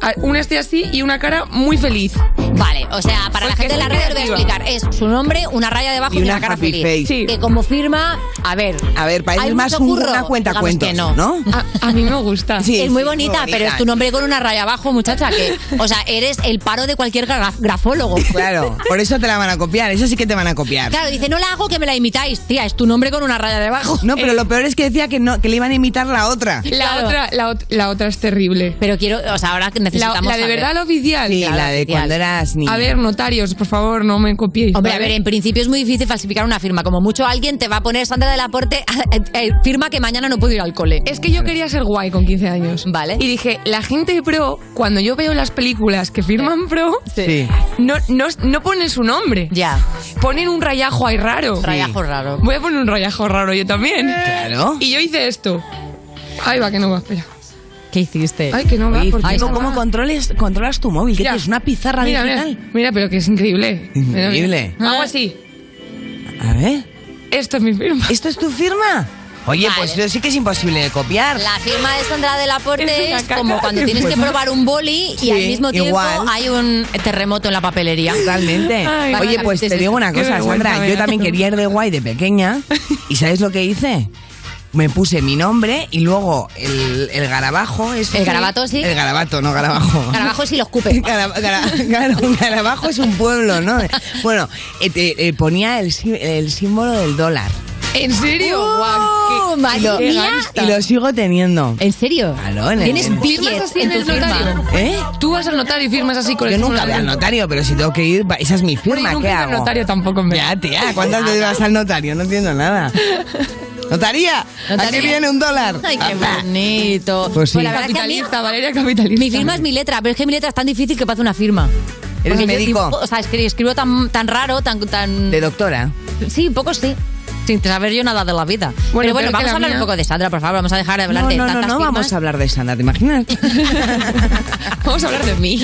[SPEAKER 31] a- una estrella así y una cara muy feliz.
[SPEAKER 3] Vale, o sea, para la gente de la radio lo voy a explicar. Es su nombre, una raya debajo
[SPEAKER 4] Y
[SPEAKER 3] y
[SPEAKER 4] una
[SPEAKER 3] una, cara
[SPEAKER 4] happy
[SPEAKER 3] feliz.
[SPEAKER 4] face. Sí.
[SPEAKER 3] Que como firma, a ver.
[SPEAKER 4] A ver, parece
[SPEAKER 3] hay
[SPEAKER 4] más
[SPEAKER 3] mucho
[SPEAKER 4] un-
[SPEAKER 3] curro,
[SPEAKER 4] una cuenta
[SPEAKER 3] digamos que
[SPEAKER 4] cuentos,
[SPEAKER 3] no.
[SPEAKER 4] ¿no?
[SPEAKER 31] A, mí me gusta.
[SPEAKER 4] Sí,
[SPEAKER 3] es muy
[SPEAKER 4] sí,
[SPEAKER 3] bonita,
[SPEAKER 4] muy
[SPEAKER 3] pero
[SPEAKER 4] bonita.
[SPEAKER 3] es tu nombre con una raya abajo, muchacha. Que, o sea, eres el paro de cualquier gra- grafólogo.
[SPEAKER 4] [laughs] Claro, por eso te la van a copiar, eso sí que te van a copiar.
[SPEAKER 3] Claro, dice, no la hago que me la imitáis. Tía, es tu nombre con una raya debajo.
[SPEAKER 4] No, pero lo peor es que decía que no, que le iban a imitar la otra.
[SPEAKER 31] eh. La otra, la, ot- la otra es terrible.
[SPEAKER 3] Pero quiero, o sea, ahora necesitamos
[SPEAKER 31] La, la de
[SPEAKER 3] saber.
[SPEAKER 31] verdad, la oficial.
[SPEAKER 3] Sí, la de cuando
[SPEAKER 4] eras niña.
[SPEAKER 31] A ver, notarios, por favor, no me copiéis.
[SPEAKER 3] Hombre, a
[SPEAKER 31] ¿vale?
[SPEAKER 3] ver, en principio es muy difícil falsificar una firma. Como mucho alguien te va a poner Sandra del Aporte, [laughs] eh, firma que mañana no puedo ir al cole.
[SPEAKER 31] Es que yo quería ser guay con 15 años.
[SPEAKER 3] Vale.
[SPEAKER 31] Y dije, la gente pro, cuando yo veo las películas que firman pro,
[SPEAKER 4] Sí.
[SPEAKER 31] no, no, no ponen su nombre. Ya. Ponen un rayajo ahí raro.
[SPEAKER 3] Rayajo raro.
[SPEAKER 31] Voy a poner un rayajo raro yo también.
[SPEAKER 4] Claro.
[SPEAKER 31] Y yo hice esto. Ahí va, que no va, espera.
[SPEAKER 3] ¿Qué hiciste?
[SPEAKER 31] Ay, que no va,
[SPEAKER 4] Oye,
[SPEAKER 31] ¿por qué
[SPEAKER 4] ¿cómo-
[SPEAKER 31] no
[SPEAKER 4] ¿Cómo
[SPEAKER 31] va?
[SPEAKER 4] controles, controlas tu móvil? ¿Qué tienes? ¿Una pizarra
[SPEAKER 31] mira, mira,
[SPEAKER 4] digital?
[SPEAKER 31] mira, pero que es increíble. Mira, mira.
[SPEAKER 4] Increíble.
[SPEAKER 3] Ah,
[SPEAKER 31] Hago así.
[SPEAKER 4] A ver.
[SPEAKER 31] Esto es mi firma.
[SPEAKER 4] ¿Esto es tu firma? Oye, pues eso sí que es imposible de copiar.
[SPEAKER 3] La firma de Sandra del Aporte
[SPEAKER 31] una
[SPEAKER 3] es
[SPEAKER 31] caca
[SPEAKER 3] como cuando
[SPEAKER 31] de
[SPEAKER 3] tienes que
[SPEAKER 31] firma.
[SPEAKER 3] probar un boli y
[SPEAKER 4] Sí,
[SPEAKER 3] al mismo tiempo
[SPEAKER 4] igual.
[SPEAKER 3] hay un terremoto en la papelería.
[SPEAKER 4] Totalmente.
[SPEAKER 3] Ay,
[SPEAKER 4] Oye,
[SPEAKER 3] vale,
[SPEAKER 4] pues te
[SPEAKER 3] sí, sí,
[SPEAKER 4] digo
[SPEAKER 3] sí.
[SPEAKER 4] una
[SPEAKER 3] Qué
[SPEAKER 4] cosa,
[SPEAKER 3] vergüenza ¿eh?
[SPEAKER 4] Sandra.
[SPEAKER 3] me
[SPEAKER 4] Yo
[SPEAKER 3] da.
[SPEAKER 4] también quería ir de guay de pequeña. ¿Y sabes lo que hice? Me puse mi nombre y luego el, el garabajo. eso
[SPEAKER 3] El garabato, sí.
[SPEAKER 4] El garabato, no garabajo.
[SPEAKER 3] [laughs] Carabajo si lo
[SPEAKER 4] [laughs]
[SPEAKER 3] escupe.
[SPEAKER 4] Gara- gara- Claro, un garabajo es un pueblo, ¿no? Bueno, eh, te- eh, ponía el, sí- el símbolo del dólar.
[SPEAKER 31] ¿En serio?
[SPEAKER 3] ¡Oh,
[SPEAKER 4] Y lo,
[SPEAKER 3] madre mía!
[SPEAKER 4] y lo sigo teniendo.
[SPEAKER 3] ¿En serio?
[SPEAKER 4] Claro, en el-
[SPEAKER 31] ¿Tienes firmas
[SPEAKER 3] billetes
[SPEAKER 31] así
[SPEAKER 3] en
[SPEAKER 31] el
[SPEAKER 3] tu
[SPEAKER 31] notario?
[SPEAKER 4] ¿Eh?
[SPEAKER 31] Tú vas al notario y firmas así con
[SPEAKER 4] Yo
[SPEAKER 31] el
[SPEAKER 4] nunca voy al notario, pero si tengo que ir, va- esa es mi firma,
[SPEAKER 31] nunca
[SPEAKER 4] ¿qué
[SPEAKER 31] he ido al
[SPEAKER 4] hago?
[SPEAKER 31] notario tampoco, en
[SPEAKER 4] Ya, tía, ¿cuántas veces vas al notario? No entiendo
[SPEAKER 3] [laughs]
[SPEAKER 4] nada. Notaría, aquí
[SPEAKER 3] Notaría.
[SPEAKER 4] viene un dólar. Ah,
[SPEAKER 3] Ay, qué
[SPEAKER 4] Anda.
[SPEAKER 3] bonito.
[SPEAKER 4] Pues sí.
[SPEAKER 3] la verdad que a mí-
[SPEAKER 31] Capitalista, Valeria Capitalista.
[SPEAKER 3] mi firma es mi letra, pero es que mi letra es tan difícil que parece una firma.
[SPEAKER 4] ¿Eres
[SPEAKER 3] Porque yo
[SPEAKER 4] médico?
[SPEAKER 3] escribo- o sea, escri- escribo, tan, tan raro, tan, tan...
[SPEAKER 4] De doctora.
[SPEAKER 3] Sí, un poco sí. Sin saber yo nada de la vida. pero bueno,
[SPEAKER 4] Bueno, pero que
[SPEAKER 3] vamos
[SPEAKER 4] la
[SPEAKER 3] a hablar
[SPEAKER 4] mía-
[SPEAKER 3] un poco de Sandra, por favor. Vamos a dejar de hablar
[SPEAKER 4] No,
[SPEAKER 3] de
[SPEAKER 4] no, no,
[SPEAKER 3] tantas
[SPEAKER 4] no
[SPEAKER 3] firmas.
[SPEAKER 4] vamos a hablar de Sandra,
[SPEAKER 3] [laughs]
[SPEAKER 4] ¿te imaginas?
[SPEAKER 31] Vamos a hablar de mí.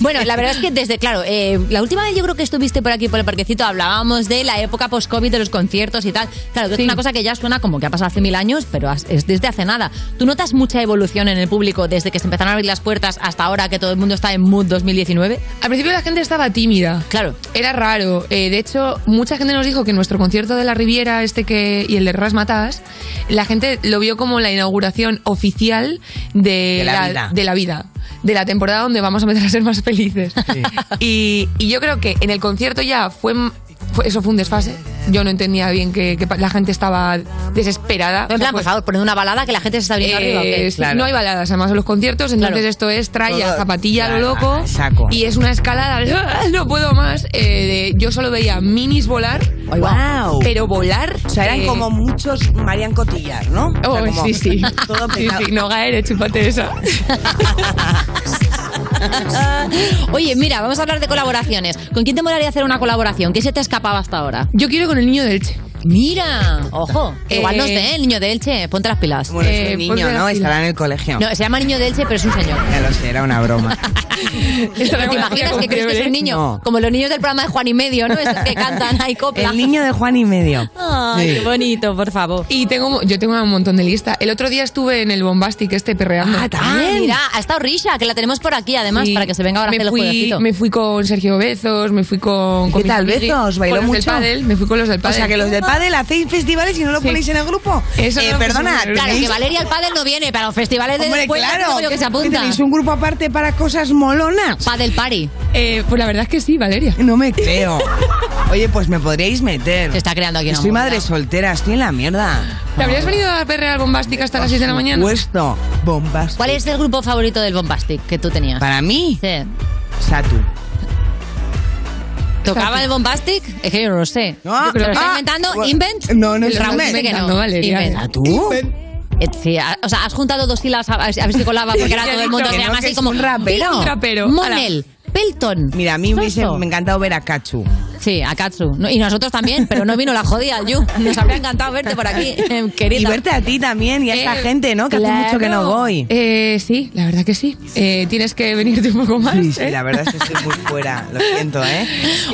[SPEAKER 3] Bueno, la verdad es que desde, claro, eh, la última vez yo creo que estuviste por aquí por el parquecito, hablábamos de la época post-COVID, de los conciertos y tal. Claro, que es una cosa que ya suena como que ha pasado hace mil años, pero has- es desde hace nada. ¿Tú notas mucha evolución en el público desde que se empezaron a abrir las puertas hasta ahora que todo el mundo está en mood 2019?
[SPEAKER 31] Al principio la gente estaba tímida.
[SPEAKER 3] Claro.
[SPEAKER 31] Era raro. Eh, de hecho, mucha gente nos dijo que nuestro concierto de la Riviera, este que y el de Rasmatas, la gente lo vio como la inauguración oficial de,
[SPEAKER 4] De la vida.
[SPEAKER 31] de la vida, de la temporada donde vamos a empezar a ser más felices. Y, y yo creo que en el concierto ya fue, fue- eso fue un desfase. Yo no entendía bien que, que pa- la gente estaba desesperada. pues
[SPEAKER 3] En plan, por favor, poner una balada que la gente se está abriendo arriba. ¿o qué?
[SPEAKER 31] Eh, sí, No hay baladas, además, en los conciertos. Entonces,
[SPEAKER 3] Claro.
[SPEAKER 31] esto es tralla,
[SPEAKER 3] Todo-
[SPEAKER 31] zapatilla, lo loco.
[SPEAKER 4] saco.
[SPEAKER 31] Y es una escalada. "Ah, No puedo más. eh, de- yo solo veía minis volar.
[SPEAKER 4] Guau.
[SPEAKER 31] Pero volar.
[SPEAKER 4] O sea, eran
[SPEAKER 31] eh,
[SPEAKER 4] como muchos Marian Cotillar, ¿no? O sea,
[SPEAKER 31] oh,
[SPEAKER 4] como
[SPEAKER 31] sí,
[SPEAKER 4] [laughs]
[SPEAKER 31] sí.
[SPEAKER 4] Todo
[SPEAKER 31] sí,
[SPEAKER 4] pegado.
[SPEAKER 31] sí. No, Gaere, chúpate esa.
[SPEAKER 3] [laughs] Oye, mira, vamos a hablar de colaboraciones. ¿Con quién te molaría hacer una colaboración? ¿Qué se te ha escapado hasta ahora?
[SPEAKER 31] Yo quiero con el niño del Che.
[SPEAKER 3] Mira, ojo.
[SPEAKER 31] Eh,
[SPEAKER 3] Igual no sé, el niño de Elche, ponte las pilas.
[SPEAKER 4] Bueno, es un niño, ¿no? Estará en el colegio.
[SPEAKER 3] No, se llama niño de Elche, pero es un
[SPEAKER 4] [laughs]
[SPEAKER 3] señor.
[SPEAKER 4] Ya lo sé, era una broma.
[SPEAKER 3] ¿Te imaginas que crees que es un niño?
[SPEAKER 4] No.
[SPEAKER 3] Como los niños del programa de Juan y Medio, ¿no? Esos que
[SPEAKER 4] [laughs]
[SPEAKER 3] cantan, hay copla.
[SPEAKER 4] El niño de Juan y medio.
[SPEAKER 3] [laughs] Ay, qué bonito, por favor.
[SPEAKER 31] Y tengo, yo tengo un montón de lista. El otro día estuve en el Bombastic este perreando. Ah,
[SPEAKER 3] Ah, mira, ha estado Risha, que la tenemos por aquí además,
[SPEAKER 31] Sí.
[SPEAKER 3] para que se venga ahora a
[SPEAKER 31] me
[SPEAKER 3] hacer el
[SPEAKER 31] fui,
[SPEAKER 3] jueguecito.
[SPEAKER 31] Me fui con Sergio Bezos, me fui con. con
[SPEAKER 4] ¿Qué tal, Bezos? ¿Bailó
[SPEAKER 31] con los
[SPEAKER 4] mucho?
[SPEAKER 31] Del pádel, me fui con los del
[SPEAKER 4] O
[SPEAKER 31] pádel.
[SPEAKER 4] sea, que los de pádel hacéis festivales y no lo
[SPEAKER 31] Sí.
[SPEAKER 4] ponéis en el grupo.
[SPEAKER 31] Eso no
[SPEAKER 4] eh,
[SPEAKER 31] lo
[SPEAKER 4] perdona,
[SPEAKER 31] pusimos en el
[SPEAKER 3] Claro, que
[SPEAKER 4] ¿tenéis-
[SPEAKER 3] Valeria el Padel no viene para los festivales de
[SPEAKER 4] Hombre,
[SPEAKER 3] después, ya
[SPEAKER 4] claro.
[SPEAKER 3] tengo yo que se
[SPEAKER 4] ¿qué
[SPEAKER 3] apunta.
[SPEAKER 4] ¿Tenéis un grupo aparte para cosas molonas?
[SPEAKER 3] Padel Party.
[SPEAKER 31] Eh, pues la verdad es que sí, Valeria.
[SPEAKER 4] No [laughs] me creo. Oye, pues me podríais meter.
[SPEAKER 3] Se está creando aquí una
[SPEAKER 4] Soy
[SPEAKER 3] movida.
[SPEAKER 4] madre soltera, estoy en la mierda.
[SPEAKER 31] ¿Te habrías venido a perrear al Bombastic hasta las 6 de la mañana?
[SPEAKER 4] Puesto bombas.
[SPEAKER 3] ¿Cuál es el grupo favorito del Bombastic que tú tenías?
[SPEAKER 4] Para mí,
[SPEAKER 3] Sí.
[SPEAKER 4] Satu.
[SPEAKER 3] ¿Tocaba el Bombastic? Es que yo no lo sé.
[SPEAKER 4] No,
[SPEAKER 3] Yo creo-
[SPEAKER 4] ah,
[SPEAKER 3] ¿Lo está inventando?
[SPEAKER 4] bueno,
[SPEAKER 3] ¿Invent?
[SPEAKER 4] no, no es
[SPEAKER 3] Raúl
[SPEAKER 4] invent.
[SPEAKER 3] dice que
[SPEAKER 31] No, Valeria.
[SPEAKER 3] Invent.
[SPEAKER 4] ¿Satu?
[SPEAKER 3] Eh, Sí, a- o sea, has juntado dos sílabas a, a ver si colaba
[SPEAKER 4] [laughs]
[SPEAKER 3] porque ahora
[SPEAKER 31] Ya he
[SPEAKER 3] todo el
[SPEAKER 31] dicho
[SPEAKER 3] mundo
[SPEAKER 31] que
[SPEAKER 3] se
[SPEAKER 31] no,
[SPEAKER 3] llama
[SPEAKER 31] que
[SPEAKER 3] así
[SPEAKER 31] es
[SPEAKER 3] como
[SPEAKER 31] un rapero.
[SPEAKER 3] Pilo,
[SPEAKER 31] Un rapero.
[SPEAKER 3] Monel, Pelton.
[SPEAKER 4] Mira, a mí me hubiese
[SPEAKER 3] Soso.
[SPEAKER 4] me encantado ver a Cachu.
[SPEAKER 3] Sí, a Katsu. No, y nosotros también, pero no vino la jodida Yu. Nos habría encantado verte por
[SPEAKER 4] [laughs]
[SPEAKER 3] aquí, eh, querida.
[SPEAKER 4] Y verte a ti también y a esta gente, ¿no? Que hace mucho que no Eh, voy.
[SPEAKER 31] Eh, sí, la verdad que sí. Eh, tienes que venirte un poco más. ¿eh?
[SPEAKER 4] Sí, la verdad es que estoy muy fuera, lo siento, ¿eh?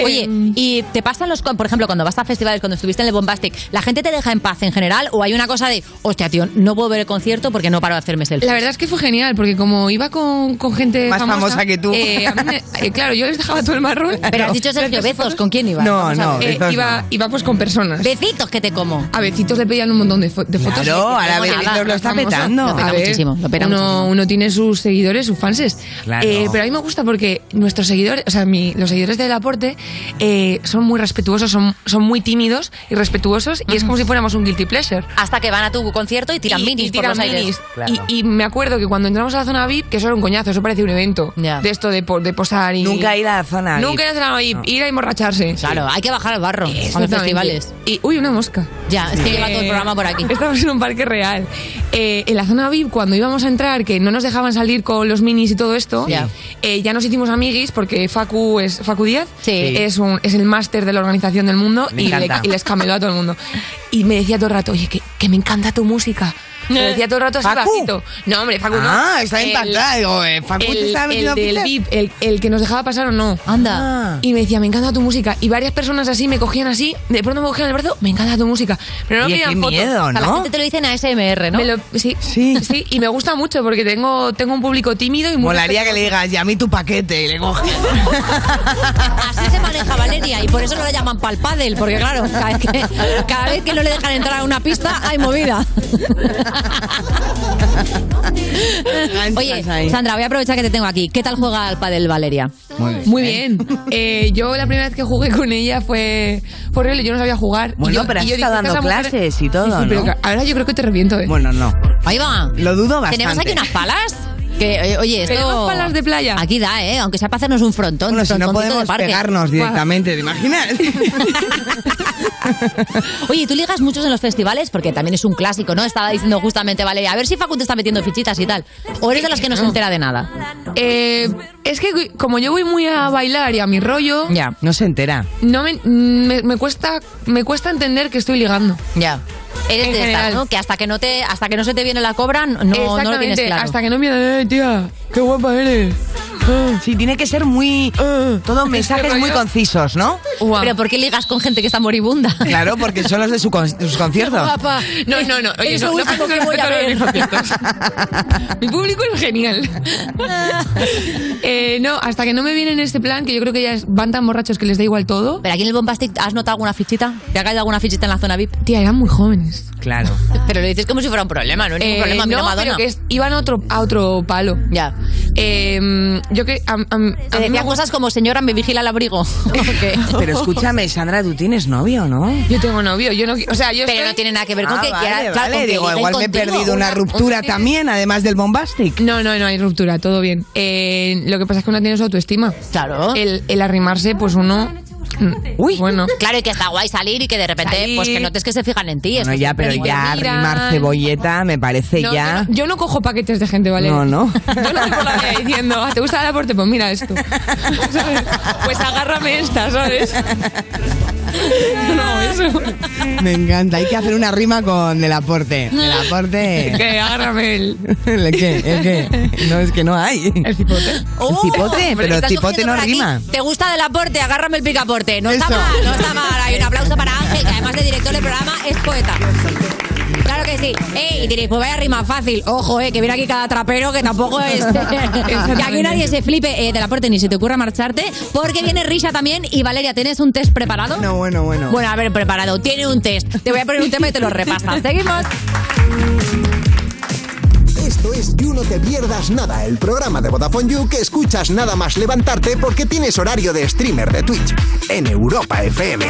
[SPEAKER 3] Oye, ¿y te pasan los... con- Por ejemplo, cuando vas a festivales, cuando estuviste en el Bombastic, ¿la gente te deja en paz en general o hay una cosa de, hostia, tío, no puedo ver el concierto porque no paro de hacerme selfies?
[SPEAKER 31] La verdad es que fue genial, porque como iba con, con gente
[SPEAKER 3] Más famosa que tú.
[SPEAKER 31] eh, a mí me- eh, claro, yo les dejaba todo el marrón.
[SPEAKER 3] Pero has dicho Sergio Bezos, Eh, ¿con quién ibas?
[SPEAKER 31] iba?
[SPEAKER 3] Vamos a ver.
[SPEAKER 31] iba, iba pues con personas.
[SPEAKER 3] Becitos que te como.
[SPEAKER 31] A Becitos le pedían un montón de, fo- de fotos.
[SPEAKER 3] Claro, ahora
[SPEAKER 31] Bueno,
[SPEAKER 3] Becitos
[SPEAKER 31] nada,
[SPEAKER 3] lo está
[SPEAKER 31] famoso.
[SPEAKER 3] petando. Lo peta
[SPEAKER 31] A ver,
[SPEAKER 3] muchísimo, lo peta
[SPEAKER 31] uno,
[SPEAKER 3] muchísimo.
[SPEAKER 31] uno tiene sus seguidores, sus fanses.
[SPEAKER 3] Claro.
[SPEAKER 31] Eh, pero a mí me gusta porque nuestros seguidores, o sea, mi- los seguidores del aporte eh, son muy respetuosos, son, son muy tímidos y respetuosos y es como si fuéramos un guilty pleasure.
[SPEAKER 3] Hasta que van a tu concierto y tiran minis
[SPEAKER 31] y
[SPEAKER 3] por
[SPEAKER 31] tiran
[SPEAKER 3] los aires.
[SPEAKER 31] minis. Y, y me acuerdo que cuando entramos a la zona VIP, que eso era un coñazo, eso parecía un evento. De esto de, po- de posar y.
[SPEAKER 4] Nunca ir a la zona
[SPEAKER 31] Nunca ir a
[SPEAKER 4] VIP.
[SPEAKER 31] la zona VIP,
[SPEAKER 4] No.
[SPEAKER 31] ir a emborracharse.
[SPEAKER 3] Claro, hay que bajar al barro a los
[SPEAKER 31] Exactamente.
[SPEAKER 3] festivales.
[SPEAKER 31] Y, uy, una mosca.
[SPEAKER 3] Ya, es que lleva todo el programa por aquí.
[SPEAKER 31] Estamos en un parque real. Eh, en la zona VIP, cuando íbamos a entrar, que no nos dejaban salir con los minis y todo esto,
[SPEAKER 3] Sí.
[SPEAKER 31] eh, ya nos hicimos amiguis porque Facu es Facu Díaz
[SPEAKER 3] Sí.
[SPEAKER 31] es, un, es el máster de la organización del mundo
[SPEAKER 3] Me
[SPEAKER 31] y, le-
[SPEAKER 3] encanta.
[SPEAKER 31] y les cameló a todo el mundo. Y me decía todo el rato, oye, que, que me encanta tu música.
[SPEAKER 3] [laughs]
[SPEAKER 31] Me decía todo el rato así
[SPEAKER 4] ¿Facu?
[SPEAKER 31] bajito. No, hombre, Facu no.
[SPEAKER 4] Ah, estaba
[SPEAKER 31] El-
[SPEAKER 4] impactada. Digo, eh, Facu te
[SPEAKER 31] el-
[SPEAKER 4] estaba metiendo Ah.
[SPEAKER 31] el del
[SPEAKER 4] pizzas.
[SPEAKER 31] VIP, el, el que nos dejaba pasar o no.
[SPEAKER 3] Anda.
[SPEAKER 31] Y me decía, me encanta tu música. Y varias personas así me cogían así, de pronto me cogían el brazo, me encanta tu música. Pero no
[SPEAKER 3] Oye,
[SPEAKER 31] me
[SPEAKER 3] qué
[SPEAKER 31] querían fotos.
[SPEAKER 3] miedo, O sea, la ¿no? gente te lo dicen a SMR, ¿no?
[SPEAKER 31] Me lo- sí,
[SPEAKER 4] sí.
[SPEAKER 31] sí, y me gusta mucho porque tengo, tengo un público tímido y muy
[SPEAKER 4] Molaría que le
[SPEAKER 31] respetuoso.
[SPEAKER 4] digas, y a mí tu paquete, y le coges.
[SPEAKER 3] Así se maneja Valeria y por eso no la llaman palpadel, porque claro, cada vez, que, cada vez que no le dejan entrar a una pista hay movida. Oye, Sandra, voy a aprovechar que te tengo aquí. ¿Qué tal juega al pádel Valeria?
[SPEAKER 31] Muy bien. Eh, yo la primera vez que jugué con ella fue, fue horrible, yo no sabía jugar. Y
[SPEAKER 4] Bueno,
[SPEAKER 31] yo-
[SPEAKER 4] pero
[SPEAKER 31] y
[SPEAKER 4] has
[SPEAKER 31] yo dije,
[SPEAKER 4] estado
[SPEAKER 31] "Esta
[SPEAKER 4] dando
[SPEAKER 31] mujer-".
[SPEAKER 4] clases y
[SPEAKER 31] Sí,
[SPEAKER 4] todo,
[SPEAKER 31] sí, pero
[SPEAKER 4] ¿no?
[SPEAKER 31] ahora yo creo que te reviento, ¿eh?
[SPEAKER 4] Bueno, no.
[SPEAKER 3] Ahí va.
[SPEAKER 4] Lo dudo bastante.
[SPEAKER 3] Tenemos aquí unas palas. Que, oye, oye, esto.
[SPEAKER 4] Tenemos
[SPEAKER 3] palas de
[SPEAKER 31] playa.
[SPEAKER 3] Aquí da, ¿eh? Aunque sea para hacernos un frontón.
[SPEAKER 4] Bueno, si no
[SPEAKER 3] frontoncito de
[SPEAKER 4] podemos
[SPEAKER 3] parque.
[SPEAKER 4] pegarnos directamente, ¿te imaginas?
[SPEAKER 3] [laughs] Oye, tú ligas muchos en los festivales porque también es un clásico, ¿no? Estaba diciendo justamente, vale, a ver si Facu te está metiendo fichitas y tal. O eres de las que no se entera de nada.
[SPEAKER 31] Eh, es que como yo voy muy a bailar y a mi rollo,
[SPEAKER 3] Ya.
[SPEAKER 4] No se entera.
[SPEAKER 31] no me, me, me cuesta me cuesta entender que estoy ligando.
[SPEAKER 3] Ya. Eres
[SPEAKER 31] En
[SPEAKER 3] de estas,
[SPEAKER 31] general.
[SPEAKER 3] ¿no? Que hasta que no te, hasta que no se te viene la cobra, no, no lo tienes
[SPEAKER 31] Exactamente,
[SPEAKER 3] claro.
[SPEAKER 31] hasta que no me eh, tía, qué guapa eres.
[SPEAKER 3] Ah.
[SPEAKER 31] Ah.
[SPEAKER 4] Sí, tiene que ser muy. Todos mensajes muy concisos, ¿no?
[SPEAKER 3] Pero ¿por qué ligas con gente que está moribunda?
[SPEAKER 4] Claro,
[SPEAKER 3] [laughs]
[SPEAKER 4] porque son los de su con- sus conciertos.
[SPEAKER 31] No, no, no. Oye,
[SPEAKER 3] Es
[SPEAKER 31] no,
[SPEAKER 3] lo
[SPEAKER 31] no
[SPEAKER 3] último
[SPEAKER 31] pases
[SPEAKER 3] que voy a
[SPEAKER 31] respeto los
[SPEAKER 3] ver.
[SPEAKER 31] conciertos.
[SPEAKER 3] [laughs]
[SPEAKER 31] Mi público es genial. Eh, no, hasta que no me vienen este plan, que yo creo que ya es- van tan borrachos que les da igual todo.
[SPEAKER 3] Pero aquí en el Bombastic, ¿has notado alguna fichita? ¿Te ha caído alguna fichita en la zona VIP?
[SPEAKER 31] Tía, eran muy jóvenes.
[SPEAKER 4] Claro.
[SPEAKER 3] Pero lo dices como si fuera un problema, no es ningún
[SPEAKER 31] Eh,
[SPEAKER 3] problema. Mira
[SPEAKER 31] no,
[SPEAKER 3] Madonna.
[SPEAKER 31] pero que es- iban a otro, a otro palo. Em,
[SPEAKER 3] Ya.
[SPEAKER 31] yo que. am- am- a
[SPEAKER 3] Te
[SPEAKER 31] mí me
[SPEAKER 3] decían
[SPEAKER 31] gusta-
[SPEAKER 3] cosas como señora, me vigila
[SPEAKER 31] [laughs]
[SPEAKER 3] el abrigo. [laughs]
[SPEAKER 4] Pero escúchame, Sandra, tú tienes novio, ¿no?
[SPEAKER 31] Yo tengo novio, yo no. qui- O sea, yo.
[SPEAKER 3] Pero no tiene nada que ver con
[SPEAKER 4] Ah,
[SPEAKER 3] que
[SPEAKER 4] vale,
[SPEAKER 3] quiera- claro,
[SPEAKER 4] vale,
[SPEAKER 3] con que
[SPEAKER 4] digo,
[SPEAKER 3] ligue
[SPEAKER 4] igual me he
[SPEAKER 3] contigo.
[SPEAKER 4] perdido una ruptura también, además del bombastic.
[SPEAKER 31] No, no, no hay ruptura, todo bien. Eh, lo que pasa es que uno tiene su autoestima.
[SPEAKER 3] Claro.
[SPEAKER 31] El, el arrimarse, pues uno. Uy. Bueno.
[SPEAKER 3] Claro, y que está guay salir y que de repente,
[SPEAKER 31] Salir.
[SPEAKER 3] pues que notes que se fijan en ti.
[SPEAKER 4] Bueno, ya, pero ya arrimar cebolleta me parece
[SPEAKER 31] No,
[SPEAKER 4] ya.
[SPEAKER 31] Yo, no, yo no cojo paquetes de gente, ¿vale?
[SPEAKER 4] No, no.
[SPEAKER 31] Yo no voy por la vida diciendo, "Ah, ¿te gusta el aporte? Pues mira esto. [laughs] ¿Sabes? Pues agárrame esta, ¿sabes? No, eso.
[SPEAKER 4] Me encanta. Hay que hacer una rima con el aporte.
[SPEAKER 31] [laughs]
[SPEAKER 4] El
[SPEAKER 3] Eh.
[SPEAKER 4] aporte.
[SPEAKER 31] Que agárrame el.
[SPEAKER 4] ¿El qué? ¿El qué? No, es que no hay. El
[SPEAKER 31] cipote.
[SPEAKER 4] El cipote, pero el cipote no rima.
[SPEAKER 3] Te gusta del aporte, agárrame el picaporte. No está
[SPEAKER 4] Eso.
[SPEAKER 3] mal, no está mal. Hay un aplauso para Ángel, que además de director del programa es poeta. Claro que sí. Ey, y diréis, pues vaya rima fácil. Ojo, eh, que viene aquí cada trapero que tampoco
[SPEAKER 4] [laughs]
[SPEAKER 3] es. que aquí nadie se flipe eh, del aporte ni se te ocurra marcharte, porque viene Risha también. Y Valeria, ¿tienes un test preparado?
[SPEAKER 4] No, bueno, bueno.
[SPEAKER 3] Bueno, a ver, preparado. Tiene un test. Te voy a poner un tema y te lo repasas. Seguimos.
[SPEAKER 5] Esto es You No Te Pierdas Nada, el programa de Vodafone You que escuchas nada más levantarte porque tienes horario de streamer de Twitch en Europa FM.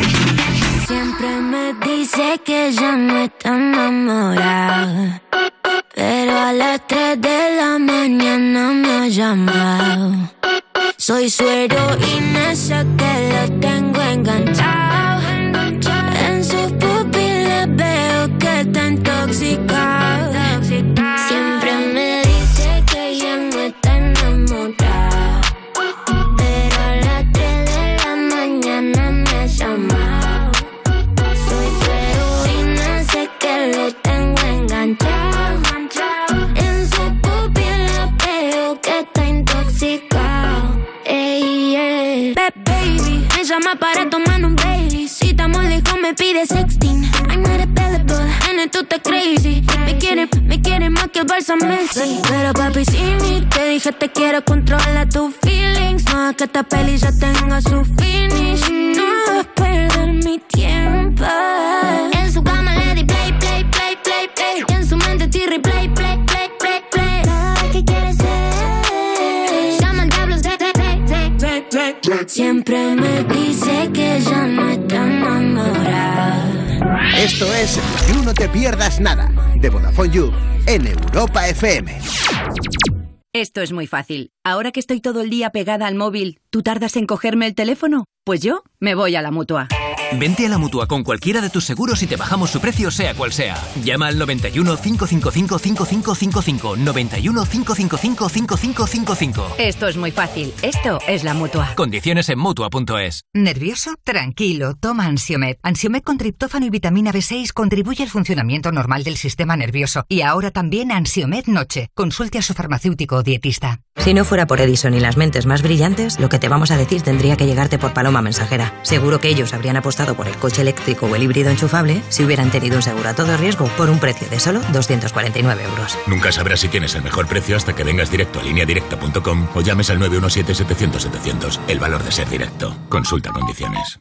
[SPEAKER 39] Siempre me dice que ya no está enamorada. Pero a las 3 de la mañana me ha llamado. Soy su heroína, sé que lo tengo enganchado. En sus pupilas veo que está intoxicado. Siempre me dice que ya no está enamorada. Pero a las 3 de la mañana me ha llama para tomar un Bailey. Si estamos lejos me pide sexting. I'm not available, nene, tú estás crazy. Me quiere, me quiere más que el Barça Messi. Pero papi, si ni te dije te quiero, controla tus feelings. No es que esta peli ya tenga su finish. No vas a perder mi tiempo. En su cama le di play, play, play, play, play. Y en su mente tirri play, play, play, play, play. Nada que quieres ser. Llaman diablos de, de, de, de, de, de. Siempre me dice que ya no está enamorada.
[SPEAKER 5] Esto es You No Te Pierdas Nada, de Vodafone You, en Europa FM.
[SPEAKER 29] Esto es muy fácil. Ahora que estoy todo el día pegada al móvil, ¿tú tardas en cogerme el teléfono? Pues yo me voy a la mutua.
[SPEAKER 18] Vente a la mutua con cualquiera de tus seguros y te bajamos su precio, sea cual sea. Llama al 91 555 5555. 91 555 5555.
[SPEAKER 29] Esto es muy fácil. Esto es la mutua.
[SPEAKER 18] Condiciones en mutua.es.
[SPEAKER 40] ¿Nervioso? Tranquilo, toma Ansiomed. Ansiomed con triptófano y vitamina B6 contribuye al funcionamiento normal del sistema nervioso. Y ahora también Ansiomed Noche. Consulte a su farmacéutico o dietista.
[SPEAKER 41] Si no fuera por Edison y las mentes más brillantes, lo que te vamos a decir tendría que llegarte por Paloma Mensajera. Seguro que ellos habrían apostado por el coche eléctrico o el híbrido enchufable si hubieran tenido un seguro a todo riesgo por un precio de solo 249 euros.
[SPEAKER 19] Nunca sabrás si tienes el mejor precio hasta que vengas directo a lineadirecta.com o llames al 917-700-700. El valor de ser directo. Consulta condiciones.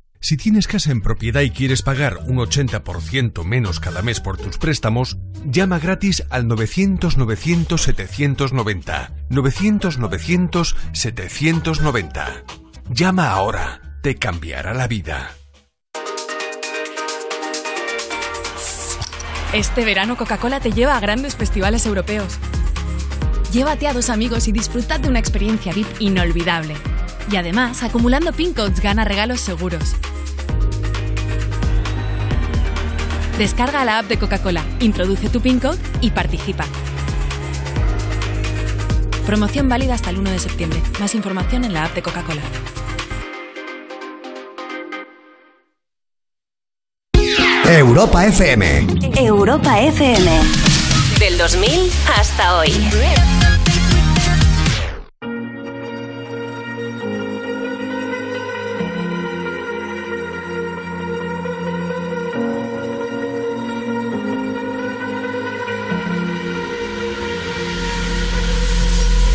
[SPEAKER 1] Si tienes casa en propiedad y quieres pagar un 80% menos cada mes por tus préstamos, llama gratis al 900-900-790. 900-900-790. Llama ahora. Te cambiará la vida.
[SPEAKER 6] Este verano Coca-Cola te lleva a grandes festivales europeos. Llévate a dos amigos y disfrutad de una experiencia VIP inolvidable. Y además, acumulando pin codes gana regalos seguros. Descarga la app de Coca-Cola, introduce tu pin code y participa. Promoción válida hasta el 1 de septiembre. Más información en la app de Coca-Cola.
[SPEAKER 5] Europa FM.
[SPEAKER 16] Europa FM. Del 2000 hasta hoy.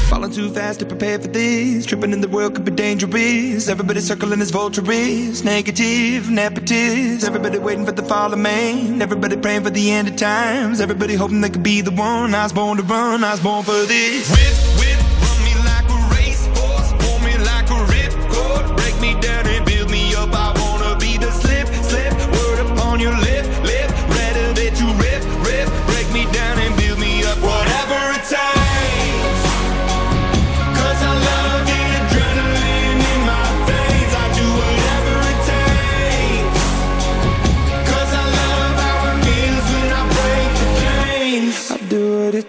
[SPEAKER 15] Falling too fast to prepare for these. Tripping in the world could be dangerous. Everybody circling as vultures. Negative, nepotist. Everybody waiting for the fall of man. Everybody praying for the end of times. Everybody hoping they could be the one. I was born to run. I was born for this. Whip, whip, run me like a racehorse. Pull me like a ripcord. Break me down and build me up. I wanna be the slip, slip. Word upon your lip, lip. Letter that you rip, rip. Break me down and build me up. Whatever it takes. Cause I love the adrenaline in my veins. I do whatever it takes. Cause I love how it feels when I break the chains. I do what it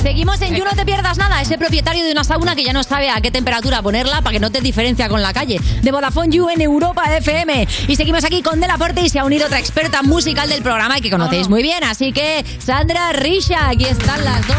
[SPEAKER 3] Seguimos
[SPEAKER 6] Eh.
[SPEAKER 3] en You No Te Pierdas Nada, ese propietario de una sauna que ya no sabe a qué temperatura ponerla para que no te diferencia con la calle. De Vodafone You en Europa FM. Y seguimos aquí con Delaporte y se ha unido otra experta musical del programa y que conocéis muy bien. Así que, Sandra Risha, aquí están las dos.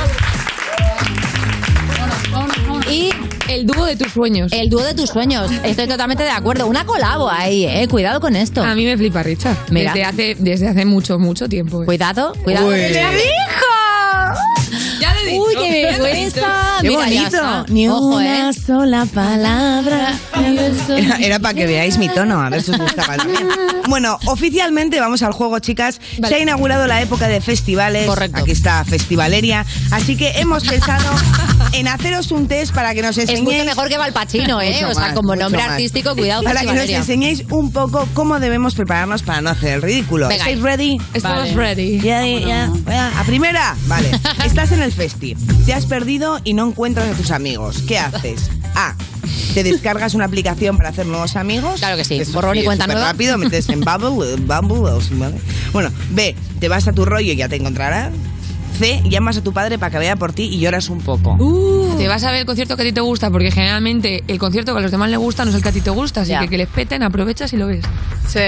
[SPEAKER 3] Y el dúo de tus sueños. El dúo de tus sueños. Estoy totalmente de acuerdo. Una colabo ahí, eh. Cuidado con esto. A
[SPEAKER 31] mí me flipa Richard.
[SPEAKER 3] Mira.
[SPEAKER 31] Desde hace, desde hace mucho, mucho tiempo. eh.
[SPEAKER 3] Cuidado, cuidado.
[SPEAKER 31] Uy.
[SPEAKER 3] ¡Ya
[SPEAKER 17] Ah.
[SPEAKER 3] dijo!
[SPEAKER 31] Ya le he
[SPEAKER 3] Uy,
[SPEAKER 31] dicho.
[SPEAKER 3] qué
[SPEAKER 4] [laughs]
[SPEAKER 31] Ya le he
[SPEAKER 3] vergüenza.
[SPEAKER 31] dicho.
[SPEAKER 3] Mira, ya está. Ojo, eh.
[SPEAKER 40] sola palabra.
[SPEAKER 4] Era- era
[SPEAKER 40] para que veáis mi tono, a ver si os gustaba.
[SPEAKER 3] [laughs]
[SPEAKER 4] Bueno, oficialmente vamos al juego, chicas. Se
[SPEAKER 3] [laughs]
[SPEAKER 4] ha inaugurado la época de festivales. Correcto. Aquí está Festivaleria. Así que hemos pensado en haceros un test para que nos enseñéis.
[SPEAKER 3] mucho mejor que Valpachino,
[SPEAKER 4] [laughs]
[SPEAKER 3] ¿eh? O sea, como nombre artístico, cuidado,
[SPEAKER 4] Para
[SPEAKER 3] Ceci
[SPEAKER 4] que nos
[SPEAKER 3] Valeria.
[SPEAKER 4] enseñéis un poco cómo debemos prepararnos para no hacer el ridículo.
[SPEAKER 3] Venga.
[SPEAKER 4] ¿Estáis ready?
[SPEAKER 3] Estamos Vale. ready.
[SPEAKER 4] Ya, ya, ya. A primera,
[SPEAKER 3] [laughs]
[SPEAKER 4] vale. Estás en el festi, te has perdido y no encuentras a tus amigos. ¿Qué haces? A. Te descargas una aplicación para hacer nuevos amigos. Claro que sí.
[SPEAKER 3] Borrón y cuenta nueva.
[SPEAKER 4] rápido, metes en Bumble, eh, Bumble, o si- ¿vale? Bueno, B. Te vas a tu rollo y ya te encontrarás. C. Llamas a tu padre para que vea por ti y lloras un poco.
[SPEAKER 3] Uh.
[SPEAKER 31] Te vas a ver el concierto que a ti te gusta, porque generalmente el concierto que a los demás les gusta no es el que a ti te gusta, así que que les peten, aprovechas y lo ves. [laughs]
[SPEAKER 3] Sí.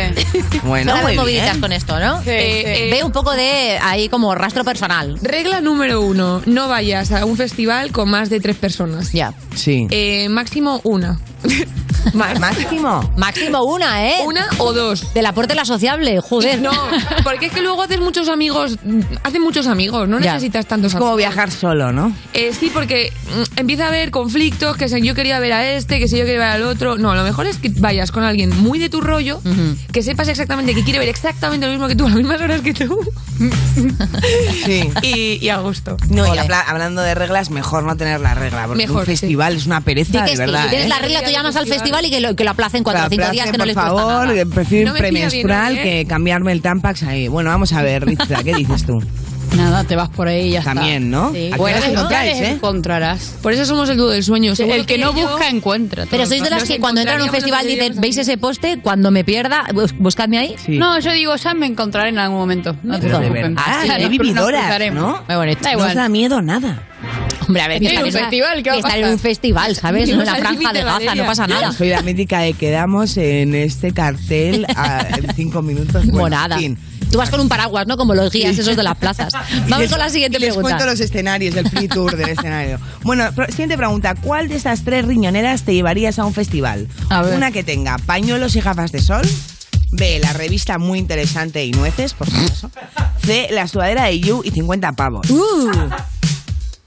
[SPEAKER 4] Bueno,
[SPEAKER 3] Son las
[SPEAKER 4] muy
[SPEAKER 3] moviditas
[SPEAKER 4] bien.
[SPEAKER 3] con esto, ¿no?
[SPEAKER 31] sí.
[SPEAKER 3] Ve un poco de ahí como rastro personal.
[SPEAKER 31] Regla número uno: no vayas a un festival con más de tres personas. Eh,
[SPEAKER 3] Ya.
[SPEAKER 4] Sí.
[SPEAKER 31] máximo
[SPEAKER 3] [laughs]
[SPEAKER 31] una.
[SPEAKER 4] Máximo.
[SPEAKER 3] Máximo una, ¿eh?
[SPEAKER 31] Una o dos.
[SPEAKER 3] Del aporte la sociable, joder.
[SPEAKER 31] No, porque es que luego haces muchos amigos, hacen muchos amigos, no
[SPEAKER 4] Ya.
[SPEAKER 31] necesitas tantos
[SPEAKER 4] Es como
[SPEAKER 31] amigos.
[SPEAKER 4] viajar solo, ¿no?
[SPEAKER 31] Eh, sí, porque mm, empieza a haber conflictos, que si yo quería ver a este, que si yo quería ver al otro. No, lo mejor es que vayas con alguien muy de tu rollo,
[SPEAKER 3] Mm.
[SPEAKER 31] que sepas exactamente que quiere ver exactamente lo mismo que tú, a las mismas horas que
[SPEAKER 3] [laughs]
[SPEAKER 31] tú.
[SPEAKER 4] Sí.
[SPEAKER 31] Y, y a gusto.
[SPEAKER 4] No, y habla- hablando de reglas, mejor no tener la regla, porque
[SPEAKER 31] Mejor,
[SPEAKER 4] un
[SPEAKER 31] sí.
[SPEAKER 4] festival es una pereza,
[SPEAKER 3] Di que
[SPEAKER 4] de
[SPEAKER 3] sí,
[SPEAKER 4] verdad.
[SPEAKER 3] si tienes
[SPEAKER 4] ¿eh?
[SPEAKER 3] la regla, tú llamas al festival y que lo, que lo aplacen cuatro o
[SPEAKER 4] Claro,
[SPEAKER 3] cinco
[SPEAKER 4] pero
[SPEAKER 3] días
[SPEAKER 4] hace,
[SPEAKER 3] que no
[SPEAKER 4] por
[SPEAKER 3] les cuesta
[SPEAKER 4] favor,
[SPEAKER 3] nada.
[SPEAKER 4] que prefiero
[SPEAKER 3] No
[SPEAKER 4] ir
[SPEAKER 3] me fío bien,
[SPEAKER 4] premenstrual
[SPEAKER 3] ¿eh?
[SPEAKER 4] que cambiarme el Tampax ahí. Bueno, vamos a ver, Ritza, ¿qué dices tú?
[SPEAKER 24] Nada, te vas por ahí y ya está.
[SPEAKER 4] También, ¿no?
[SPEAKER 24] Sí.
[SPEAKER 4] Aquí
[SPEAKER 24] Bueno,
[SPEAKER 4] nos encontráis,
[SPEAKER 24] encontrarás,
[SPEAKER 4] ¿eh?
[SPEAKER 24] encontrarás.
[SPEAKER 31] Por eso somos el dúo del sueño.
[SPEAKER 24] El que, no
[SPEAKER 3] yo-
[SPEAKER 24] busca, encuentra.
[SPEAKER 3] Pero sois de las que cuando entran a un festival dicen, ¿veis ese poste? Cuando me pierda, bus- buscadme ahí.
[SPEAKER 24] No, yo digo, ya me encontraré en algún momento. No te
[SPEAKER 4] Pero de
[SPEAKER 24] preocupes.
[SPEAKER 4] verdad,
[SPEAKER 24] Así
[SPEAKER 4] de
[SPEAKER 24] nos- nos
[SPEAKER 4] vividoras,
[SPEAKER 24] cruzaremos.
[SPEAKER 4] ¿no?
[SPEAKER 3] Muy bonito.
[SPEAKER 24] Da
[SPEAKER 4] No os
[SPEAKER 24] igual.
[SPEAKER 4] da miedo nada.
[SPEAKER 3] Hombre, a ver,
[SPEAKER 24] Es
[SPEAKER 3] que
[SPEAKER 24] un
[SPEAKER 3] estar en-
[SPEAKER 24] festival, ¿qué va a
[SPEAKER 3] que estar en
[SPEAKER 24] pasar?
[SPEAKER 3] un festival, Pues, [laughs] ¿sabes? En
[SPEAKER 24] Vivimos
[SPEAKER 3] una
[SPEAKER 24] al
[SPEAKER 3] franja
[SPEAKER 24] límite,
[SPEAKER 3] de Gaza, no
[SPEAKER 24] Valeria.
[SPEAKER 3] pasa nada.
[SPEAKER 4] Yo Soy la mítica de quedamos en este cartel a- en cinco minutos. Bueno,
[SPEAKER 3] Morada.
[SPEAKER 4] en fin.
[SPEAKER 3] Tú vas con un paraguas, ¿no? Como los guías esos de las plazas.
[SPEAKER 4] [laughs] Y
[SPEAKER 3] Vamos
[SPEAKER 4] les-
[SPEAKER 3] con la siguiente
[SPEAKER 4] y les
[SPEAKER 3] pregunta.
[SPEAKER 4] cuento los escenarios del free tour del escenario. Bueno, pro- siguiente pregunta. ¿Cuál de estas tres riñoneras te llevarías a un festival?
[SPEAKER 3] A ver.
[SPEAKER 4] Una que tenga pañuelos y gafas de sol. B, la revista muy interesante y nueces, por supuesto. C, la sudadera de You y 50 pavos.
[SPEAKER 3] Uh.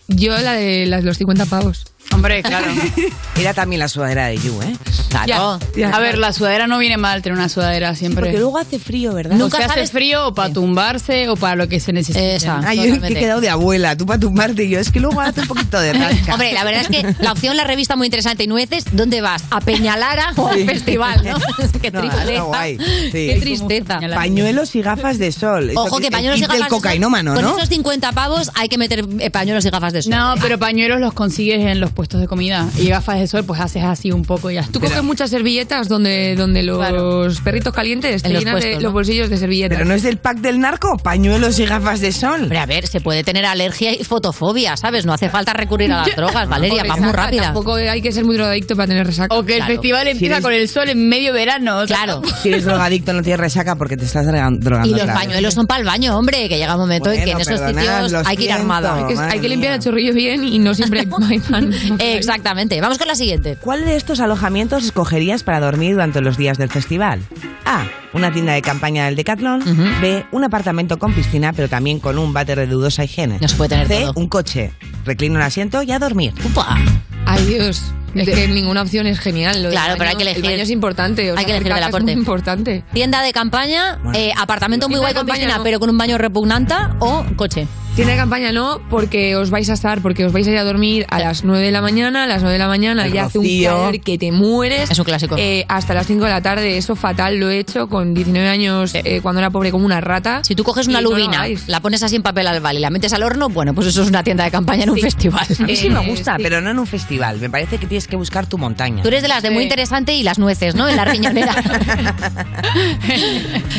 [SPEAKER 31] Yo la de las, los 50 pavos.
[SPEAKER 24] Hombre, claro.
[SPEAKER 4] [laughs] Era también la sudadera de You, ¿eh?
[SPEAKER 3] Ah,
[SPEAKER 24] Claro.
[SPEAKER 31] Ya, ya.
[SPEAKER 24] A ver, la sudadera no viene mal tener una sudadera siempre.
[SPEAKER 4] Porque luego hace frío, ¿verdad?
[SPEAKER 24] Nunca se hace frío o para tumbarse o para lo que se necesite.
[SPEAKER 4] Ah, yo que he quedado de abuela, tú para tumbarte y yo, es que luego hace un poquito
[SPEAKER 3] [laughs]
[SPEAKER 4] de rasca.
[SPEAKER 3] Hombre, la verdad es que la opción la revista muy interesante y nueces, ¿dónde vas? ¿A Peñalara o al festival?
[SPEAKER 4] [laughs]
[SPEAKER 3] ¿no? Qué
[SPEAKER 4] No,
[SPEAKER 3] tristeza.
[SPEAKER 4] está guay, sí.
[SPEAKER 3] Qué tristeza.
[SPEAKER 4] Pañuelos y gafas de sol. Esto
[SPEAKER 3] Ojo
[SPEAKER 4] que-
[SPEAKER 3] que pañuelos
[SPEAKER 4] el
[SPEAKER 3] y
[SPEAKER 4] kit del
[SPEAKER 3] gafas de sol,
[SPEAKER 4] cocainómano,
[SPEAKER 3] Con
[SPEAKER 4] ¿no?
[SPEAKER 3] esos 50 pavos hay que meter eh, pañuelos y gafas de sol.
[SPEAKER 24] No, pero pañuelos los consigues en los puestos de comida. Y gafas de sol, pues haces así un poco y ya está.
[SPEAKER 31] Tú coges muchas servilletas donde, eh, donde los perritos calientes te
[SPEAKER 3] En los
[SPEAKER 31] llenan de
[SPEAKER 3] puestos,
[SPEAKER 31] los
[SPEAKER 3] ¿no?
[SPEAKER 31] bolsillos de servilletas.
[SPEAKER 4] Pero no es del pack del narco, [laughs] pañuelos y gafas de sol.
[SPEAKER 3] Hombre, a ver, se puede tener alergia y fotofobia, ¿sabes? No hace falta
[SPEAKER 31] [laughs]
[SPEAKER 3] recurrir a las drogas, Valeria,
[SPEAKER 31] Pobre
[SPEAKER 3] vas muy
[SPEAKER 31] resaca,
[SPEAKER 3] rápida.
[SPEAKER 31] Tampoco hay que ser muy drogadicto para tener resaca.
[SPEAKER 24] O que el
[SPEAKER 3] Claro.
[SPEAKER 24] festival
[SPEAKER 4] Si
[SPEAKER 24] empieza
[SPEAKER 4] eres-
[SPEAKER 24] con el sol en medio verano.
[SPEAKER 3] Claro.
[SPEAKER 4] Si eres drogadicto no tienes resaca porque te estás droga- drogando.
[SPEAKER 3] Y los
[SPEAKER 4] otra vez.
[SPEAKER 3] pañuelos son para el baño, hombre, que llega un momento en que en
[SPEAKER 4] Bueno,
[SPEAKER 3] esos
[SPEAKER 4] perdonad,
[SPEAKER 3] sitios
[SPEAKER 4] lo
[SPEAKER 3] hay que ir armado.
[SPEAKER 4] siento,
[SPEAKER 3] Hay que-
[SPEAKER 4] madre
[SPEAKER 3] hay que
[SPEAKER 31] limpiar el chorrillo bien y no
[SPEAKER 3] [laughs]
[SPEAKER 31] siempre hay pan.
[SPEAKER 3] Exactamente. Vamos con la siguiente.
[SPEAKER 4] ¿Cuál de estos alojamientos escogerías para dormir durante los días del festival? A. Una tienda de campaña del Decathlon. B. Un apartamento con piscina, pero también con un váter de dudosa higiene.
[SPEAKER 3] Nos puede tener
[SPEAKER 4] C.
[SPEAKER 3] todo.
[SPEAKER 4] Un coche. Reclino el asiento y a dormir.
[SPEAKER 31] Ay, Dios. Es que ninguna opción es genial. lo del
[SPEAKER 3] Claro,
[SPEAKER 31] baño.
[SPEAKER 3] pero hay que
[SPEAKER 31] El
[SPEAKER 3] elegir.
[SPEAKER 31] baño es importante. o
[SPEAKER 3] Hay
[SPEAKER 31] sea,
[SPEAKER 3] que elegir
[SPEAKER 31] hacer
[SPEAKER 3] el
[SPEAKER 31] caca
[SPEAKER 3] aporte.
[SPEAKER 31] Es muy importante.
[SPEAKER 3] Tienda de campaña, eh, apartamento muy
[SPEAKER 31] Tienda
[SPEAKER 3] guay
[SPEAKER 31] de
[SPEAKER 3] con
[SPEAKER 31] campaña,
[SPEAKER 3] piscina,
[SPEAKER 31] no.
[SPEAKER 3] pero con un baño repugnanta o coche.
[SPEAKER 31] Tiene campaña no, porque os vais a estar, porque os vais a ir a dormir a las 9 de la mañana, a las 9 de la mañana
[SPEAKER 3] El
[SPEAKER 31] ya hace un
[SPEAKER 3] rocío.
[SPEAKER 31] calor que te mueres.
[SPEAKER 3] Es un clásico.
[SPEAKER 31] Eh, hasta las 5 de la tarde, eso fatal, lo he hecho con 19 años eh, cuando era pobre como una rata.
[SPEAKER 3] Si tú coges
[SPEAKER 31] Y
[SPEAKER 3] una
[SPEAKER 31] no lo
[SPEAKER 3] lubina,
[SPEAKER 31] hagáis.
[SPEAKER 3] la pones así en papel al y la metes al horno, bueno, pues eso es una tienda de campaña en un festival. Eh,
[SPEAKER 4] A mí sí me gusta, pero no en un festival. Me parece que tienes que buscar tu montaña.
[SPEAKER 3] Tú eres de las de muy interesante y las nueces, ¿no? En la riñonera.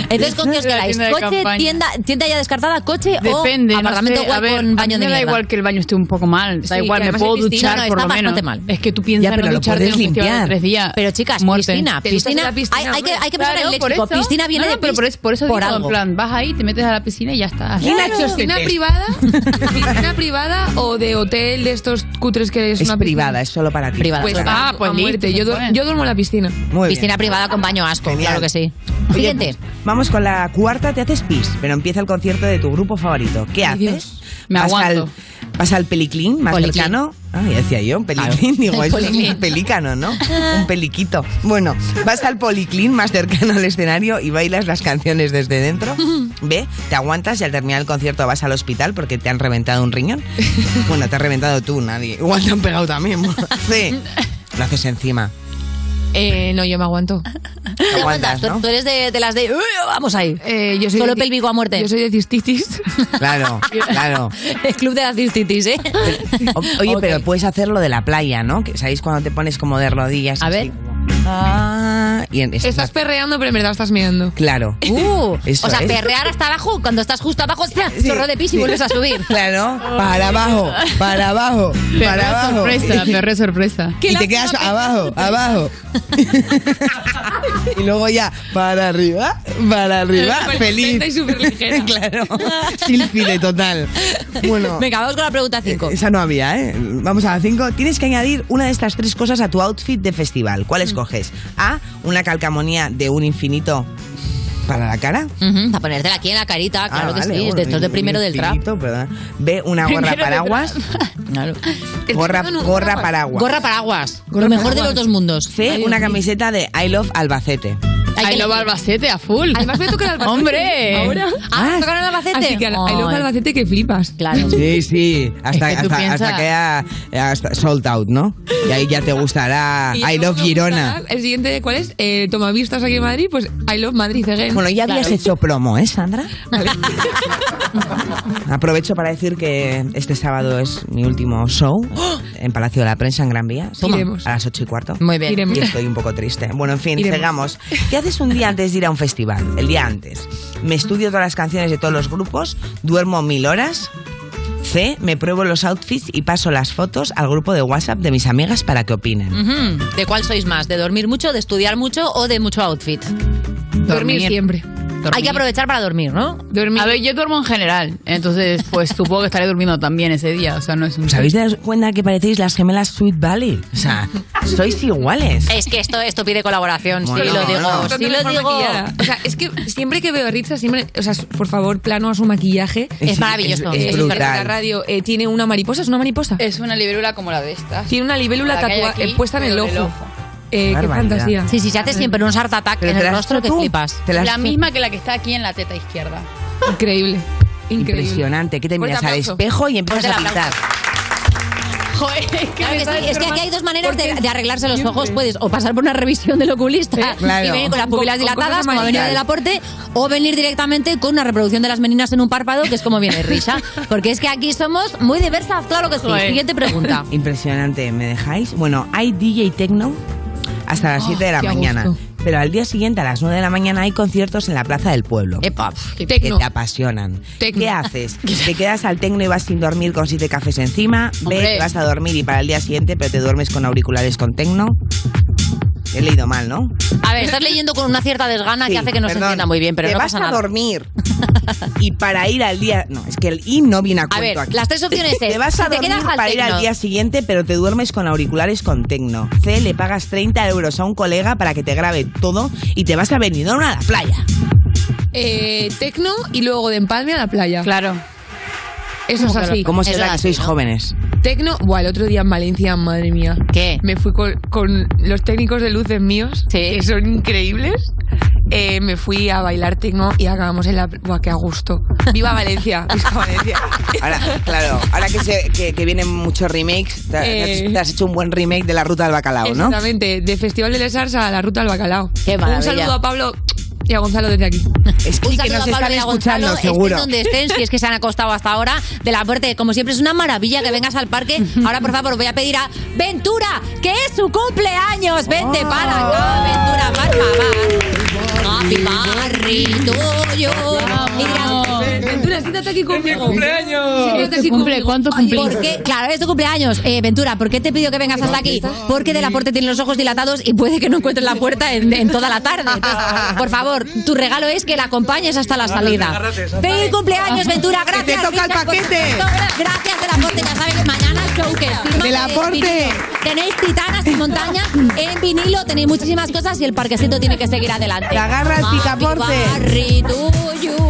[SPEAKER 3] Entonces, ¿con qué os
[SPEAKER 24] La
[SPEAKER 3] quedáis?
[SPEAKER 24] tienda de
[SPEAKER 3] ¿Coche,
[SPEAKER 24] campaña.
[SPEAKER 3] tienda, tienda ya descartada, coche
[SPEAKER 24] Depende.
[SPEAKER 3] o
[SPEAKER 24] no
[SPEAKER 3] apartamento
[SPEAKER 24] sé,
[SPEAKER 3] guay
[SPEAKER 24] a ver,
[SPEAKER 3] con baño
[SPEAKER 24] a mí
[SPEAKER 3] de
[SPEAKER 24] me da
[SPEAKER 3] mierda?
[SPEAKER 24] igual que el baño esté un poco mal. Da
[SPEAKER 3] Sí,
[SPEAKER 24] igual,
[SPEAKER 3] que
[SPEAKER 24] me
[SPEAKER 3] además
[SPEAKER 24] puedo
[SPEAKER 3] en piscina,
[SPEAKER 24] duchar
[SPEAKER 3] no,
[SPEAKER 24] por lo
[SPEAKER 3] está
[SPEAKER 24] menos.
[SPEAKER 3] bastante mal.
[SPEAKER 24] Es que tú piensas
[SPEAKER 4] Ya, pero
[SPEAKER 24] en
[SPEAKER 4] lo
[SPEAKER 24] ducharte en
[SPEAKER 4] puedes
[SPEAKER 24] un festival de
[SPEAKER 4] limpiar.
[SPEAKER 24] tres días.
[SPEAKER 3] Pero chicas,
[SPEAKER 24] Muerte.
[SPEAKER 3] piscina,
[SPEAKER 24] Te gusta
[SPEAKER 3] piscina,
[SPEAKER 24] la piscina,
[SPEAKER 3] hay, hay que,
[SPEAKER 24] hombre.
[SPEAKER 3] hay que pensar
[SPEAKER 24] Claro,
[SPEAKER 3] en el
[SPEAKER 24] por
[SPEAKER 3] léxico.
[SPEAKER 24] eso.
[SPEAKER 3] piscina viene
[SPEAKER 24] No,
[SPEAKER 3] de
[SPEAKER 24] no, pero por
[SPEAKER 3] pis,
[SPEAKER 24] eso, por eso
[SPEAKER 3] por
[SPEAKER 24] digo, en
[SPEAKER 3] algo.
[SPEAKER 24] plan, vas ahí, te metes a la piscina y ya está.
[SPEAKER 4] ¿Quién ha hecho este
[SPEAKER 31] ¿Piscina
[SPEAKER 4] test?
[SPEAKER 31] privada? ¿Piscina privada o de hotel de estos cutres que es,
[SPEAKER 4] Es
[SPEAKER 31] una piscina?
[SPEAKER 4] privada, es solo para ti.
[SPEAKER 3] Privada.
[SPEAKER 31] Pues,
[SPEAKER 3] Claro.
[SPEAKER 31] ah,
[SPEAKER 3] Ah,
[SPEAKER 31] pues
[SPEAKER 3] pues
[SPEAKER 31] a
[SPEAKER 3] listo,
[SPEAKER 31] muerte. Yo,
[SPEAKER 3] se
[SPEAKER 31] du-
[SPEAKER 3] pueden.
[SPEAKER 31] yo duermo en la piscina.
[SPEAKER 4] Muy bien.
[SPEAKER 3] Piscina privada con baño asco,
[SPEAKER 4] Genial.
[SPEAKER 3] claro que sí.
[SPEAKER 4] Oye, pues,
[SPEAKER 3] Siguiente.
[SPEAKER 4] Vamos con la cuarta, te haces pis, pero empieza el concierto de tu grupo favorito. ¿Qué haces?
[SPEAKER 24] Me
[SPEAKER 4] Vas
[SPEAKER 24] aguanto.
[SPEAKER 4] al- Vas al peliclín más
[SPEAKER 24] Policlín.
[SPEAKER 4] cercano. Ah, ya decía yo, un peliclín. Digo, eso es un
[SPEAKER 24] Policlín.
[SPEAKER 4] pelícano, ¿no? Un peliquito. Bueno, vas al policlín más cercano al escenario y bailas las canciones desde dentro. Ve, te aguantas y al terminar el concierto vas al hospital porque te han reventado un riñón. Bueno, te has reventado tú, nadie. Igual te han pegado también. Sí. Lo haces encima.
[SPEAKER 31] Eh, no, yo me aguanto.
[SPEAKER 4] Te aguantas,
[SPEAKER 3] Tú,
[SPEAKER 4] ¿no?
[SPEAKER 3] tú eres de, de las de. "Uh, vamos ahí.
[SPEAKER 31] yo soy
[SPEAKER 3] Solo
[SPEAKER 31] de-
[SPEAKER 3] pélvico a muerte. Yo
[SPEAKER 31] soy de cistitis.
[SPEAKER 4] Claro, claro.
[SPEAKER 3] [laughs] El club de la cistitis, ¿eh?
[SPEAKER 4] O- Oye, pero puedes hacer lo de la playa, ¿no? Que, ¿Sabéis cuando te pones como de rodillas? A ver.
[SPEAKER 3] Ah,
[SPEAKER 4] y en-
[SPEAKER 31] Estás perreando, pero en verdad estás mirando.
[SPEAKER 4] Claro.
[SPEAKER 3] Uh,
[SPEAKER 4] Eso
[SPEAKER 3] o sea,
[SPEAKER 4] es.
[SPEAKER 3] perrear hasta abajo, cuando estás justo abajo, ¡zas! chorro de pis y
[SPEAKER 4] sí.
[SPEAKER 3] vuelves a subir.
[SPEAKER 4] [laughs] Claro, para abajo, para abajo,
[SPEAKER 24] Perreo
[SPEAKER 4] para abajo.
[SPEAKER 24] sorpresa, perreo sorpresa.
[SPEAKER 4] [laughs] y te quedas abajo, abajo. [laughs] y luego ya, para arriba, para arriba,
[SPEAKER 3] Súper
[SPEAKER 4] feliz.
[SPEAKER 3] contenta y súper ligera.
[SPEAKER 4] [laughs] claro, Silfi de total.
[SPEAKER 3] [laughs]
[SPEAKER 4] Bueno.
[SPEAKER 3] Venga, vamos con la pregunta 5.
[SPEAKER 4] Esa no había, ¿eh? Vamos a la 5. Tienes que añadir una de estas tres cosas a tu outfit de festival.
[SPEAKER 3] Mm.
[SPEAKER 4] ¿Cuál escoges? A, una calcamonía de un infinito para la cara.
[SPEAKER 3] Para ponértela aquí en la carita,
[SPEAKER 4] Ah,
[SPEAKER 3] claro que
[SPEAKER 4] vale,
[SPEAKER 3] sí. es
[SPEAKER 4] bueno,
[SPEAKER 3] de estos de
[SPEAKER 4] un
[SPEAKER 3] primero del trap.
[SPEAKER 4] infinito, ¿verdad? B, una
[SPEAKER 3] [laughs]
[SPEAKER 4] gorra
[SPEAKER 3] Primero del
[SPEAKER 4] paraguas.
[SPEAKER 3] Claro.
[SPEAKER 4] Gorra, gorra paraguas.
[SPEAKER 3] Gorra paraguas. Lo mejor de los dos mundos.
[SPEAKER 4] C,
[SPEAKER 3] Ay,
[SPEAKER 4] una
[SPEAKER 3] Dios mío.
[SPEAKER 4] camiseta de I Love Albacete.
[SPEAKER 24] Ay, lo va Albacete a full.
[SPEAKER 31] Además, me toca el Albacete.
[SPEAKER 24] ¡Hombre!
[SPEAKER 31] Ahora.
[SPEAKER 3] Ah, ¿te tocaron el Albacete?
[SPEAKER 31] Así que al- hay luego
[SPEAKER 3] Ay.
[SPEAKER 31] Albacete que flipas.
[SPEAKER 3] Claro.
[SPEAKER 4] Sí, sí, hasta,
[SPEAKER 31] Es que tú
[SPEAKER 4] hasta,
[SPEAKER 31] piensas-
[SPEAKER 4] hasta que ya- hasta sold out, ¿no? Y ahí ya te gustará
[SPEAKER 31] Y
[SPEAKER 4] I
[SPEAKER 31] luego
[SPEAKER 4] Love
[SPEAKER 31] me
[SPEAKER 4] Girona.
[SPEAKER 31] gustará El siguiente, ¿cuál es? Eh, toma vistas aquí en Madrid, pues I love Madrid ¿eh? again.
[SPEAKER 4] Bueno, ya habías hecho promo, ¿eh, Sandra?
[SPEAKER 31] [laughs] Ah.
[SPEAKER 4] Aprovecho para decir que este sábado es mi último show
[SPEAKER 3] [laughs]
[SPEAKER 4] en Palacio de la Prensa, en Gran Vía.
[SPEAKER 31] Toma. Iremos.
[SPEAKER 4] A las ocho y cuarto.
[SPEAKER 31] Muy bien. Iremos.
[SPEAKER 4] Y estoy un poco triste. Bueno, en fin,
[SPEAKER 31] Iremos.
[SPEAKER 4] llegamos. ¿Qué haces un día antes de ir a un festival? El día antes. Me estudio todas las canciones de todos los grupos, duermo mil horas. C, me pruebo los outfits y paso las fotos al grupo de WhatsApp de mis amigas para que opinen.
[SPEAKER 3] Ujú. ¿De cuál sois más? ¿De dormir mucho, de estudiar mucho o de mucho outfit?
[SPEAKER 24] Dormir siempre.
[SPEAKER 3] Hay que aprovechar para dormir, ¿no?
[SPEAKER 24] A ver, yo duermo en general, entonces pues supongo que estaré durmiendo también ese día, o sea, no es un...
[SPEAKER 4] ¿Os habéis dado cuenta que parecéis las gemelas Sweet Valley? O sea, sois iguales.
[SPEAKER 3] Es que esto, esto pide colaboración,
[SPEAKER 4] Bueno,
[SPEAKER 3] sí lo digo,
[SPEAKER 4] bueno.
[SPEAKER 3] sí lo digo.
[SPEAKER 31] O sea, es que siempre que veo a Ritza, siempre, o sea, por favor, plano a su maquillaje.
[SPEAKER 4] Es Sí, maravilloso. es- es
[SPEAKER 31] Es,
[SPEAKER 4] brutal.
[SPEAKER 31] la radio. Eh, tiene una mariposa, es una mariposa.
[SPEAKER 24] Es una libélula como la de estas.
[SPEAKER 31] Tiene una libélula
[SPEAKER 24] La que hay
[SPEAKER 31] tatua-
[SPEAKER 24] aquí,
[SPEAKER 31] eh, puesta en el
[SPEAKER 24] pero
[SPEAKER 31] ojo.
[SPEAKER 24] del
[SPEAKER 31] Eh, qué
[SPEAKER 4] Barbaridad.
[SPEAKER 31] fantasía.
[SPEAKER 3] Sí, sí, si haces siempre un heart attack
[SPEAKER 4] Pero
[SPEAKER 3] en
[SPEAKER 4] te
[SPEAKER 3] el
[SPEAKER 4] la has
[SPEAKER 3] rostro
[SPEAKER 4] hecho
[SPEAKER 3] que
[SPEAKER 4] tú.
[SPEAKER 3] flipas.
[SPEAKER 4] Te la has
[SPEAKER 24] La
[SPEAKER 4] hecho.
[SPEAKER 24] misma que la que está aquí en la teta izquierda.
[SPEAKER 31] Increíble. Increíble.
[SPEAKER 4] Impresionante, que te
[SPEAKER 31] Fuerte
[SPEAKER 4] miras al
[SPEAKER 31] aplauso.
[SPEAKER 4] espejo y empiezas a
[SPEAKER 31] Fuerte
[SPEAKER 3] [laughs]
[SPEAKER 4] pintar.
[SPEAKER 24] Joder, es que,
[SPEAKER 3] Claro que sí, es que aquí hay dos maneras de, de arreglarse los
[SPEAKER 31] siempre.
[SPEAKER 3] ojos. Puedes o pasar por una revisión del oculista
[SPEAKER 4] claro.
[SPEAKER 3] y venir con las pupilas
[SPEAKER 31] Con- con
[SPEAKER 3] dilatadas,
[SPEAKER 31] cosas
[SPEAKER 3] como ha venido
[SPEAKER 31] amarillas.
[SPEAKER 3] del aporte, o venir directamente con una reproducción de las meninas en un párpado, que es como viene Risa. Porque es que aquí somos muy diversas, claro que sí.
[SPEAKER 24] Joder.
[SPEAKER 3] Siguiente pregunta.
[SPEAKER 4] [laughs] Impresionante, ¿me dejáis? Bueno, hay DJ Techno hasta las
[SPEAKER 3] Oh,
[SPEAKER 4] 7 de la
[SPEAKER 3] qué a
[SPEAKER 4] mañana.
[SPEAKER 3] gusto.
[SPEAKER 4] Pero al día siguiente, a las 9 de la mañana, hay conciertos en la Plaza del Pueblo.
[SPEAKER 3] Epa,
[SPEAKER 4] que
[SPEAKER 31] tecno.
[SPEAKER 4] te apasionan.
[SPEAKER 31] Tecno.
[SPEAKER 3] [laughs]
[SPEAKER 4] ¿Qué haces? ¿Te quedas al tecno y vas sin dormir con siete cafés encima? Ve,
[SPEAKER 24] Hombre.
[SPEAKER 4] te vas a dormir y para el día siguiente, pero te duermes con auriculares con tecno. He leído mal, ¿no?
[SPEAKER 3] A ver, estás leyendo con una cierta desgana
[SPEAKER 4] Sí,
[SPEAKER 3] que hace que no se
[SPEAKER 4] perdón.
[SPEAKER 3] entienda muy bien, pero
[SPEAKER 4] te
[SPEAKER 3] no
[SPEAKER 4] vas
[SPEAKER 3] pasa
[SPEAKER 4] a
[SPEAKER 3] nada. [laughs]
[SPEAKER 4] dormir. y para ir al día. No, es que el IN no viene a cuento
[SPEAKER 3] ver,
[SPEAKER 4] aquí.
[SPEAKER 3] las tres opciones es,
[SPEAKER 4] Te vas a
[SPEAKER 3] si te
[SPEAKER 4] dormir
[SPEAKER 3] quedas al
[SPEAKER 4] para ir
[SPEAKER 3] tecno.
[SPEAKER 4] al día siguiente, pero te duermes con auriculares con tecno. C, le pagas 30 euros a un colega para que te grabe todo y te vas a Benidorm a la playa.
[SPEAKER 31] Eh, tecno y luego de empalme a la playa.
[SPEAKER 24] Claro.
[SPEAKER 31] Eso es así.
[SPEAKER 4] ¿Cómo será que sois jóvenes?
[SPEAKER 31] Tecno, buah, el otro día en Valencia, madre mía.
[SPEAKER 3] ¿Qué?
[SPEAKER 31] Me fui con, con los técnicos de luces míos, que son increíbles. Eh, me fui a bailar tecno y acabamos en la. Buah, qué a gusto. ¡Viva
[SPEAKER 3] [laughs]
[SPEAKER 31] Valencia! ¡Viva Valencia!
[SPEAKER 4] Ahora, claro, ahora que, se- que- que vienen muchos remakes, te, te has-
[SPEAKER 31] Eh.
[SPEAKER 4] te has hecho un buen remake de la ruta al bacalao, ¿no?
[SPEAKER 31] Exactamente, de Festival de Les Arts a la ruta al bacalao.
[SPEAKER 3] Qué
[SPEAKER 31] Un
[SPEAKER 3] maravilla.
[SPEAKER 31] saludo a Pablo y a Gonzalo desde aquí.
[SPEAKER 4] Es
[SPEAKER 3] Un saludo
[SPEAKER 4] que nos
[SPEAKER 3] a Pablo
[SPEAKER 4] están
[SPEAKER 3] y a
[SPEAKER 4] escuchando,
[SPEAKER 3] Gonzalo,
[SPEAKER 4] seguro.
[SPEAKER 3] Estén donde estén, si es que se han acostado hasta ahora, de la puerta. Como siempre, es una maravilla que vengas al parque. Ahora, por favor, voy a pedir a Ventura, que es su cumpleaños. Vente para
[SPEAKER 4] Oh.
[SPEAKER 3] acá, Ventura, por favor. Happy Barry, tuyo. Y dirás,
[SPEAKER 31] Ventura, siéntate aquí conmigo.
[SPEAKER 24] cumpleaños!
[SPEAKER 31] Siéntate aquí
[SPEAKER 24] Este cumple,
[SPEAKER 31] conmigo.
[SPEAKER 24] ¿Cuánto
[SPEAKER 3] Ay,
[SPEAKER 24] cumplís?
[SPEAKER 3] ¿por qué? Claro, es tu cumpleaños. Eh, Ventura, ¿por qué te pido que vengas hasta aquí? Porque Del Aporte tiene los ojos dilatados y puede que no encuentres la puerta en, en toda la tarde. Entonces, por favor, tu regalo es que la acompañes hasta la salida. ¡Feliz cumpleaños, Ventura! ¡Gracias!
[SPEAKER 4] te toca el
[SPEAKER 3] Richard, por-
[SPEAKER 4] paquete.
[SPEAKER 3] Gracias, Del Aporte. Ya sabes, mañana el show que es firma
[SPEAKER 4] Del
[SPEAKER 3] de
[SPEAKER 4] Aporte.
[SPEAKER 3] vinilo. Tenéis titanas y montaña en vinilo, tenéis muchísimas cosas y el parquecito tiene que seguir adelante.
[SPEAKER 4] Te agarra el
[SPEAKER 3] Happy
[SPEAKER 4] picaporte.
[SPEAKER 3] Barry to you.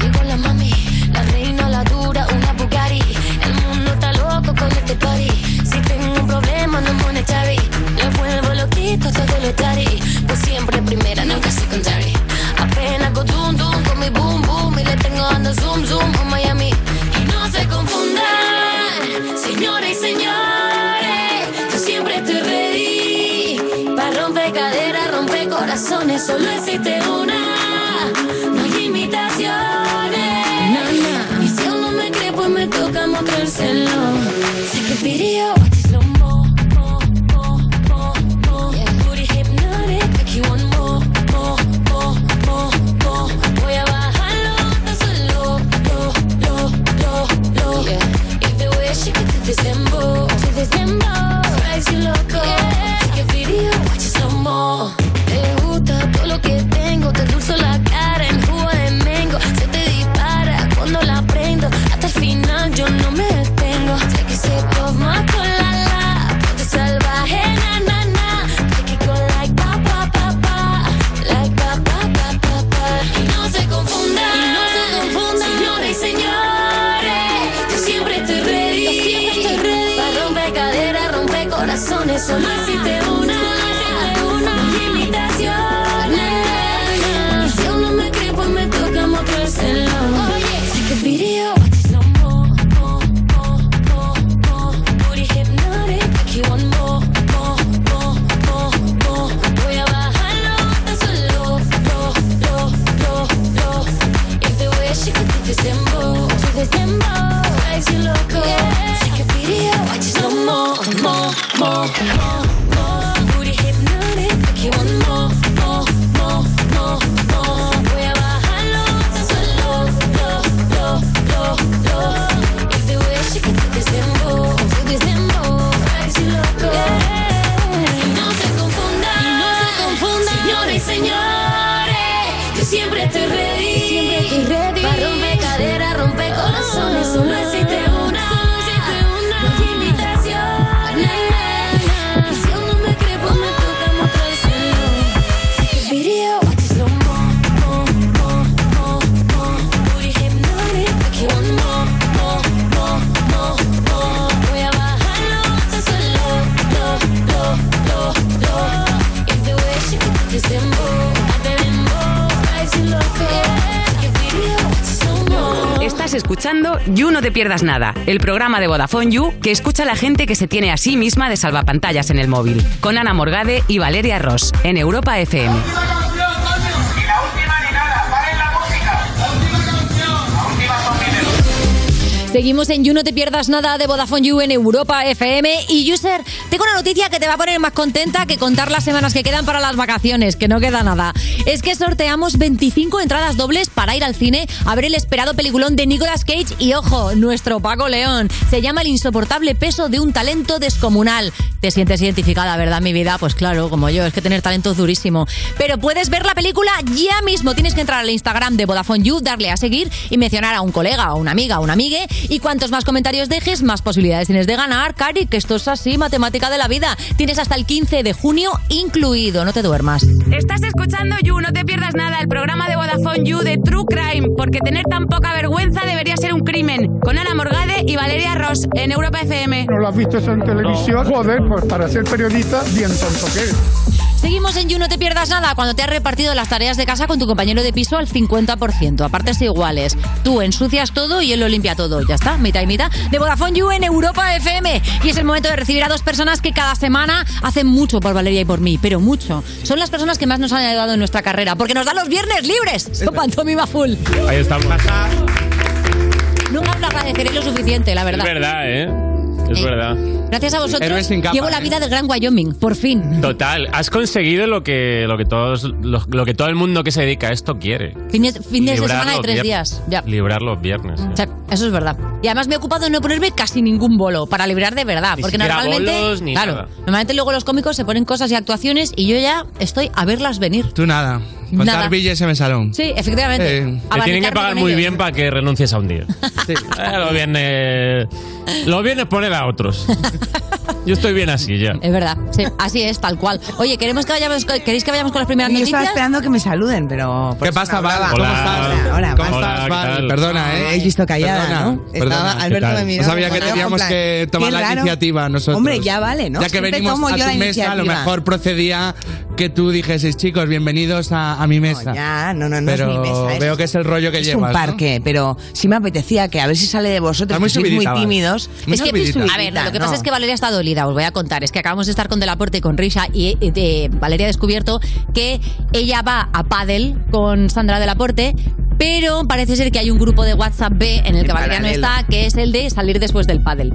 [SPEAKER 6] Llegó la mami, la reina, la dura, una Bugatti. El mundo está loco con este party. Si tengo un problema, no es monetary. Le vuelvo loquito todo lo tari. Pues siempre primera, nunca secondary. Apenas con zoom, zoom, con mi boom, boom. Y le tengo dando zoom, zoom a Miami. Y no se confundan, señores y señores. Yo siempre estoy ready. Pa' romper cadera, romper corazones. Solo existe una. No hay imitaciones. Y si aún no me cree, pues me toca mostrárselo. Sé que video, watch it slow mo, mo, mo, mo, mo. Booty hypnotic, make you want more, more, more, more, more. Voy a bajarlo tan solo, lo, lo, lo, lo. If the way she get to December, to December, drives you loco. Sé que video, watch it slow mo. Te gusta todo lo que tengo, te dulzo la cara en jugo de mengo. Se te dispara cuando la prendo, hasta el final yo no me detengo. Sé que se toma con la la, ponte salvaje na na na. Take it go like pa pa pa pa, like pa pa pa pa pa. Y no se confundan, y no se confundan, señores y señores. Yo siempre estoy ready, yo siempre estoy ready. Para romper cadera, romper corazones, solo existe una. Una imitaciones. Y si aún no me cree, pues me toca mostrárselo. Sé que video, watch it slow mo, mo, mo, mo, mo. Booty hypnotic, make you want more, more, more, more, more. Voy a bajarlo tan solo, lo, lo, lo, lo. If the way she could do December, to December, drives you loco. Sé que video, watch it slow mo, mo, mo, mo, mo. Booty hypnotic, make you want more, more, more, more, more. Voy a bajarlo tan solo, lo, lo, lo, lo. If the way she could do December, to December, drives you loco. Y no se confundan, y no se confundan, señores y señores. Yo siempre estoy ready, siempre estoy ready. Para romper cadera, romper corazones, solo existe una. Solo existe una. No hay imitaciones. Y si aún no me cree, pues me toca mostrárselo. Sé que video, watch it slow mo, mo, mo, mo, mo. Booty hypnotic, make you want more, more, more, more, more. Voy a bajarlo tan solo, lo, lo, lo, lo. If the way she could do this in more, I've been in more, drives you loco. Sé que video, watch it slow mo.
[SPEAKER 42] Estás escuchando You No Te Pierdas Nada, el programa de Vodafone You que escucha a la gente que se tiene a sí misma de salvapantallas en el móvil. Con Ana Morgade y Valeria Ross, en Europa FM.
[SPEAKER 3] Seguimos en You No Te Pierdas Nada de Vodafone You en Europa FM. Y User, tengo una noticia que te va a poner más contenta que contar las semanas que quedan para las vacaciones, que no queda nada. Es que sorteamos 25 entradas dobles para ir al cine a ver el esperado peliculón de Nicolas Cage y, ojo, nuestro Paco León. Se llama El insoportable peso de un talento descomunal. Te sientes identificada, ¿verdad, mi vida? Pues claro, como yo, es que tener talento es durísimo. Pero puedes ver la película ya mismo. Tienes que entrar al Instagram de Vodafone You, darle a seguir y mencionar a un colega, o una amiga, o una amigue. Y cuantos más comentarios dejes, más posibilidades tienes de ganar, Cari, que esto es así, matemática de la vida. Tienes hasta el 15 de junio incluido. No te duermas.
[SPEAKER 9] Estás escuchando You, no te pierdas nada, el programa de Vodafone You de True Crime, porque tener tan poca vergüenza debería ser un crimen. Con Ana Morgade y Valeria Ross en Europa FM.
[SPEAKER 12] ¿No lo has visto eso en televisión? Joder, pues para ser periodista, bien tonto que eres.
[SPEAKER 3] Seguimos en You, no te pierdas nada cuando te has repartido las tareas de casa con tu compañero de piso al 50%, a partes iguales. Tú ensucias todo y él lo limpia todo. Ya está, mitad y mitad. De Vodafone You en Europa FM. Y es el momento de recibir a dos personas que cada semana hacen mucho por Valeria y por mí, pero mucho. Son las personas que más nos han ayudado en nuestra carrera, porque nos dan los viernes libres. Son pantomima full.
[SPEAKER 36] Ahí estamos.
[SPEAKER 3] Nunca os lo agradeceré lo suficiente, la verdad.
[SPEAKER 36] Es verdad, ¿eh? Es
[SPEAKER 3] Eh.
[SPEAKER 36] verdad.
[SPEAKER 3] Gracias a vosotros
[SPEAKER 36] Héroes sin capa,
[SPEAKER 3] llevo la
[SPEAKER 36] ¿eh?
[SPEAKER 3] vida del Gran Wyoming, por fin.
[SPEAKER 36] Total, has conseguido lo que, lo que, todos, lo, lo que todo el mundo que se dedica a esto quiere.
[SPEAKER 3] Fines, fines de
[SPEAKER 36] Librar
[SPEAKER 3] semana de
[SPEAKER 36] los
[SPEAKER 3] tres
[SPEAKER 36] vier-
[SPEAKER 3] días. Ya.
[SPEAKER 36] Librar los viernes.
[SPEAKER 3] O sea, eso es verdad. Y además me he ocupado en no ponerme casi ningún bolo para librar de verdad.
[SPEAKER 36] Ni
[SPEAKER 3] porque
[SPEAKER 36] siquiera
[SPEAKER 3] normalmente.
[SPEAKER 36] bolos ni
[SPEAKER 3] claro,
[SPEAKER 36] nada.
[SPEAKER 3] normalmente luego los cómicos se ponen cosas y actuaciones y yo ya estoy a verlas venir.
[SPEAKER 29] Tú nada. Contar
[SPEAKER 3] Nada.
[SPEAKER 29] billes en el salón.
[SPEAKER 3] Sí, efectivamente.
[SPEAKER 29] Eh,
[SPEAKER 36] Te
[SPEAKER 3] Abanicarme
[SPEAKER 36] tienen que pagar
[SPEAKER 3] con
[SPEAKER 36] muy
[SPEAKER 3] ellos.
[SPEAKER 36] bien para que renuncies a un día. [laughs] Eh, los viernes. Los viernes poner a otros. Yo estoy bien así ya.
[SPEAKER 3] Es verdad, sí, así es, tal cual. Oye, queremos que vayamos, co- ¿queréis que vayamos con las primeras
[SPEAKER 4] Yo estaba
[SPEAKER 3] noticias?
[SPEAKER 4] esperando que me saluden, pero...
[SPEAKER 29] ¿Qué pasa, Val? ¿Cómo estás? ¿Cómo estás, Val? Perdona, ¿eh?
[SPEAKER 4] Ah, He visto callada,
[SPEAKER 29] Perdona,
[SPEAKER 4] ¿no?
[SPEAKER 29] perdona,
[SPEAKER 4] Estaba-
[SPEAKER 29] ¿qué
[SPEAKER 4] Alberto
[SPEAKER 29] tal?
[SPEAKER 4] me miró
[SPEAKER 29] No sabía que
[SPEAKER 4] como en
[SPEAKER 29] teníamos
[SPEAKER 4] plan,
[SPEAKER 29] que tomar
[SPEAKER 4] qué
[SPEAKER 29] la
[SPEAKER 4] raro.
[SPEAKER 29] iniciativa nosotros.
[SPEAKER 4] Hombre, ya vale, ¿no?
[SPEAKER 29] Ya que
[SPEAKER 4] Siempre
[SPEAKER 29] venimos
[SPEAKER 4] tomo
[SPEAKER 29] a
[SPEAKER 4] yo
[SPEAKER 29] tu
[SPEAKER 4] la
[SPEAKER 29] mesa, a lo
[SPEAKER 4] iniciativa.
[SPEAKER 29] mejor procedía que tú dijeses, chicos, bienvenidos a, a mi mesa.
[SPEAKER 4] ya, no, no, no
[SPEAKER 29] Pero
[SPEAKER 4] es mi mesa.
[SPEAKER 29] veo que es el rollo que
[SPEAKER 4] es
[SPEAKER 29] llevas.
[SPEAKER 4] un
[SPEAKER 29] ¿no?
[SPEAKER 4] parque, pero sí me apetecía que a ver si sale de vosotros,
[SPEAKER 29] Está muy
[SPEAKER 4] que sois muy
[SPEAKER 29] subidita, Val.
[SPEAKER 4] tímidos.
[SPEAKER 29] Muy
[SPEAKER 4] es que
[SPEAKER 29] subidita.
[SPEAKER 3] A ver, lo que pasa es que Valeria está dolida, os voy a contar. Es que acabamos de estar con Delaporte y con Risha y eh, eh, Valeria ha descubierto que ella va a pádel con Sandra Delaporte, pero parece ser que hay un grupo de WhatsApp B en el que
[SPEAKER 4] En
[SPEAKER 3] Valeria no
[SPEAKER 4] paralelo.
[SPEAKER 3] está, que es el de salir después del pádel.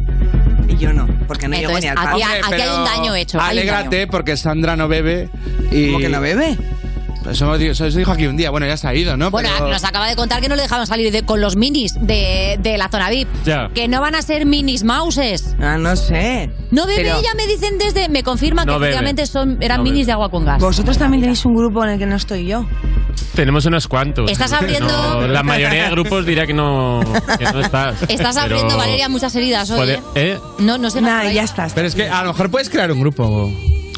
[SPEAKER 4] Y yo no, porque no llego ni
[SPEAKER 3] Entonces,
[SPEAKER 4] al
[SPEAKER 3] aquí,
[SPEAKER 4] parque.
[SPEAKER 3] ha- aquí hay un daño hecho. hay un daño.
[SPEAKER 29] Alégrate porque Sandra no bebe y... ¿Cómo que no
[SPEAKER 4] bebe?
[SPEAKER 29] Pues hemos, di- eso dijo aquí un día. Bueno, ya se ha ido, ¿no?
[SPEAKER 3] Bueno,
[SPEAKER 29] Pero-
[SPEAKER 3] nos acaba de contar que no le dejaban salir de- con los minis de, de la zona VIP.
[SPEAKER 29] Ya.
[SPEAKER 3] Que no van a ser minis mouses.
[SPEAKER 4] Ah, no sé.
[SPEAKER 3] No bebe,
[SPEAKER 4] Pero-
[SPEAKER 3] ya me dicen desde. Me confirman
[SPEAKER 36] No
[SPEAKER 3] que
[SPEAKER 36] bebe.
[SPEAKER 3] efectivamente son, eran
[SPEAKER 36] No
[SPEAKER 3] minis
[SPEAKER 36] bebe.
[SPEAKER 3] de agua con gas.
[SPEAKER 4] Vosotros también tenéis un grupo en el que no estoy yo.
[SPEAKER 36] Tenemos unos cuantos.
[SPEAKER 3] Estás abriendo-
[SPEAKER 36] No, la mayoría de grupos dirá que no, que no estás.
[SPEAKER 3] Estás
[SPEAKER 36] Pero-
[SPEAKER 3] abriendo, Valeria, muchas heridas hoy.
[SPEAKER 36] Joder,
[SPEAKER 3] ¿eh?
[SPEAKER 36] ¿eh?
[SPEAKER 3] No, no sé.
[SPEAKER 4] Nada, ya estás.
[SPEAKER 29] Pero es que a lo mejor puedes crear un grupo.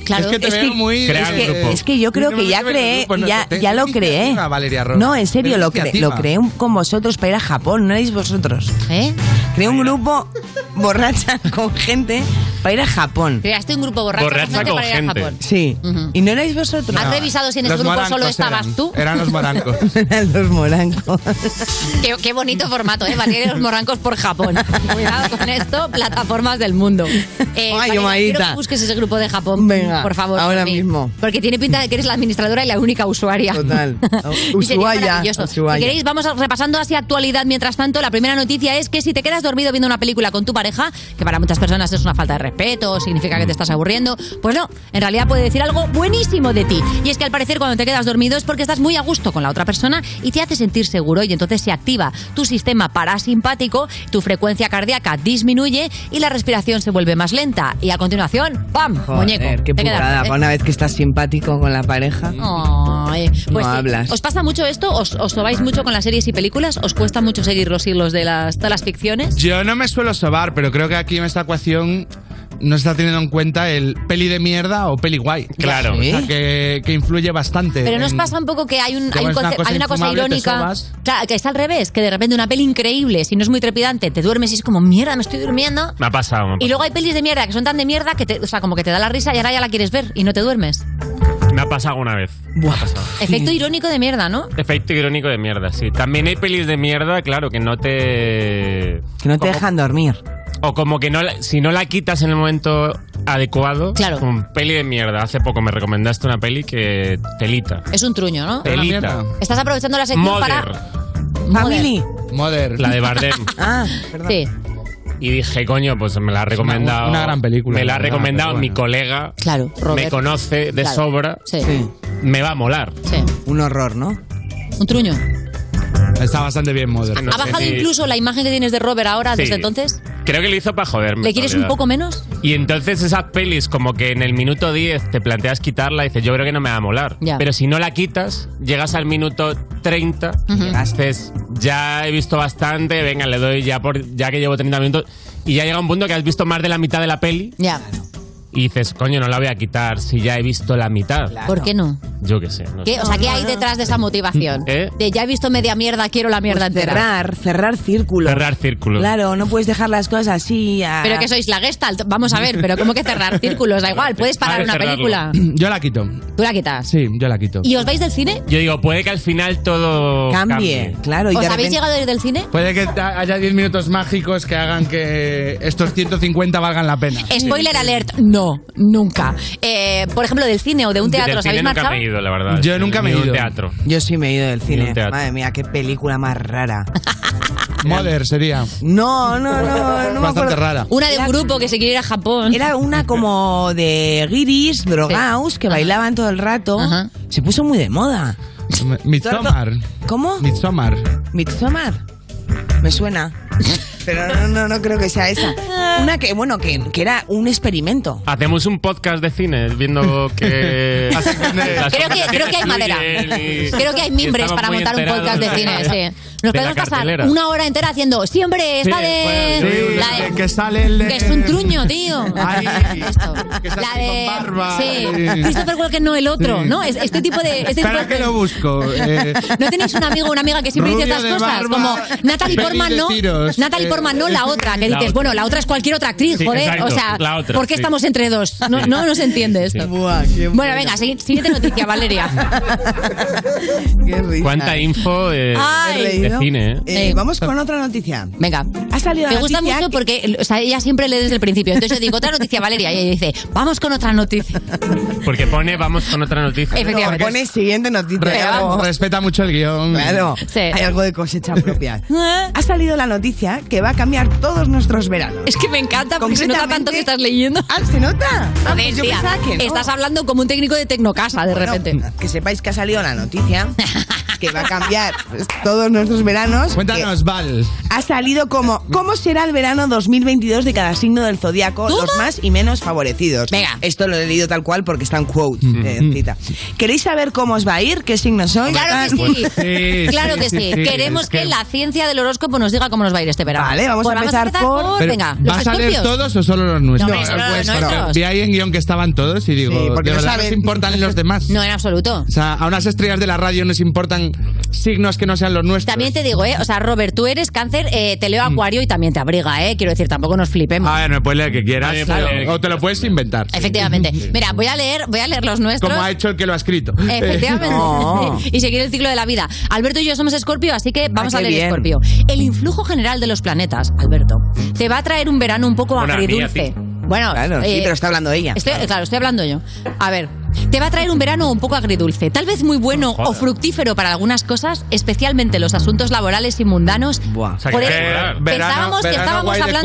[SPEAKER 3] Claro.
[SPEAKER 29] Es que te
[SPEAKER 4] Es
[SPEAKER 29] veo
[SPEAKER 4] que-
[SPEAKER 29] muy...
[SPEAKER 4] es Crear un que- grupo. es que yo creo que ya
[SPEAKER 29] Muy de
[SPEAKER 4] creé-
[SPEAKER 29] grupo, no
[SPEAKER 4] ya-
[SPEAKER 29] sé, ten-
[SPEAKER 4] ya lo
[SPEAKER 29] ten
[SPEAKER 4] creé.
[SPEAKER 29] iniciativa, Valeria Ross.
[SPEAKER 4] No, en serio,
[SPEAKER 29] Ten
[SPEAKER 4] lo, cre-
[SPEAKER 29] iniciativa.
[SPEAKER 4] lo creé un- con vosotros para ir a Japón, no erais vosotros.
[SPEAKER 3] ¿Eh?
[SPEAKER 4] Creé un grupo borracha con gente para ir a Japón.
[SPEAKER 3] Creaste un grupo borracho
[SPEAKER 4] Borracha
[SPEAKER 3] gente
[SPEAKER 4] con
[SPEAKER 3] para ir a
[SPEAKER 4] gente.
[SPEAKER 3] Japón.
[SPEAKER 4] Sí. ¿Y no erais vosotros?
[SPEAKER 3] ¿Has revisado si en ese
[SPEAKER 4] Los
[SPEAKER 3] grupo solo
[SPEAKER 4] morancos
[SPEAKER 3] estabas
[SPEAKER 4] eran.
[SPEAKER 3] tú?
[SPEAKER 29] Eran los morancos.
[SPEAKER 4] [laughs] Eran los morancos.
[SPEAKER 3] Qué, qué bonito formato, ¿eh? Valeria y los Morancos por Japón. Cuidado con esto, plataformas del mundo. Eh, Valeria,
[SPEAKER 4] Yomaita.
[SPEAKER 3] quiero que busques ese grupo de Japón,
[SPEAKER 4] Venga,
[SPEAKER 3] por favor.
[SPEAKER 4] ahora
[SPEAKER 3] por mí.
[SPEAKER 4] mismo.
[SPEAKER 3] Porque tiene pinta de que eres la administradora y la única usuaria.
[SPEAKER 4] Total.
[SPEAKER 3] [laughs] Y sería
[SPEAKER 4] Ushuaia,
[SPEAKER 3] maravilloso.
[SPEAKER 4] Ushuaia.
[SPEAKER 3] Si queréis, vamos a- repasando así actualidad. Mientras tanto, la primera noticia es que si te quedas dormido viendo una película con tu pareja, que para muchas personas es una falta de respeto, significa que te estás aburriendo, pues no, en realidad puede decir algo buenísimo de ti. Y es que al parecer cuando te quedas dormido es porque estás muy a gusto con la otra persona y te hace sentir seguro y entonces se activa tu sistema parasimpático, tu frecuencia cardíaca disminuye y la respiración se vuelve más lenta. Y a continuación, ¡pam! [laughs]
[SPEAKER 4] Joder,
[SPEAKER 3] muñeco.
[SPEAKER 4] qué
[SPEAKER 3] te quedas,
[SPEAKER 4] putada.
[SPEAKER 3] ¿eh?
[SPEAKER 4] Para Una vez que estás simpático con la pareja.
[SPEAKER 3] Ay, pues
[SPEAKER 4] No
[SPEAKER 3] sí.
[SPEAKER 4] hablas.
[SPEAKER 3] ¿Os pasa mucho esto? ¿Os, os sobáis mucho con las series y películas? ¿Os cuesta mucho seguir los hilos de las, de las ficciones?
[SPEAKER 29] Yo no me suelo sobar, pero creo que aquí en esta ecuación no se está teniendo en cuenta el peli de mierda o peli guay.
[SPEAKER 36] Claro.
[SPEAKER 29] O sea, que, que influye bastante.
[SPEAKER 3] Pero nos
[SPEAKER 29] Eh, en-
[SPEAKER 3] pasa un poco que hay, un,
[SPEAKER 29] Como
[SPEAKER 3] hay, un
[SPEAKER 29] es una
[SPEAKER 3] conce-
[SPEAKER 29] cosa
[SPEAKER 3] hay una cosa
[SPEAKER 29] infumable, te
[SPEAKER 3] irónica.
[SPEAKER 29] sobas.
[SPEAKER 3] Claro, que es al revés, que de repente una peli increíble, si no es muy trepidante, te duermes y es como, mierda, me estoy durmiendo.
[SPEAKER 36] Me ha pasado. me ha
[SPEAKER 3] Y luego hay pelis de mierda que son tan de mierda que te, o sea, como que te da la risa y ahora ya la quieres ver y no te duermes.
[SPEAKER 36] Me ha pasado una vez. Me ha pasado.
[SPEAKER 3] Efecto irónico de mierda, ¿no?
[SPEAKER 36] Efecto irónico de mierda, sí. También hay pelis de mierda, claro, que no te.
[SPEAKER 4] Que no te dejan dormir.
[SPEAKER 36] O como que no la- si no la quitas en el momento adecuado.
[SPEAKER 3] Claro.
[SPEAKER 36] Un peli de mierda. Hace poco me recomendaste una peli que. Telita.
[SPEAKER 3] Es un truño, ¿no?
[SPEAKER 36] Telita.
[SPEAKER 3] Estás aprovechando la sección
[SPEAKER 36] Mother.
[SPEAKER 3] para. Family.
[SPEAKER 29] Mother.
[SPEAKER 36] La de Bardem.
[SPEAKER 4] Ah,
[SPEAKER 3] Sí.
[SPEAKER 36] Y dije, coño, pues me la ha recomendado.
[SPEAKER 29] una gran película,
[SPEAKER 36] Me la ha
[SPEAKER 29] la verdad,
[SPEAKER 36] recomendado
[SPEAKER 29] pero
[SPEAKER 36] mi
[SPEAKER 29] bueno.
[SPEAKER 36] colega.
[SPEAKER 3] Claro.
[SPEAKER 36] me
[SPEAKER 3] Robert.
[SPEAKER 36] conoce de
[SPEAKER 3] Claro.
[SPEAKER 36] sobra.
[SPEAKER 3] Sí. Sí.
[SPEAKER 36] Me va a molar.
[SPEAKER 3] Sí.
[SPEAKER 4] Un horror, ¿no?
[SPEAKER 3] Un truño.
[SPEAKER 29] Está bastante bien
[SPEAKER 36] Ah,
[SPEAKER 29] moderno.
[SPEAKER 3] ¿Ha bajado incluso la imagen que tienes de Robert ahora
[SPEAKER 36] Sí.
[SPEAKER 3] desde entonces?
[SPEAKER 36] Creo que lo hizo para joderme.
[SPEAKER 3] ¿Le quieres
[SPEAKER 36] en
[SPEAKER 3] un
[SPEAKER 36] realidad.
[SPEAKER 3] poco menos?
[SPEAKER 36] Y entonces esas pelis, como que en el minuto 10 te planteas quitarla y dices, yo creo que no me va a molar.
[SPEAKER 3] Ya.
[SPEAKER 36] Pero si no la quitas, llegas al minuto 30,
[SPEAKER 3] Ujú.
[SPEAKER 36] haces, ya he visto bastante, venga, le doy ya por ya que llevo 30 minutos. Y ya llega un punto que has visto más de la mitad de la peli
[SPEAKER 3] Ya.
[SPEAKER 36] y dices, coño, no la voy a quitar si ya he visto la mitad.
[SPEAKER 3] ¿Por qué no?
[SPEAKER 36] Yo qué sé. no
[SPEAKER 3] ¿Qué?
[SPEAKER 36] sé.
[SPEAKER 3] O sea, ¿qué hay detrás de esa motivación?
[SPEAKER 36] ¿Eh?
[SPEAKER 3] De ya he visto media mierda, quiero la mierda entera.
[SPEAKER 4] Pues Cerrar, cerrar círculos.
[SPEAKER 36] Cerrar círculos.
[SPEAKER 4] Claro, no puedes dejar las cosas así. a-
[SPEAKER 3] Pero que sois la Gestalt, vamos a ver, pero ¿cómo que
[SPEAKER 36] [laughs]
[SPEAKER 3] cerrar círculos? Da igual, puedes parar una película.
[SPEAKER 29] [clears throat] Yo la quito.
[SPEAKER 3] Tú la quitas.
[SPEAKER 29] Sí, yo la quito.
[SPEAKER 3] ¿Y os vais del cine?
[SPEAKER 36] Yo digo, puede que al final todo
[SPEAKER 29] Cambie,
[SPEAKER 4] claro.
[SPEAKER 3] ¿Os habéis llegado a ir del cine?
[SPEAKER 36] Pues,
[SPEAKER 29] Puede que ta- haya 10 minutos mágicos que hagan que estos 150 valgan la pena.
[SPEAKER 3] Spoiler alert, no, nunca. Eh, por ejemplo, del cine o de un teatro,
[SPEAKER 36] Del
[SPEAKER 3] ¿os habéis
[SPEAKER 36] cine nunca
[SPEAKER 3] marchado?
[SPEAKER 36] me he ido, la verdad.
[SPEAKER 29] Yo nunca me he
[SPEAKER 36] Ni un
[SPEAKER 29] ido.
[SPEAKER 36] teatro.
[SPEAKER 4] Yo sí me he ido del
[SPEAKER 36] un
[SPEAKER 4] cine.
[SPEAKER 36] teatro.
[SPEAKER 4] Madre mía, qué película más rara.
[SPEAKER 29] Mother sería.
[SPEAKER 4] No, no, no. no me
[SPEAKER 29] Bastante
[SPEAKER 4] acuerdo.
[SPEAKER 29] rara.
[SPEAKER 3] Una de un grupo que se quiere ir a Japón.
[SPEAKER 4] Era una como de guiris, drogaos, que bailaban todo el rato. Se puso muy de moda.
[SPEAKER 29] Midsommar.
[SPEAKER 4] ¿Cómo?
[SPEAKER 29] Midsommar.
[SPEAKER 4] Midsommar. Me suena. pero no, no, no creo que sea esa. Una que, bueno, que, que era un experimento.
[SPEAKER 36] Hacemos un podcast de cine
[SPEAKER 3] [laughs]
[SPEAKER 36] viendo que.
[SPEAKER 3] Creo que, creo que hay madera. Creo que hay mimbres para montar un podcast de cine. Sí. Nos
[SPEAKER 36] De la
[SPEAKER 3] podemos pasar
[SPEAKER 36] cartelera.
[SPEAKER 3] una hora entera haciendo siempre esta
[SPEAKER 29] pues,
[SPEAKER 3] de. la de-
[SPEAKER 29] que sale el.
[SPEAKER 3] que es un truño, tío. [laughs] Esto. La de. Sí.
[SPEAKER 29] Sí.
[SPEAKER 3] Christopher Walken, no el otro,
[SPEAKER 29] Sí.
[SPEAKER 3] ¿no? Es- Este tipo de. Este tipo
[SPEAKER 29] Espera que lo busco. eh,
[SPEAKER 3] [laughs] ¿No tenéis un amigo o una amiga que siempre
[SPEAKER 29] Rubio
[SPEAKER 3] dice estas
[SPEAKER 29] de
[SPEAKER 3] cosas?
[SPEAKER 29] barba,
[SPEAKER 3] Como Natalie
[SPEAKER 29] peli
[SPEAKER 3] Portman
[SPEAKER 29] de
[SPEAKER 3] no.
[SPEAKER 29] tiros,
[SPEAKER 3] Natalie
[SPEAKER 29] eh,
[SPEAKER 3] Portman no la otra, que
[SPEAKER 29] La
[SPEAKER 3] dices,
[SPEAKER 29] otra.
[SPEAKER 3] bueno, la otra es cualquier otra actriz,
[SPEAKER 29] Sí,
[SPEAKER 3] joder.
[SPEAKER 29] exacto,
[SPEAKER 3] o sea,
[SPEAKER 29] la otra,
[SPEAKER 3] ¿por qué
[SPEAKER 29] sí.
[SPEAKER 3] estamos entre dos? No,
[SPEAKER 29] Sí.
[SPEAKER 3] no nos entiende esto. bueno, venga, sigui- siguiente noticia, Valeria.
[SPEAKER 29] [laughs]
[SPEAKER 36] Cuánta info eh,
[SPEAKER 3] Ay.
[SPEAKER 36] de cine, ¿eh?
[SPEAKER 4] Eh, vamos con otra noticia.
[SPEAKER 3] Venga.
[SPEAKER 4] Ha salido
[SPEAKER 3] Me
[SPEAKER 4] la
[SPEAKER 3] gusta
[SPEAKER 4] noticia
[SPEAKER 3] mucho porque o sea, ella siempre le desde el principio. Entonces yo digo otra noticia, Valeria, y ella dice, vamos con otra noticia.
[SPEAKER 36] Porque pone, vamos con otra noticia.
[SPEAKER 4] Efectivamente. Pone [laughs] siguiente noticia.
[SPEAKER 29] Re- respeta mucho el guión.
[SPEAKER 4] Claro, hay algo de cosecha propia. Ha salido la noticia que va a cambiar todos nuestros veranos.
[SPEAKER 3] Es que me encanta porque se nota tanto que estás leyendo.
[SPEAKER 4] Ah, se nota. Ah,
[SPEAKER 3] Joder,
[SPEAKER 4] pues yo
[SPEAKER 3] tía,
[SPEAKER 4] pensaba que no.
[SPEAKER 3] Estás hablando como un técnico de Tecnocasa de repente.
[SPEAKER 4] Que sepáis que ha salido
[SPEAKER 3] [laughs]
[SPEAKER 4] la noticia que va a cambiar pues, todos nuestros veranos.
[SPEAKER 29] Cuéntanos, Val.
[SPEAKER 4] Ha salido como ¿Cómo será el verano 2022 de cada signo del zodiaco? Los más y menos favorecidos. Esto lo he leído tal cual porque está en quote, eh, en cita. ¿Queréis saber cómo os va a ir? ¿Qué signo sois? pues,
[SPEAKER 3] Claro que sí.
[SPEAKER 4] ah, Sí,
[SPEAKER 3] claro
[SPEAKER 4] sí,
[SPEAKER 3] que sí.
[SPEAKER 4] sí, sí.
[SPEAKER 3] Queremos
[SPEAKER 4] Es
[SPEAKER 3] que...
[SPEAKER 4] que-
[SPEAKER 3] la ciencia del horóscopo nos diga cómo nos va a ir este verano.
[SPEAKER 4] Vale, vamos
[SPEAKER 3] Pues
[SPEAKER 4] a empezar por-
[SPEAKER 3] por
[SPEAKER 29] Pero,
[SPEAKER 3] venga, los
[SPEAKER 29] ¿Vas a leer
[SPEAKER 3] escorpios.
[SPEAKER 29] todos o solo los nuestros? Pues,
[SPEAKER 3] hombre, solo los nuestros.
[SPEAKER 29] Vi ahí en guión que estaban todos y digo,
[SPEAKER 4] Sí, porque
[SPEAKER 29] ¿de
[SPEAKER 4] no
[SPEAKER 29] verdad
[SPEAKER 4] saben.
[SPEAKER 29] nos importan los demás?
[SPEAKER 3] No, en absoluto.
[SPEAKER 29] O sea, a unas estrellas de la radio nos importan signos que no sean los nuestros.
[SPEAKER 3] También te digo, eh, o sea, Robert, tú eres cáncer, eh, te
[SPEAKER 4] Mm.
[SPEAKER 3] leo acuario y también te abriga, eh. Quiero decir, tampoco nos flipemos.
[SPEAKER 29] A ver, me puedes leer que quieras.
[SPEAKER 3] Vale, vale.
[SPEAKER 29] pero- O te lo puedes inventar.
[SPEAKER 3] Efectivamente. Mira, voy a leer, voy a leer los nuestros.
[SPEAKER 29] Como ha hecho el que lo ha escrito.
[SPEAKER 4] [laughs]
[SPEAKER 3] Efectivamente. [laughs]
[SPEAKER 29] [laughs]
[SPEAKER 3] y seguir el ciclo de la vida. Alberto y yo somos Escorpio, así que vamos
[SPEAKER 29] Ah,
[SPEAKER 3] a
[SPEAKER 29] qué
[SPEAKER 3] leer
[SPEAKER 29] bien.
[SPEAKER 3] Escorpio. El influjo general de los planetas, Alberto, te va a traer un verano un poco
[SPEAKER 4] Bueno, a mí,
[SPEAKER 3] agridulce.
[SPEAKER 4] a ti.
[SPEAKER 3] Bueno,
[SPEAKER 4] Claro, sí, pero está hablando ella.
[SPEAKER 3] Ah, eh, Estoy- claro, estoy hablando yo. A ver, te va a traer un verano un poco agridulce, tal vez muy bueno
[SPEAKER 4] Joder.
[SPEAKER 3] o fructífero para algunas cosas, especialmente los asuntos laborales y mundanos.
[SPEAKER 4] Buah.
[SPEAKER 36] O sea,
[SPEAKER 3] Por
[SPEAKER 36] que
[SPEAKER 3] eso
[SPEAKER 36] verano-
[SPEAKER 3] pensábamos que
[SPEAKER 36] verano
[SPEAKER 3] estábamos
[SPEAKER 36] guay de ¿eh?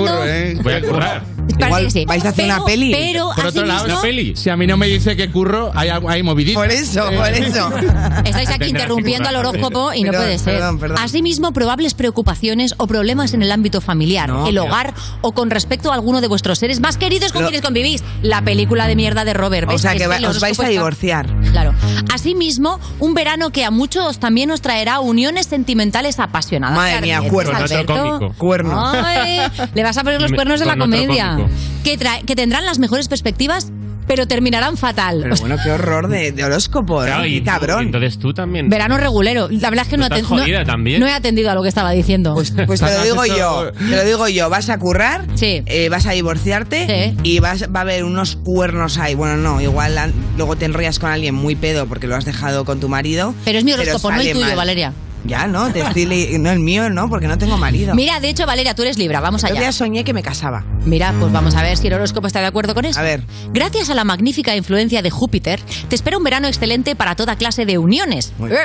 [SPEAKER 3] hablando-
[SPEAKER 36] Voy a currar.
[SPEAKER 3] Parece que sí.
[SPEAKER 4] vais a hacer
[SPEAKER 3] Pero-
[SPEAKER 4] una peli.
[SPEAKER 3] Pero,
[SPEAKER 29] Por otro lado,
[SPEAKER 3] asimismo-
[SPEAKER 29] si a mí no me dice que curro, hay, algo- hay movidita. Eh.
[SPEAKER 4] Por eso, por eso.
[SPEAKER 3] [laughs] Estáis aquí interrumpiendo al horóscopo y no
[SPEAKER 29] Perdón,
[SPEAKER 3] puede ser.
[SPEAKER 29] perdón, perdón.
[SPEAKER 3] Asimismo, probables preocupaciones o problemas en el ámbito familiar, el
[SPEAKER 4] tío.
[SPEAKER 3] hogar o con respecto a alguno de vuestros seres más queridos con
[SPEAKER 4] Lo-
[SPEAKER 3] quienes convivís. La película de mierda de Robert.
[SPEAKER 4] O
[SPEAKER 3] ¿ves?
[SPEAKER 4] sea,
[SPEAKER 3] Es
[SPEAKER 4] que va-
[SPEAKER 3] el
[SPEAKER 4] os vais
[SPEAKER 3] horóscopo
[SPEAKER 4] a
[SPEAKER 3] está-
[SPEAKER 4] divorciar.
[SPEAKER 3] Claro. Asimismo, un verano que a muchos también os traerá uniones sentimentales apasionadas.
[SPEAKER 4] Madre mía,
[SPEAKER 3] Carnientes,
[SPEAKER 4] cuernos. Con otro
[SPEAKER 3] Alberto.
[SPEAKER 4] cómico. Cuernos.
[SPEAKER 3] Ay, le vas a poner los
[SPEAKER 4] Me-
[SPEAKER 3] cuernos de la
[SPEAKER 4] con otro
[SPEAKER 3] comedia.
[SPEAKER 4] cómico.
[SPEAKER 3] Que, tra- que tendrán las mejores perspectivas, pero terminarán fatal.
[SPEAKER 4] Pero bueno, qué horror de, de horóscopo, ¿no?
[SPEAKER 36] Claro,
[SPEAKER 4] Qué
[SPEAKER 36] y tú-
[SPEAKER 4] cabrón.
[SPEAKER 36] y entonces tú también.
[SPEAKER 3] Verano regulero. La verdad es que
[SPEAKER 36] Tú
[SPEAKER 3] no,
[SPEAKER 36] estás
[SPEAKER 3] aten- no-
[SPEAKER 36] jodida también.
[SPEAKER 3] no he atendido a lo que estaba diciendo. Pues,
[SPEAKER 4] Pues te lo digo yo, te lo digo yo, vas a currar, eh, vas a divorciarte y vas, va a haber unos cuernos ahí. Bueno, no, igual an- luego te enrollas con alguien muy pedo porque lo has dejado con tu marido.
[SPEAKER 3] Pero es mi horóscopo, no el
[SPEAKER 4] sale
[SPEAKER 3] tuyo,
[SPEAKER 4] mal.
[SPEAKER 3] Valeria.
[SPEAKER 4] Ya, no, te estoy
[SPEAKER 3] [laughs]
[SPEAKER 4] le- no el mío, no, porque no tengo marido.
[SPEAKER 3] Mira, de hecho, Valeria, tú eres Libra, vamos
[SPEAKER 4] Yo
[SPEAKER 3] allá.
[SPEAKER 4] ya soñé que me casaba.
[SPEAKER 3] Mira, pues vamos a ver si el horóscopo está de acuerdo con eso. A ver. Gracias a la magnífica influencia de Júpiter, te espera un verano excelente para toda clase de uniones.
[SPEAKER 4] Muy
[SPEAKER 3] Eh,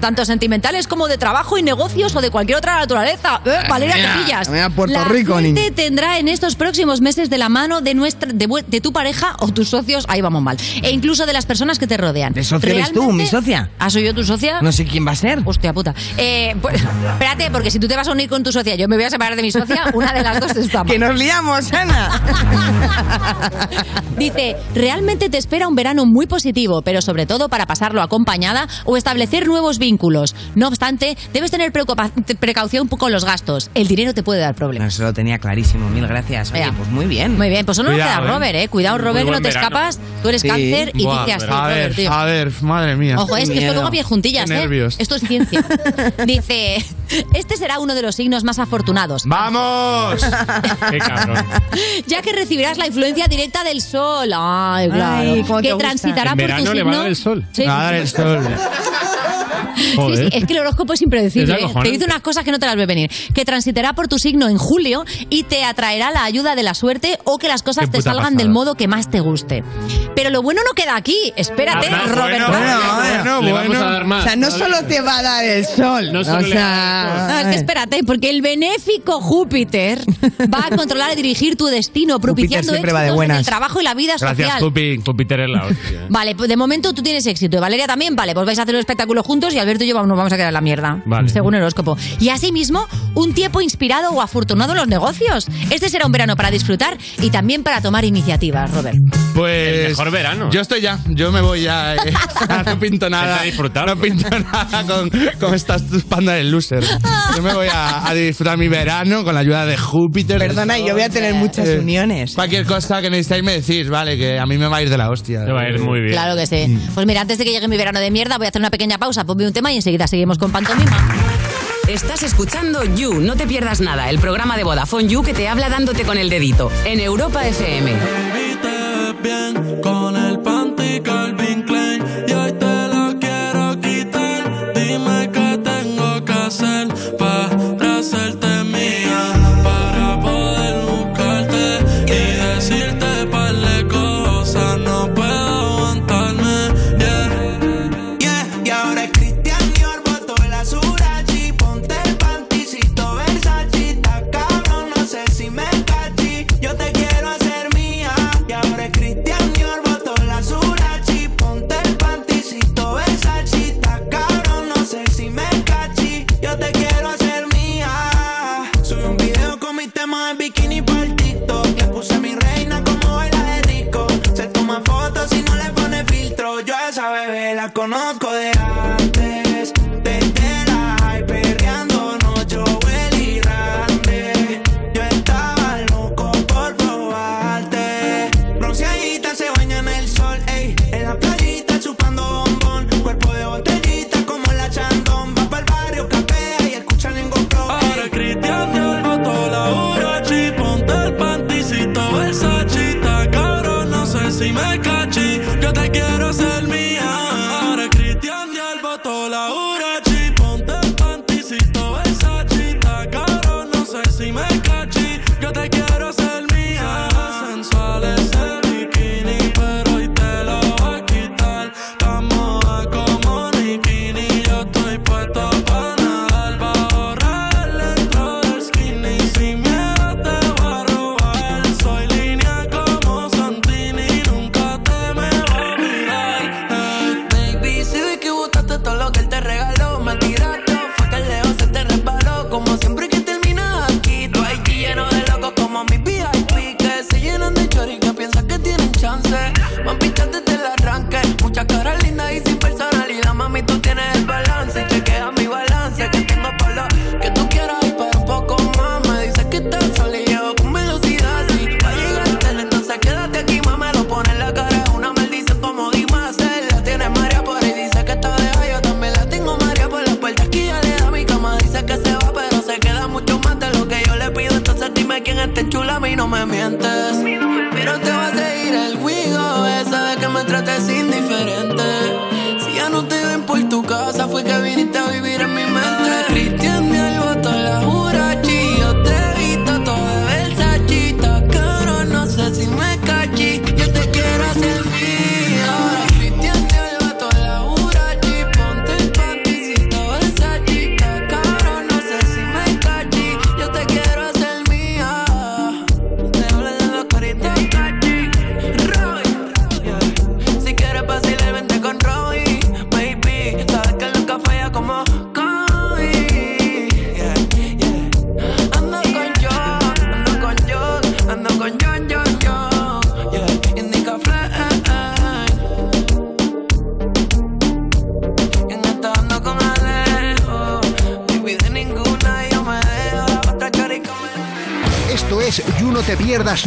[SPEAKER 3] tanto sentimentales como de trabajo y negocios o de cualquier otra naturaleza. Eh, Valeria,
[SPEAKER 4] mira,
[SPEAKER 3] ¿qué pillas?
[SPEAKER 4] mira Puerto
[SPEAKER 3] La
[SPEAKER 4] Rico,
[SPEAKER 3] gente
[SPEAKER 4] niña.
[SPEAKER 3] tendrá en estos próximos meses de la mano de, nuestra, de, vu- de tu pareja o tus socios, ahí vamos mal, e incluso de las personas que te rodean.
[SPEAKER 4] ¿De socio eres tú, mi socia?
[SPEAKER 3] ¿Ah, soy yo tu socia?
[SPEAKER 4] No sé quién va a ser.
[SPEAKER 3] Hostia puta. Eh, pues, espérate, porque si tú te vas a unir con tu socia, yo me voy a separar de mi socia, una de las
[SPEAKER 4] [laughs]
[SPEAKER 3] dos está mal.
[SPEAKER 4] Que nos liamos, Ana.
[SPEAKER 3] [laughs] Dice, realmente te espera un verano muy positivo, pero sobre todo para pasarlo acompañada o establecer nuevos vínculos. No obstante, debes tener preocupa- te- precaución con los gastos. El dinero te puede dar problemas.
[SPEAKER 4] No, eso lo tenía clarísimo, mil gracias. Oye,
[SPEAKER 3] Vea.
[SPEAKER 4] pues muy bien.
[SPEAKER 3] Muy bien, pues solo nos
[SPEAKER 4] Cuidado,
[SPEAKER 3] queda
[SPEAKER 4] ¿eh?
[SPEAKER 3] Robert, eh. Cuidado,
[SPEAKER 4] Muy
[SPEAKER 3] Robert, que
[SPEAKER 4] buen
[SPEAKER 3] no te
[SPEAKER 4] verano.
[SPEAKER 3] escapas. Tú eres
[SPEAKER 4] Sí.
[SPEAKER 3] cáncer y
[SPEAKER 29] Buah,
[SPEAKER 3] dices así,
[SPEAKER 29] a
[SPEAKER 3] Robert,
[SPEAKER 29] ver,
[SPEAKER 3] tío.
[SPEAKER 29] a ver, madre mía.
[SPEAKER 3] Ojo, es que esto luego bien juntillas,
[SPEAKER 29] Qué
[SPEAKER 3] ¿eh?
[SPEAKER 29] nervios.
[SPEAKER 3] Esto es
[SPEAKER 36] [laughs]
[SPEAKER 3] ciencia. Dice, este será uno de los signos más afortunados. [laughs]
[SPEAKER 29] ¡Vamos! Qué cabrón.
[SPEAKER 3] Ya que recibirás la influencia directa del sol. Ay, claro.
[SPEAKER 4] Ay, cómo te
[SPEAKER 3] que
[SPEAKER 4] gusta.
[SPEAKER 3] transitará
[SPEAKER 36] En
[SPEAKER 3] por tu
[SPEAKER 36] verano
[SPEAKER 3] signo.
[SPEAKER 36] le va a dar el sol.
[SPEAKER 3] Sí,
[SPEAKER 36] Le va a dar el sol.
[SPEAKER 3] [laughs] Sí,
[SPEAKER 36] Joder.
[SPEAKER 3] sí, es que el horóscopo es impredecible.
[SPEAKER 36] Es
[SPEAKER 3] ¿eh?
[SPEAKER 36] acojonante.
[SPEAKER 3] Te dice unas cosas que no te las ve venir. Que transitará por tu signo en julio y te atraerá la ayuda de la suerte o que las cosas
[SPEAKER 4] Qué
[SPEAKER 3] te
[SPEAKER 4] puta
[SPEAKER 3] salgan
[SPEAKER 4] pasada.
[SPEAKER 3] del modo que más te guste. Pero lo bueno no queda aquí. Espérate,
[SPEAKER 4] Ah, no,
[SPEAKER 3] Robert.
[SPEAKER 4] bueno, bueno,
[SPEAKER 36] Le vamos a dar más.
[SPEAKER 4] O sea, no solo te va a dar el sol.
[SPEAKER 36] No solo
[SPEAKER 4] o
[SPEAKER 36] le
[SPEAKER 4] sea,
[SPEAKER 3] No, es que espérate, porque el benéfico Júpiter va a controlar y dirigir tu destino, propiciando
[SPEAKER 36] siempre va de
[SPEAKER 3] éxitos en el
[SPEAKER 36] buenas.
[SPEAKER 3] trabajo y la vida
[SPEAKER 36] Gracias,
[SPEAKER 3] social.
[SPEAKER 36] Pupi. Júpiter es la hostia.
[SPEAKER 3] Vale, pues de momento tú tienes éxito y Valeria también, vale, pues vais a hacer un espectáculo juntos y a Alberto y yo nos vamos a quedar en la mierda,
[SPEAKER 36] Vale.
[SPEAKER 3] según el horóscopo. Y asimismo, un tiempo inspirado o afortunado en los negocios. Este será un verano para disfrutar y también para tomar iniciativas, Robert.
[SPEAKER 29] Pues. mejor verano. Yo estoy ya, yo me voy ya. [laughs] eh. no pinto nada. No pinto nada con, con estas pandas de loser. Yo me voy a, a disfrutar mi verano con la ayuda de Júpiter.
[SPEAKER 43] Perdona, yo voy a tener muchas
[SPEAKER 29] uniones. Cualquier cosa que necesitáis me decís, vale, que a mí me va a ir de la hostia. Me va a ir muy bien.
[SPEAKER 3] Claro que sí. Pues mira, antes de que llegue mi verano de mierda, voy a hacer una pequeña pausa, ponme un tema y enseguida seguimos con pantomima.
[SPEAKER 9] Estás escuchando You, no te pierdas nada, el programa de Vodafone You que te habla dándote con el dedito en Europa FM.
[SPEAKER 10] bien con el panty Calvin Klein y hoy te lo quiero quitar. Dime qué tengo que hacer para hacerte mía, para poder buscarte y decirte par de cosas. No puedo aguantarme. Yeah. Y ahora es Cristian Dior, botó el azurachi, ponte el panticito Versace, está cabrón, no sé si me cachi, yo te quiero hacer mía. Y ahora es Cristian Dior, botó el azurachi, ponte el panticito Versace, está cabrón, no sé si me cachi, yo te quiero hacer mía. Subí un video con mi tema en bikini partito, le puse a mi reina como baila de rico, se toma fotos y no le pone filtro, yo a esa bebé la conozco de antes. Desde la high, perreando noche, huele y grande. Yo estaba loco por probarte. Bronceadita se baña en el sol, ey. En la playita chupando bombón. Cuerpo de botellita como la chandón. Va pa'l barrio, capea y escucha el GoPro.
[SPEAKER 44] Ahora Cristian Dior botó la Urachi, ponte el panticito Versace, está caro, no sé si me cachí, yo te quiero ser mía. Ahora Cristian Dior botó la Urachi, ponte el panticito Versace, está caro, no sé si me cachí, yo te quiero ser mía. Sensual es el bikini, pero hoy te lo voy a quitar. Estamos a como Nikini, yo estoy puesto para nadar, bajo dentro del skinny Sin miedo te voy a robar Soy línea como Santini Nunca te me voy a mirar
[SPEAKER 37] Baby, si vi que botaste todo lo que él te regaló, me tiraste. Fue que el león se te resbaló, como siempre que terminas aquí. Tú hay lleno de locos como mis VIP, que se llenan de chori que piensan que tienen chance. Mami, ya desde el arranque, muchas caras lindas y sin personalidad. Mami, tú tienes el balance, chequea mi balance, que tengo por lo que tú quieras y para un poco más. Me dices que estás sola y llevo con velocidad. Si va a llegar tarde, entonces quédate aquí, mami, lo pone en la cara, es una maldición como Dimas, él la tiene María por ahí, dice que está deja, yo también la tengo María por la puerta, aquí ya le da mi cama, dice que se va, pero se queda mucho más de lo que yo le pido, entonces dime quién es este chula, a mí no me mientes, pero te va a seguir el juego, esa de que me trates indiferente, si ya no te ven por tu casa, fue que viniste a vivir en mi mente. Cristian me alborotó la jurachi, yo te he visto todo Versace, está caro, no sé si me cachí, yo te quiero hacer mía. Ahora Cristian me alborotó la jurachi, ponte el pantisito Versace, está caro, no sé si me cachí, yo te quiero hacer mía. Te hablo de los coritos cachi, Roy. Si quieres vacilar, vente con Roy, baby. Sabes que nunca falla como Kobe. Yeah, yeah. Ando con yo, ando con yo, ando con yo, yo, yo. Yeah. Indica flex. Y no está ando con Alejo. Baby, de ninguna yo me dejo. Otra chorica
[SPEAKER 5] Esto es You No Te Pierdas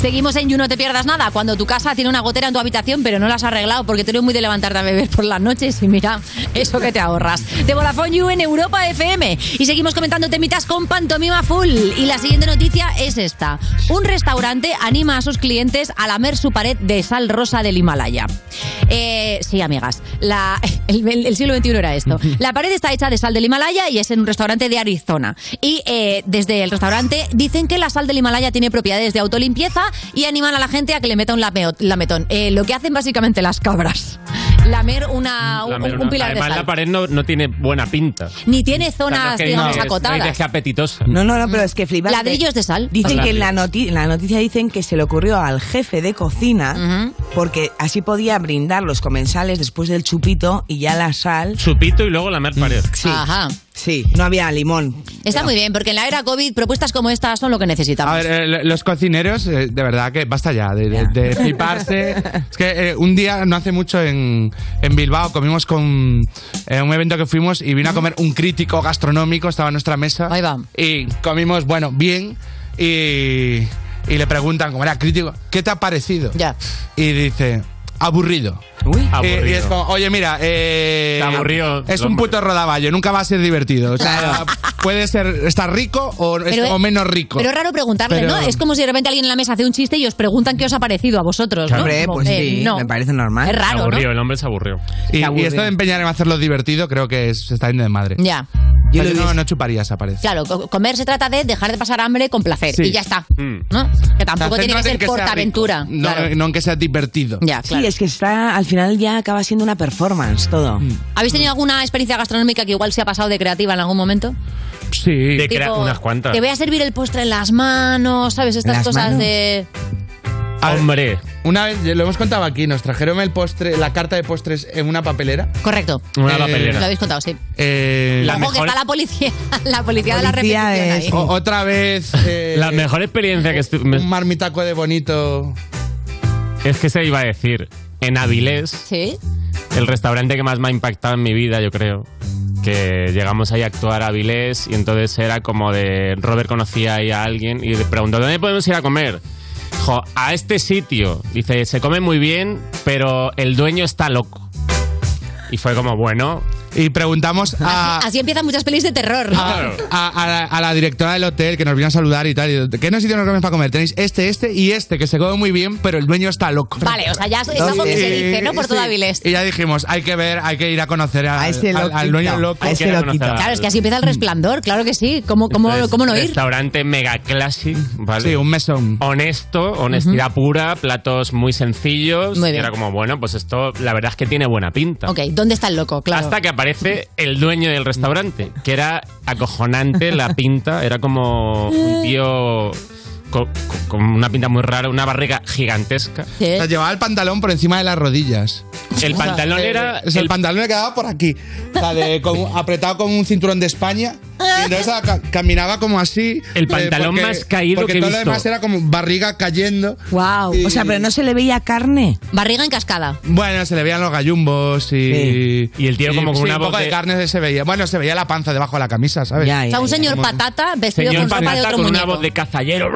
[SPEAKER 3] Seguimos en You, no te pierdas nada. Cuando tu casa tiene una gotera en tu habitación, pero no la has arreglado porque tú eres muy de levantarte a beber por las noches y mira, eso que te ahorras. De Vodafone You en Europa FM. Y seguimos comentando temitas con Pantomima Full. Y la siguiente noticia es esta. Un restaurante anima a sus clientes a lamer su pared de sal rosa del Himalaya. Eh, sí, amigas, la- [laughs] el, el- el siglo XXI era esto. La pared está hecha de sal del Himalaya y es en un restaurante de Arizona. Y eh, desde el restaurante dicen que la sal del Himalaya tiene propiedades de autolimpieza y animan a la gente a que le meta un lapeo- lametón. Eh, lo que hacen básicamente las cabras. lamer una, [laughs] un-
[SPEAKER 36] Lamer
[SPEAKER 3] un,
[SPEAKER 36] una-
[SPEAKER 3] pilar de
[SPEAKER 36] Además,
[SPEAKER 3] sal.
[SPEAKER 36] la pared no, no tiene buena pinta.
[SPEAKER 3] Ni tiene
[SPEAKER 36] Tanto
[SPEAKER 3] zonas,
[SPEAKER 36] que
[SPEAKER 3] digamos,
[SPEAKER 36] no, No
[SPEAKER 3] acotadas.
[SPEAKER 36] dices que apetitosa.
[SPEAKER 4] No, no, no, pero es que flipas.
[SPEAKER 3] Ladrillos de sal.
[SPEAKER 4] Dicen que en la,
[SPEAKER 3] Ladrillos.
[SPEAKER 4] noti- en la noticia dicen que se le ocurrió al jefe de cocina porque así podía brindar los comensales después del chupito y ya la sal.
[SPEAKER 36] Chupito y luego lamer pared.
[SPEAKER 4] Sí. Sí, no había limón.
[SPEAKER 3] Está muy bien, porque en la era COVID propuestas como estas son lo que necesitamos.
[SPEAKER 29] A ver, eh, lo- los cocineros, eh, de verdad que basta ya de, de- de
[SPEAKER 3] [laughs]
[SPEAKER 29] fliparse. Es que eh, un día, no hace mucho, en, en Bilbao comimos con eh, un evento que fuimos y vino a comer un crítico gastronómico, estaba en nuestra mesa. Ahí va. Y comimos, bueno, bien. Y, y le preguntan, como era crítico, ¿qué te ha parecido? Ya. Y dice, aburrido. Y- Y, es
[SPEAKER 36] Aburrido.
[SPEAKER 29] como, oye, mira, eh,
[SPEAKER 36] Te aburrió,
[SPEAKER 29] es un
[SPEAKER 36] hombre.
[SPEAKER 29] puto rodaballo, nunca va a ser divertido. O sea,
[SPEAKER 3] Claro.
[SPEAKER 29] puede ser, está rico o, es-
[SPEAKER 3] Pero es-
[SPEAKER 29] o menos rico.
[SPEAKER 3] Pero es raro preguntarle,
[SPEAKER 29] Pero-
[SPEAKER 3] ¿no? Es como si de repente alguien en la mesa hace un chiste y os preguntan qué os ha parecido a vosotros, ¿no?
[SPEAKER 29] Hombre,
[SPEAKER 3] Como,
[SPEAKER 29] pues
[SPEAKER 3] eh,
[SPEAKER 29] sí,
[SPEAKER 3] no.
[SPEAKER 29] me parece normal.
[SPEAKER 3] Es raro,
[SPEAKER 36] Se
[SPEAKER 3] ¿no?
[SPEAKER 36] aburrió, el hombre se aburrió.
[SPEAKER 29] Y, y esto de empeñar en hacerlo divertido creo que es- se está yendo de madre.
[SPEAKER 3] Ya.
[SPEAKER 29] O sea, Yo no, no chuparía esa pared.
[SPEAKER 3] Claro, co- comer se trata de dejar de pasar hambre con placer
[SPEAKER 29] Sí.
[SPEAKER 3] y ya está.
[SPEAKER 29] Mm.
[SPEAKER 3] ¿no? Que
[SPEAKER 29] Céntrate
[SPEAKER 3] tampoco tiene que
[SPEAKER 29] en
[SPEAKER 3] ser
[SPEAKER 29] sea
[SPEAKER 3] portaventura.
[SPEAKER 29] rico, No, eh,
[SPEAKER 3] claro.
[SPEAKER 29] no en que sea divertido.
[SPEAKER 3] Ya, claro.
[SPEAKER 4] Sí, es que está, al final ya acaba siendo una performance todo.
[SPEAKER 3] ¿Habéis tenido alguna experiencia gastronómica que igual se ha pasado de creativa en algún momento?
[SPEAKER 29] Sí.
[SPEAKER 36] De
[SPEAKER 3] Tipo,
[SPEAKER 36] crea unas cuantas.
[SPEAKER 3] Te voy a servir el postre en las manos, ¿sabes? Estas
[SPEAKER 29] ¿Las
[SPEAKER 3] cosas
[SPEAKER 29] manos?
[SPEAKER 3] de.
[SPEAKER 29] Hombre. Una vez, lo hemos contado aquí, nos trajeron el postre, la carta de postres en una papelera.
[SPEAKER 3] Correcto.
[SPEAKER 36] Una
[SPEAKER 3] Lo habéis contado, sí.
[SPEAKER 29] Eh,
[SPEAKER 3] Ojo, que está la policía, [laughs] la policía de la repetición ahí.
[SPEAKER 29] O- otra
[SPEAKER 36] [laughs]
[SPEAKER 29] vez. eh, la mejor experiencia que estuve. Un marmitaco de bonito.
[SPEAKER 36] Es que se iba a decir. En Avilés,
[SPEAKER 3] Sí.
[SPEAKER 36] el restaurante que más me ha impactado en mi vida, yo creo. Que llegamos ahí a actuar a Avilés y entonces era como de. Robert conocía ahí a alguien y le preguntó: ¿Dónde podemos ir a comer? Dijo: A este sitio. Dice: Se come muy bien, pero el dueño está loco. Y fue como: Bueno.
[SPEAKER 29] Y preguntamos a.
[SPEAKER 3] Así empiezan muchas pelis de terror. ¿no?
[SPEAKER 29] A, a la, a la directora del hotel que nos vino a saludar y tal. y, ¿Qué nos sitio nos comes para comer? Tenéis este, este y este, que se come muy bien, pero el dueño está loco.
[SPEAKER 3] Vale, o sea, ya es es algo que se dice, ¿no? Por todo Avilés.
[SPEAKER 29] Y ya dijimos, hay que ver, hay que ir a conocer a-
[SPEAKER 3] ese
[SPEAKER 29] al, al
[SPEAKER 36] loquito,
[SPEAKER 29] dueño loco.
[SPEAKER 36] a ese Hay que ir a loquito. conocer a-
[SPEAKER 3] Claro, es que así empieza el resplandor, claro que sí. ¿Cómo, cómo,
[SPEAKER 36] Entonces,
[SPEAKER 3] cómo no ir?
[SPEAKER 36] Restaurante mega clásico, ¿vale?
[SPEAKER 29] Sí, un mesón.
[SPEAKER 36] Honesto, honestidad pura, platos muy sencillos.
[SPEAKER 3] Muy
[SPEAKER 36] Y
[SPEAKER 3] bien.
[SPEAKER 36] era como, bueno, pues esto la verdad es que tiene buena pinta.
[SPEAKER 3] Ok, ¿dónde está el loco? Claro.
[SPEAKER 36] Hasta que aparece el dueño del restaurante, que era acojonante
[SPEAKER 3] [laughs]
[SPEAKER 36] la pinta, era como un tío co- co- con, una pinta muy rara, una barriga gigantesca.
[SPEAKER 29] O sea, llevaba el pantalón por encima de las rodillas.
[SPEAKER 36] El pantalón era-
[SPEAKER 29] es el,
[SPEAKER 36] el-
[SPEAKER 29] pantalón le quedaba por aquí. O sea, de- como- apretado como un cinturón de España. Y entonces ah, ca- caminaba como así.
[SPEAKER 36] El
[SPEAKER 29] eh,
[SPEAKER 36] pantalón más caído
[SPEAKER 29] porque
[SPEAKER 36] que he
[SPEAKER 29] todo
[SPEAKER 36] visto.
[SPEAKER 29] lo demás era como barriga cayendo.
[SPEAKER 3] Wow.
[SPEAKER 4] O sea, pero no se le veía carne.
[SPEAKER 3] Barriga en cascada.
[SPEAKER 29] Bueno, se le veían los gallumbos y.
[SPEAKER 36] Y el tío como con
[SPEAKER 29] sí,
[SPEAKER 36] una
[SPEAKER 29] un poco
[SPEAKER 36] voz
[SPEAKER 29] de
[SPEAKER 36] de-
[SPEAKER 29] carne se veía. Bueno, se veía la panza debajo de la camisa, ¿sabes?
[SPEAKER 3] O sea, un señor
[SPEAKER 29] Como-
[SPEAKER 3] patata vestido
[SPEAKER 36] Señor
[SPEAKER 3] con ropa de
[SPEAKER 36] Patata
[SPEAKER 3] otro
[SPEAKER 36] con una
[SPEAKER 3] muñeco.
[SPEAKER 36] voz de cazallero,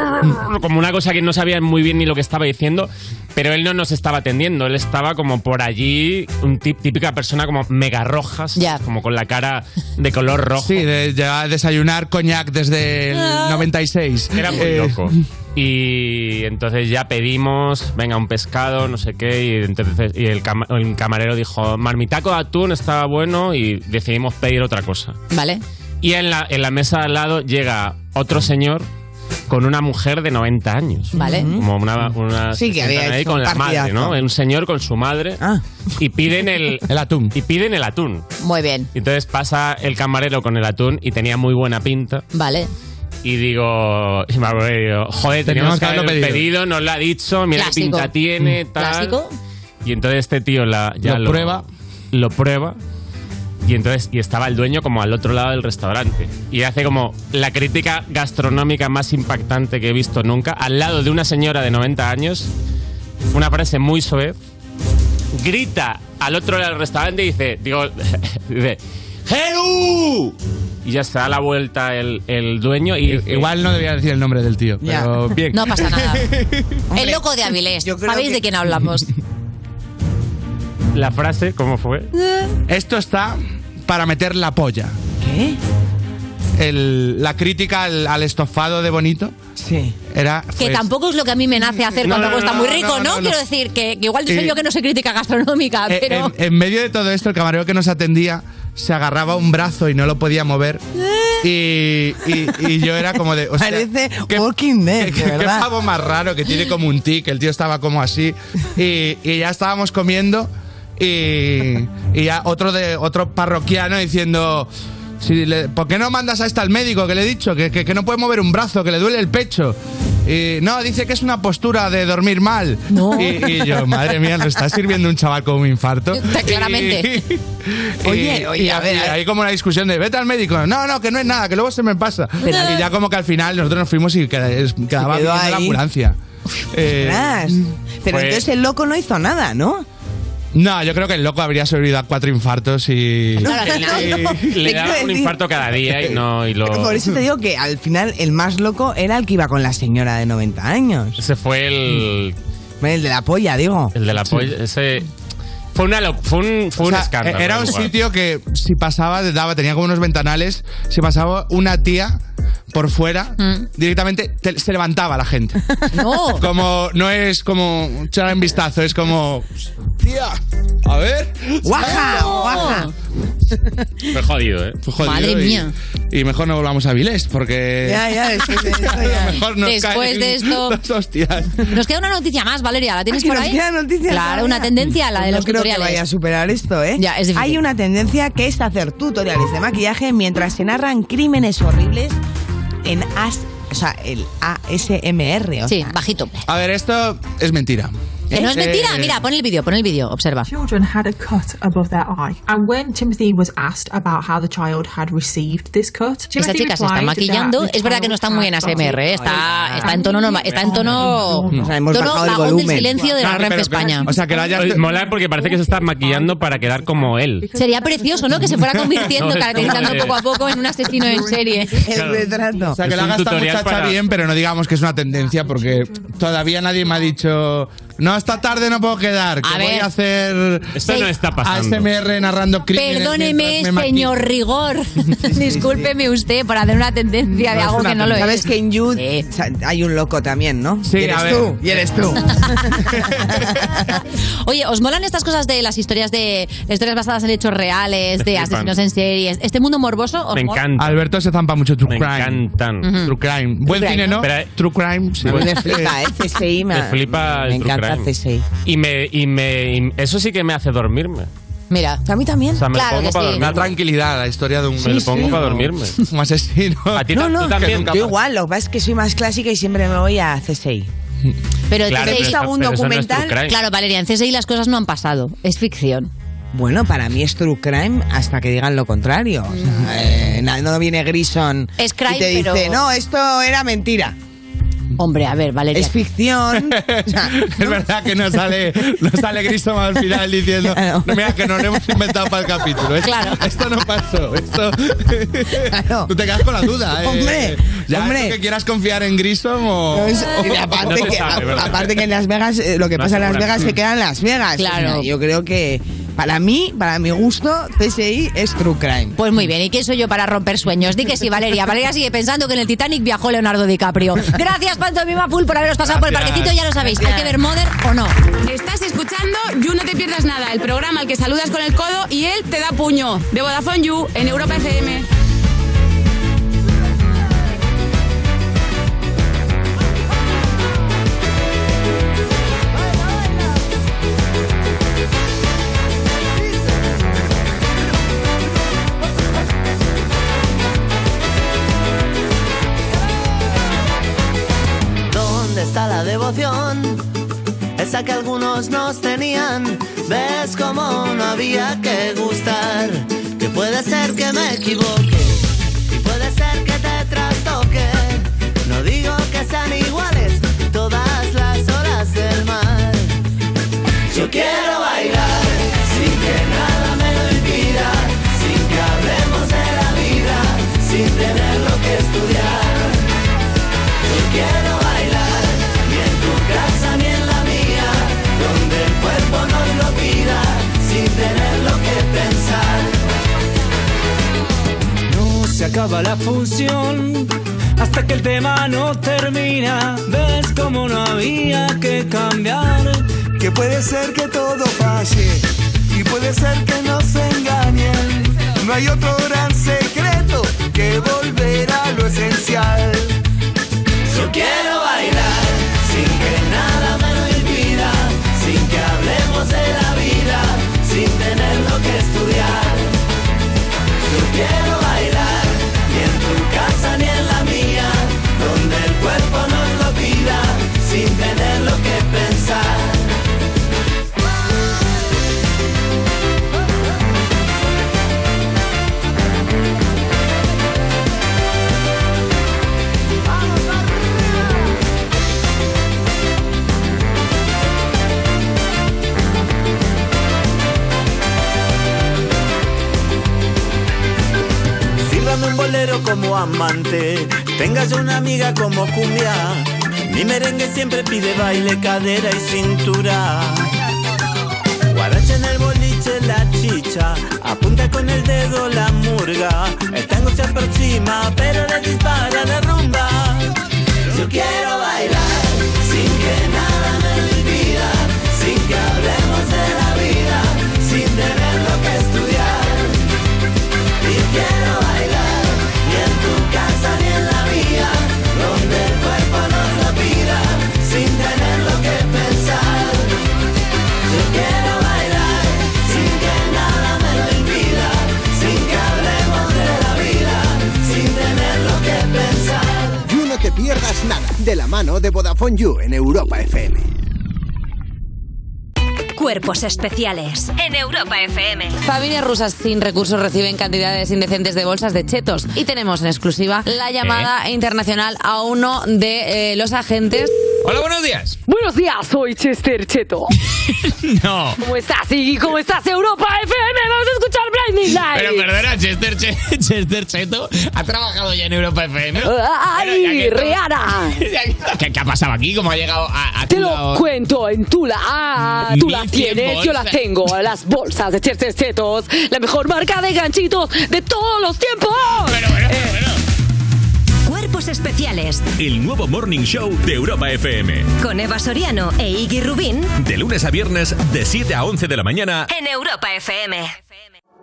[SPEAKER 36] [coughs] como una cosa que no sabía muy bien ni lo que estaba diciendo, pero él no nos estaba atendiendo, él estaba como por allí, un tip- típica persona como mega rojas, como con la cara de color rojo.
[SPEAKER 29] Sí, de, llegaba a desayunar coñac desde el
[SPEAKER 3] Ah.
[SPEAKER 29] 96.
[SPEAKER 36] Era muy
[SPEAKER 29] Eh, [laughs]
[SPEAKER 36] loco. Y entonces ya pedimos, venga, un pescado, no sé qué. Y entonces y el, cama- el camarero dijo, marmitaco de atún estaba bueno y decidimos pedir otra cosa.
[SPEAKER 3] Vale.
[SPEAKER 36] Y en la, en la mesa al lado llega otro señor con una mujer de 90 años.
[SPEAKER 3] Vale.
[SPEAKER 36] Como una, una
[SPEAKER 4] Sí, que había
[SPEAKER 36] ahí
[SPEAKER 4] hecho
[SPEAKER 36] con la
[SPEAKER 4] partidazo. Ah.
[SPEAKER 36] madre, ¿no? Un señor con su madre. Y piden [laughs] el,
[SPEAKER 29] el atún.
[SPEAKER 36] Y piden el atún.
[SPEAKER 3] Muy bien.
[SPEAKER 36] Y entonces pasa el camarero con el atún y tenía muy buena pinta.
[SPEAKER 3] Vale.
[SPEAKER 36] Y digo, y me acuerdo y digo, joder, teníamos que haberlo pedido. nos lo ha dicho, mira qué
[SPEAKER 3] Clásico.
[SPEAKER 36] pinta tiene,
[SPEAKER 3] Mm.
[SPEAKER 36] tal.
[SPEAKER 3] Clásico.
[SPEAKER 36] Y entonces este tío la, ya
[SPEAKER 29] Lo prueba.
[SPEAKER 36] Lo prueba. Y entonces y estaba el dueño como al otro lado del restaurante. Y hace como la crítica gastronómica más impactante que he visto nunca, al lado de una señora de 90 años, una frase muy soez, grita al otro lado del restaurante y dice, digo, [laughs] dice, ¡Hello! Y ya se da la vuelta el, el dueño y...
[SPEAKER 29] Igual no debía decir el nombre del tío, pero bien.
[SPEAKER 3] No pasa nada. el loco de Avilés. ¿Sabéis de
[SPEAKER 29] [laughs]
[SPEAKER 3] quién hablamos?
[SPEAKER 29] Pues
[SPEAKER 36] La frase, ¿cómo fue?
[SPEAKER 3] Eh.
[SPEAKER 29] Esto está para meter la polla.
[SPEAKER 4] ¿Qué?
[SPEAKER 29] la crítica al, al estofado de bonito.
[SPEAKER 4] Sí.
[SPEAKER 29] Era.
[SPEAKER 3] Que
[SPEAKER 29] pues,
[SPEAKER 3] tampoco es lo que a mí me nace hacer
[SPEAKER 29] No,
[SPEAKER 3] cuando
[SPEAKER 29] no,
[SPEAKER 3] algo
[SPEAKER 29] no,
[SPEAKER 3] está muy
[SPEAKER 29] no,
[SPEAKER 3] rico, ¿no?
[SPEAKER 29] no, no, no.
[SPEAKER 3] Quiero decir que, que igual yo soy
[SPEAKER 29] Eh,
[SPEAKER 3] yo que no soy crítica gastronómica,
[SPEAKER 29] eh,
[SPEAKER 3] pero.
[SPEAKER 29] en, en medio de todo esto, el camarero que nos atendía se agarraba un brazo y no lo podía mover. Y, y- y yo era como de. hostia,
[SPEAKER 4] Parece Walking Dead,
[SPEAKER 29] Qué
[SPEAKER 4] de verdad.
[SPEAKER 29] pavo más raro que tiene como un tic. El tío estaba como así. Y, y ya estábamos comiendo. Y, y ya otro, de, otro parroquiano diciendo... "Si le- ¿Por qué no mandas a esta al médico que le he dicho? Que, que- que no puede mover un brazo, que le duele el pecho. Y, no, dice que es una postura de dormir mal. Y, y yo, madre mía, lo está sirviendo un chaval con un infarto.
[SPEAKER 3] Claramente.
[SPEAKER 29] Y-
[SPEAKER 3] Oye, oye,
[SPEAKER 29] Eh, y
[SPEAKER 3] a ver,
[SPEAKER 29] y
[SPEAKER 3] a ver.
[SPEAKER 29] Hay como una discusión de vete al médico. No, no, que no es nada, que luego se me pasa.
[SPEAKER 3] Pero-
[SPEAKER 29] y ya como que al final nosotros nos fuimos y queda- es- quedaba
[SPEAKER 4] Se quedó
[SPEAKER 29] viendo la
[SPEAKER 4] ahí.
[SPEAKER 29] ambulancia. Eh,
[SPEAKER 4] Ostras. Pero
[SPEAKER 29] pues-
[SPEAKER 4] entonces el loco no hizo nada, ¿no?
[SPEAKER 29] no, yo creo que el loco habría sobrevivido a cuatro infartos y.
[SPEAKER 36] [laughs] Le
[SPEAKER 29] [laughs]
[SPEAKER 4] Te quiero
[SPEAKER 36] da un
[SPEAKER 4] decir,
[SPEAKER 36] infarto cada día y no. Y lo...
[SPEAKER 4] Por eso te digo que al final el más loco era el que iba con la señora de 90 años.
[SPEAKER 36] Ese fue el.
[SPEAKER 4] El de la polla, digo.
[SPEAKER 36] El de la polla. Ese. Fue, una lo- fue un, fue
[SPEAKER 29] O
[SPEAKER 36] un
[SPEAKER 29] sea, e-,
[SPEAKER 36] escándalo.
[SPEAKER 29] Era un
[SPEAKER 36] igual.
[SPEAKER 29] sitio que si pasaba, daba, tenía como unos ventanales, si pasaba una tía por fuera, directamente te- se levantaba la gente.
[SPEAKER 3] Mm. [laughs] No.
[SPEAKER 29] Como, no es como echar un vistazo, es como... Tía, a ver.
[SPEAKER 4] ¡Guaja!
[SPEAKER 29] No.
[SPEAKER 4] ¡Guaja!
[SPEAKER 29] Fue jodido, ¿eh?
[SPEAKER 3] Madre mía.
[SPEAKER 29] Y, mejor no volvamos a Vilés, porque...
[SPEAKER 3] Ya, ya, después
[SPEAKER 29] [laughs]
[SPEAKER 3] de esto, ya.
[SPEAKER 29] eh. Mejor nos
[SPEAKER 3] Después
[SPEAKER 29] caen
[SPEAKER 3] de
[SPEAKER 29] [laughs]
[SPEAKER 3] esto-
[SPEAKER 29] dos hostias.
[SPEAKER 3] Nos queda una noticia más, Valeria. ¿La tienes
[SPEAKER 4] Ay,
[SPEAKER 3] por
[SPEAKER 4] nos
[SPEAKER 3] ahí?
[SPEAKER 4] queda noticia
[SPEAKER 3] claro,
[SPEAKER 4] todavía.
[SPEAKER 3] una tendencia, la de
[SPEAKER 4] No
[SPEAKER 3] los
[SPEAKER 4] creo
[SPEAKER 3] tutoriales.
[SPEAKER 4] que vaya a superar esto, ¿eh?
[SPEAKER 3] Ya, es difícil.
[SPEAKER 4] Hay una tendencia que es hacer tutoriales de maquillaje mientras se narran crímenes horribles en AS, o sea, el ASMR. o
[SPEAKER 3] Sí,
[SPEAKER 4] sea.
[SPEAKER 3] bajito.
[SPEAKER 29] A ver, esto es mentira. Eh,
[SPEAKER 3] Que no es mentira. Mira, pon el vídeo, pon el vídeo, observa.
[SPEAKER 45] children had a cut above their eye. And when Timothy was asked about how the child had received this cut,
[SPEAKER 3] Esta
[SPEAKER 45] Timothy
[SPEAKER 3] chica se está
[SPEAKER 45] replied
[SPEAKER 3] maquillando.
[SPEAKER 45] that the
[SPEAKER 3] Es verdad que no
[SPEAKER 45] child
[SPEAKER 3] está muy en
[SPEAKER 45] had got
[SPEAKER 3] ASMR,
[SPEAKER 45] it
[SPEAKER 3] ¿eh? está, está en tono normal, está en tono,
[SPEAKER 36] O sea, hemos
[SPEAKER 3] tono
[SPEAKER 36] bajado el
[SPEAKER 3] vagón del
[SPEAKER 36] volumen.
[SPEAKER 3] silencio de la Renfe España.
[SPEAKER 36] Oye, Mola porque parece que se está maquillando para quedar como él.
[SPEAKER 3] Sería precioso, ¿no? Que se fuera convirtiendo,
[SPEAKER 36] No, es
[SPEAKER 3] caracterizando
[SPEAKER 36] como de-
[SPEAKER 3] poco a poco en un asesino en serie.
[SPEAKER 29] Claro. retrato. O sea, que
[SPEAKER 36] Es
[SPEAKER 29] la
[SPEAKER 36] un
[SPEAKER 29] haga esta
[SPEAKER 36] tutorial
[SPEAKER 29] muchacha
[SPEAKER 36] para-
[SPEAKER 29] bien, pero no digamos que es una tendencia porque todavía nadie me ha dicho, no, esta tarde no puedo quedar, que
[SPEAKER 3] A
[SPEAKER 29] voy
[SPEAKER 3] ver.
[SPEAKER 29] a hacer
[SPEAKER 36] Esto no está pasando.
[SPEAKER 29] ASMR narrando crímenes.
[SPEAKER 3] Perdóneme,
[SPEAKER 29] mientras me maquillo.
[SPEAKER 3] señor rigor. Discúlpeme usted por hacer una tendencia de algo que no lo
[SPEAKER 4] Sabes
[SPEAKER 3] es.
[SPEAKER 4] que en You sa- hay un loco también, ¿no?
[SPEAKER 29] Sí,
[SPEAKER 4] y eres
[SPEAKER 29] a ver.
[SPEAKER 4] tú, y eres tú.
[SPEAKER 3] Oye, ¿os molan estas cosas de las historias de historias basadas en hechos reales, de
[SPEAKER 29] flipan.
[SPEAKER 3] asesinos en series? ¿Este mundo morboso os mola?
[SPEAKER 29] Alberto se zampa mucho True Crime. Me encantan.
[SPEAKER 3] Ujú.
[SPEAKER 29] True Crime. Buen
[SPEAKER 3] Crime,
[SPEAKER 29] cine, ¿no?
[SPEAKER 3] ¿no?
[SPEAKER 36] Pero-
[SPEAKER 29] True
[SPEAKER 36] [laughs]
[SPEAKER 29] Crime, sí.
[SPEAKER 36] A mí me flipa,
[SPEAKER 4] ¿eh? CSI,
[SPEAKER 36] Me flipa el true crime. Y me, y me y eso sí que me hace dormirme.
[SPEAKER 3] Mira,
[SPEAKER 4] a mí también.
[SPEAKER 36] O sea, me lo pongo para dormirme.
[SPEAKER 29] Da tranquilidad la historia de un.
[SPEAKER 36] me lo pongo para dormirme.
[SPEAKER 29] [laughs] Un asesino.
[SPEAKER 36] A ti
[SPEAKER 4] No, no,
[SPEAKER 36] tú también.
[SPEAKER 4] yo igual, lo que pasa es que soy más clásica y siempre me voy a CSI.
[SPEAKER 3] Pero
[SPEAKER 4] Claro,
[SPEAKER 3] CSI
[SPEAKER 4] pero está-
[SPEAKER 3] algún
[SPEAKER 4] pero eso no es
[SPEAKER 3] documental.
[SPEAKER 4] true crime.
[SPEAKER 3] claro, Valeria, en CSI las cosas no han pasado. Es ficción.
[SPEAKER 4] Bueno, para mí es true crime hasta que digan lo contrario. O sea, eh, na- no viene Grison
[SPEAKER 3] Mm. Es crime,
[SPEAKER 4] y te dice,
[SPEAKER 3] pero-
[SPEAKER 4] no, esto era mentira.
[SPEAKER 3] Hombre, a ver, Valeria.
[SPEAKER 4] Es ficción.
[SPEAKER 29] [laughs] es verdad que no sale, no sale Cristo al final
[SPEAKER 4] [laughs]
[SPEAKER 29] diciendo, mira que nos lo hemos inventado para el capítulo. Es-
[SPEAKER 4] Claro.
[SPEAKER 29] Esto no pasó.
[SPEAKER 4] [laughs]
[SPEAKER 29] Esto. Tú te quedas con la duda, eh.
[SPEAKER 4] Hombre,
[SPEAKER 29] ya es lo que quieras confiar en Grissom o.
[SPEAKER 4] No, es-
[SPEAKER 29] o-
[SPEAKER 4] y aparte,
[SPEAKER 29] no se
[SPEAKER 4] que,
[SPEAKER 29] sabe, ¿verdad?
[SPEAKER 4] aparte que en Las Vegas, eh, lo que
[SPEAKER 29] No
[SPEAKER 4] pasa en Las
[SPEAKER 29] asegura. Mm.
[SPEAKER 4] Vegas se queda en Las Vegas.
[SPEAKER 3] Claro.
[SPEAKER 4] O sea, yo creo que para mí, para mi gusto, CSI es true crime.
[SPEAKER 3] Pues muy bien, ¿y quién soy yo para romper sueños? Di que sí, Valeria. Valeria sigue pensando que en el Titanic viajó Leonardo DiCaprio. Gracias, Pantomima Full, por haberos pasado por el
[SPEAKER 9] Gracias.
[SPEAKER 3] parquecito. Ya lo sabéis, Pues hay que ver Mother o no.
[SPEAKER 9] Estás escuchando You No Te Pierdas Nada, el programa al que saludas con el codo y él te da puño. De Vodafone You en Europa FM.
[SPEAKER 12] ¿Dónde está la devoción? Esa que algunos nos tenían. ¿Ves cómo no había que gustar? Que puede ser que me equivoque. Y puede ser que te trastoque. No digo que sean iguales todas las horas del mar. Yo quiero bailar sin que nada me lo impida. Sin que hablemos de la vida. Sin tenerlo que estudiar. Yo quiero bailar, ni en tu casa ni en la mía, donde el cuerpo nos lo pida, sin tener lo que pensar.
[SPEAKER 10] No se acaba la función hasta que el tema no termina. Ves como no había que cambiar.
[SPEAKER 12] Que puede ser que todo falle y puede ser que nos engañen. No hay otro gran secreto que volver a lo esencial. Yo quiero bailar sin que nada me lo impida, sin que hablemos de la vida,
[SPEAKER 38] nuevo amante. Tengas una amiga como cumbia. Mi merengue siempre pide baile, cadera y cintura. Guaracha en el boliche la chicha, apunta con el dedo la murga. El tango se aproxima, pero le dispara la rumba. Yo quiero bailar sin que nada me impida, sin que hablemos de la vida, sin tenerlo que estudiar. Y quiero bailar ni en tu casa ni en la mía, donde el cuerpo nos lo pida, sin tenerlo que pensar. Yo quiero bailar sin que nada me lo impida, sin que hablemos de la vida, sin tenerlo que pensar.
[SPEAKER 5] You no te pierdas nada de la mano de Vodafone You en Europa FM.
[SPEAKER 16] Cuerpos especiales en Europa FM.
[SPEAKER 17] Familias rusas sin recursos reciben cantidades indecentes de bolsas de chetos. Y tenemos en exclusiva la llamada internacional a uno de eh, los agentes.
[SPEAKER 18] Hola, buenos días.
[SPEAKER 17] Buenos días, soy Chester Cheto.
[SPEAKER 18] [laughs] No.
[SPEAKER 17] ¿Cómo estás, Iggy? ¿Cómo estás, Europa FM? Vamos a escuchar Blinding Lights.
[SPEAKER 18] Pero perdona, Chester, Che- [laughs] Chester Cheto ha trabajado ya en Europa FM. Bueno, ya que
[SPEAKER 17] ¡Ay,
[SPEAKER 18] estamos- [laughs]
[SPEAKER 17] Rihanna!
[SPEAKER 18] ¿Qué, qué ha pasado aquí? ¿Cómo ha llegado a, a
[SPEAKER 17] Te
[SPEAKER 18] tu
[SPEAKER 17] lo
[SPEAKER 18] lado?
[SPEAKER 17] cuento en Tula. Ah, tú las
[SPEAKER 18] 1100
[SPEAKER 17] tienes, yo las
[SPEAKER 18] bolsas.
[SPEAKER 17] tengo. Las bolsas de Chester Chetos, la mejor marca de ganchitos de todos los tiempos.
[SPEAKER 16] Cuerpos especiales
[SPEAKER 46] El nuevo Morning Show de Europa FM.
[SPEAKER 16] con Eva Soriano e Iggy Rubín
[SPEAKER 46] De lunes a viernes, de 7 a 11 de la mañana.
[SPEAKER 16] en Europa FM.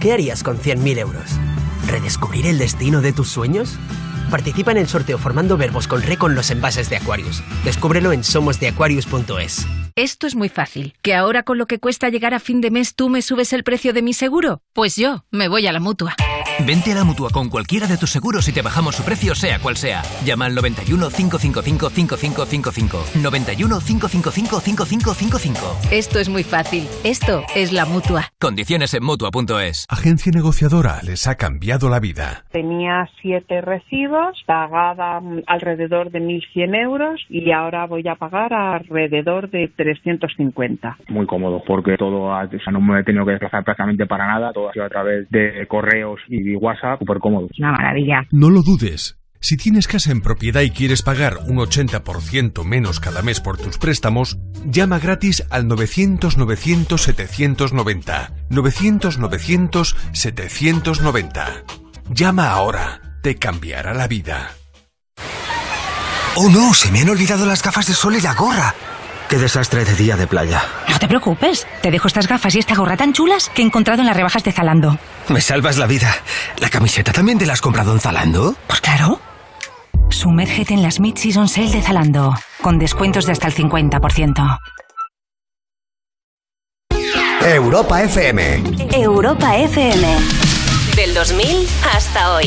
[SPEAKER 47] ¿Qué harías con 100.000 euros? ¿Redescubrir el destino de tus sueños? Participa en el sorteo formando verbos con re con los envases de Aquarius. Descúbrelo en somosdeaquarius.es.
[SPEAKER 3] Esto es muy fácil. ¿Que ahora con lo que cuesta llegar a fin de mes tú me subes el precio de mi seguro? Pues yo me voy a la mutua.
[SPEAKER 26] Vente a la mutua con cualquiera de tus seguros y te bajamos su precio, sea cual sea. Llama al 91 555 5555. 91 555 5555.
[SPEAKER 3] Esto es muy fácil. Esto es la mutua.
[SPEAKER 26] Condiciones en mutua.es.
[SPEAKER 1] Agencia negociadora les ha cambiado la vida.
[SPEAKER 48] Tenía siete recibos, pagaba mm, alrededor de 1.100 euros y ahora voy a pagar alrededor de 350.
[SPEAKER 49] muy cómodo porque todo ha- o sea, no me he tenido que desplazar prácticamente para nada, todo ha sido a través de correos y WhatsApp, súper cómodo.
[SPEAKER 48] Una maravilla.
[SPEAKER 1] No lo dudes. Si tienes casa en propiedad y quieres pagar un 80% menos cada mes por tus préstamos, llama gratis al 900-900-790. 900-900-790. Llama ahora. Te cambiará la vida.
[SPEAKER 50] Oh no, se me han olvidado las gafas de sol y la gorra. Qué desastre de día de playa.
[SPEAKER 16] No te preocupes, te dejo estas gafas y esta gorra tan chulas que he encontrado en las rebajas de Zalando.
[SPEAKER 50] Me salvas la vida. ¿La camiseta también te la has comprado en Zalando?
[SPEAKER 16] Pues claro. Sumérgete en las mid-season sale de Zalando, con descuentos de hasta el 50%.
[SPEAKER 5] Europa FM.
[SPEAKER 16] Europa FM. Del 2000 hasta hoy.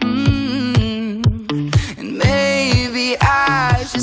[SPEAKER 50] Mm. And maybe I should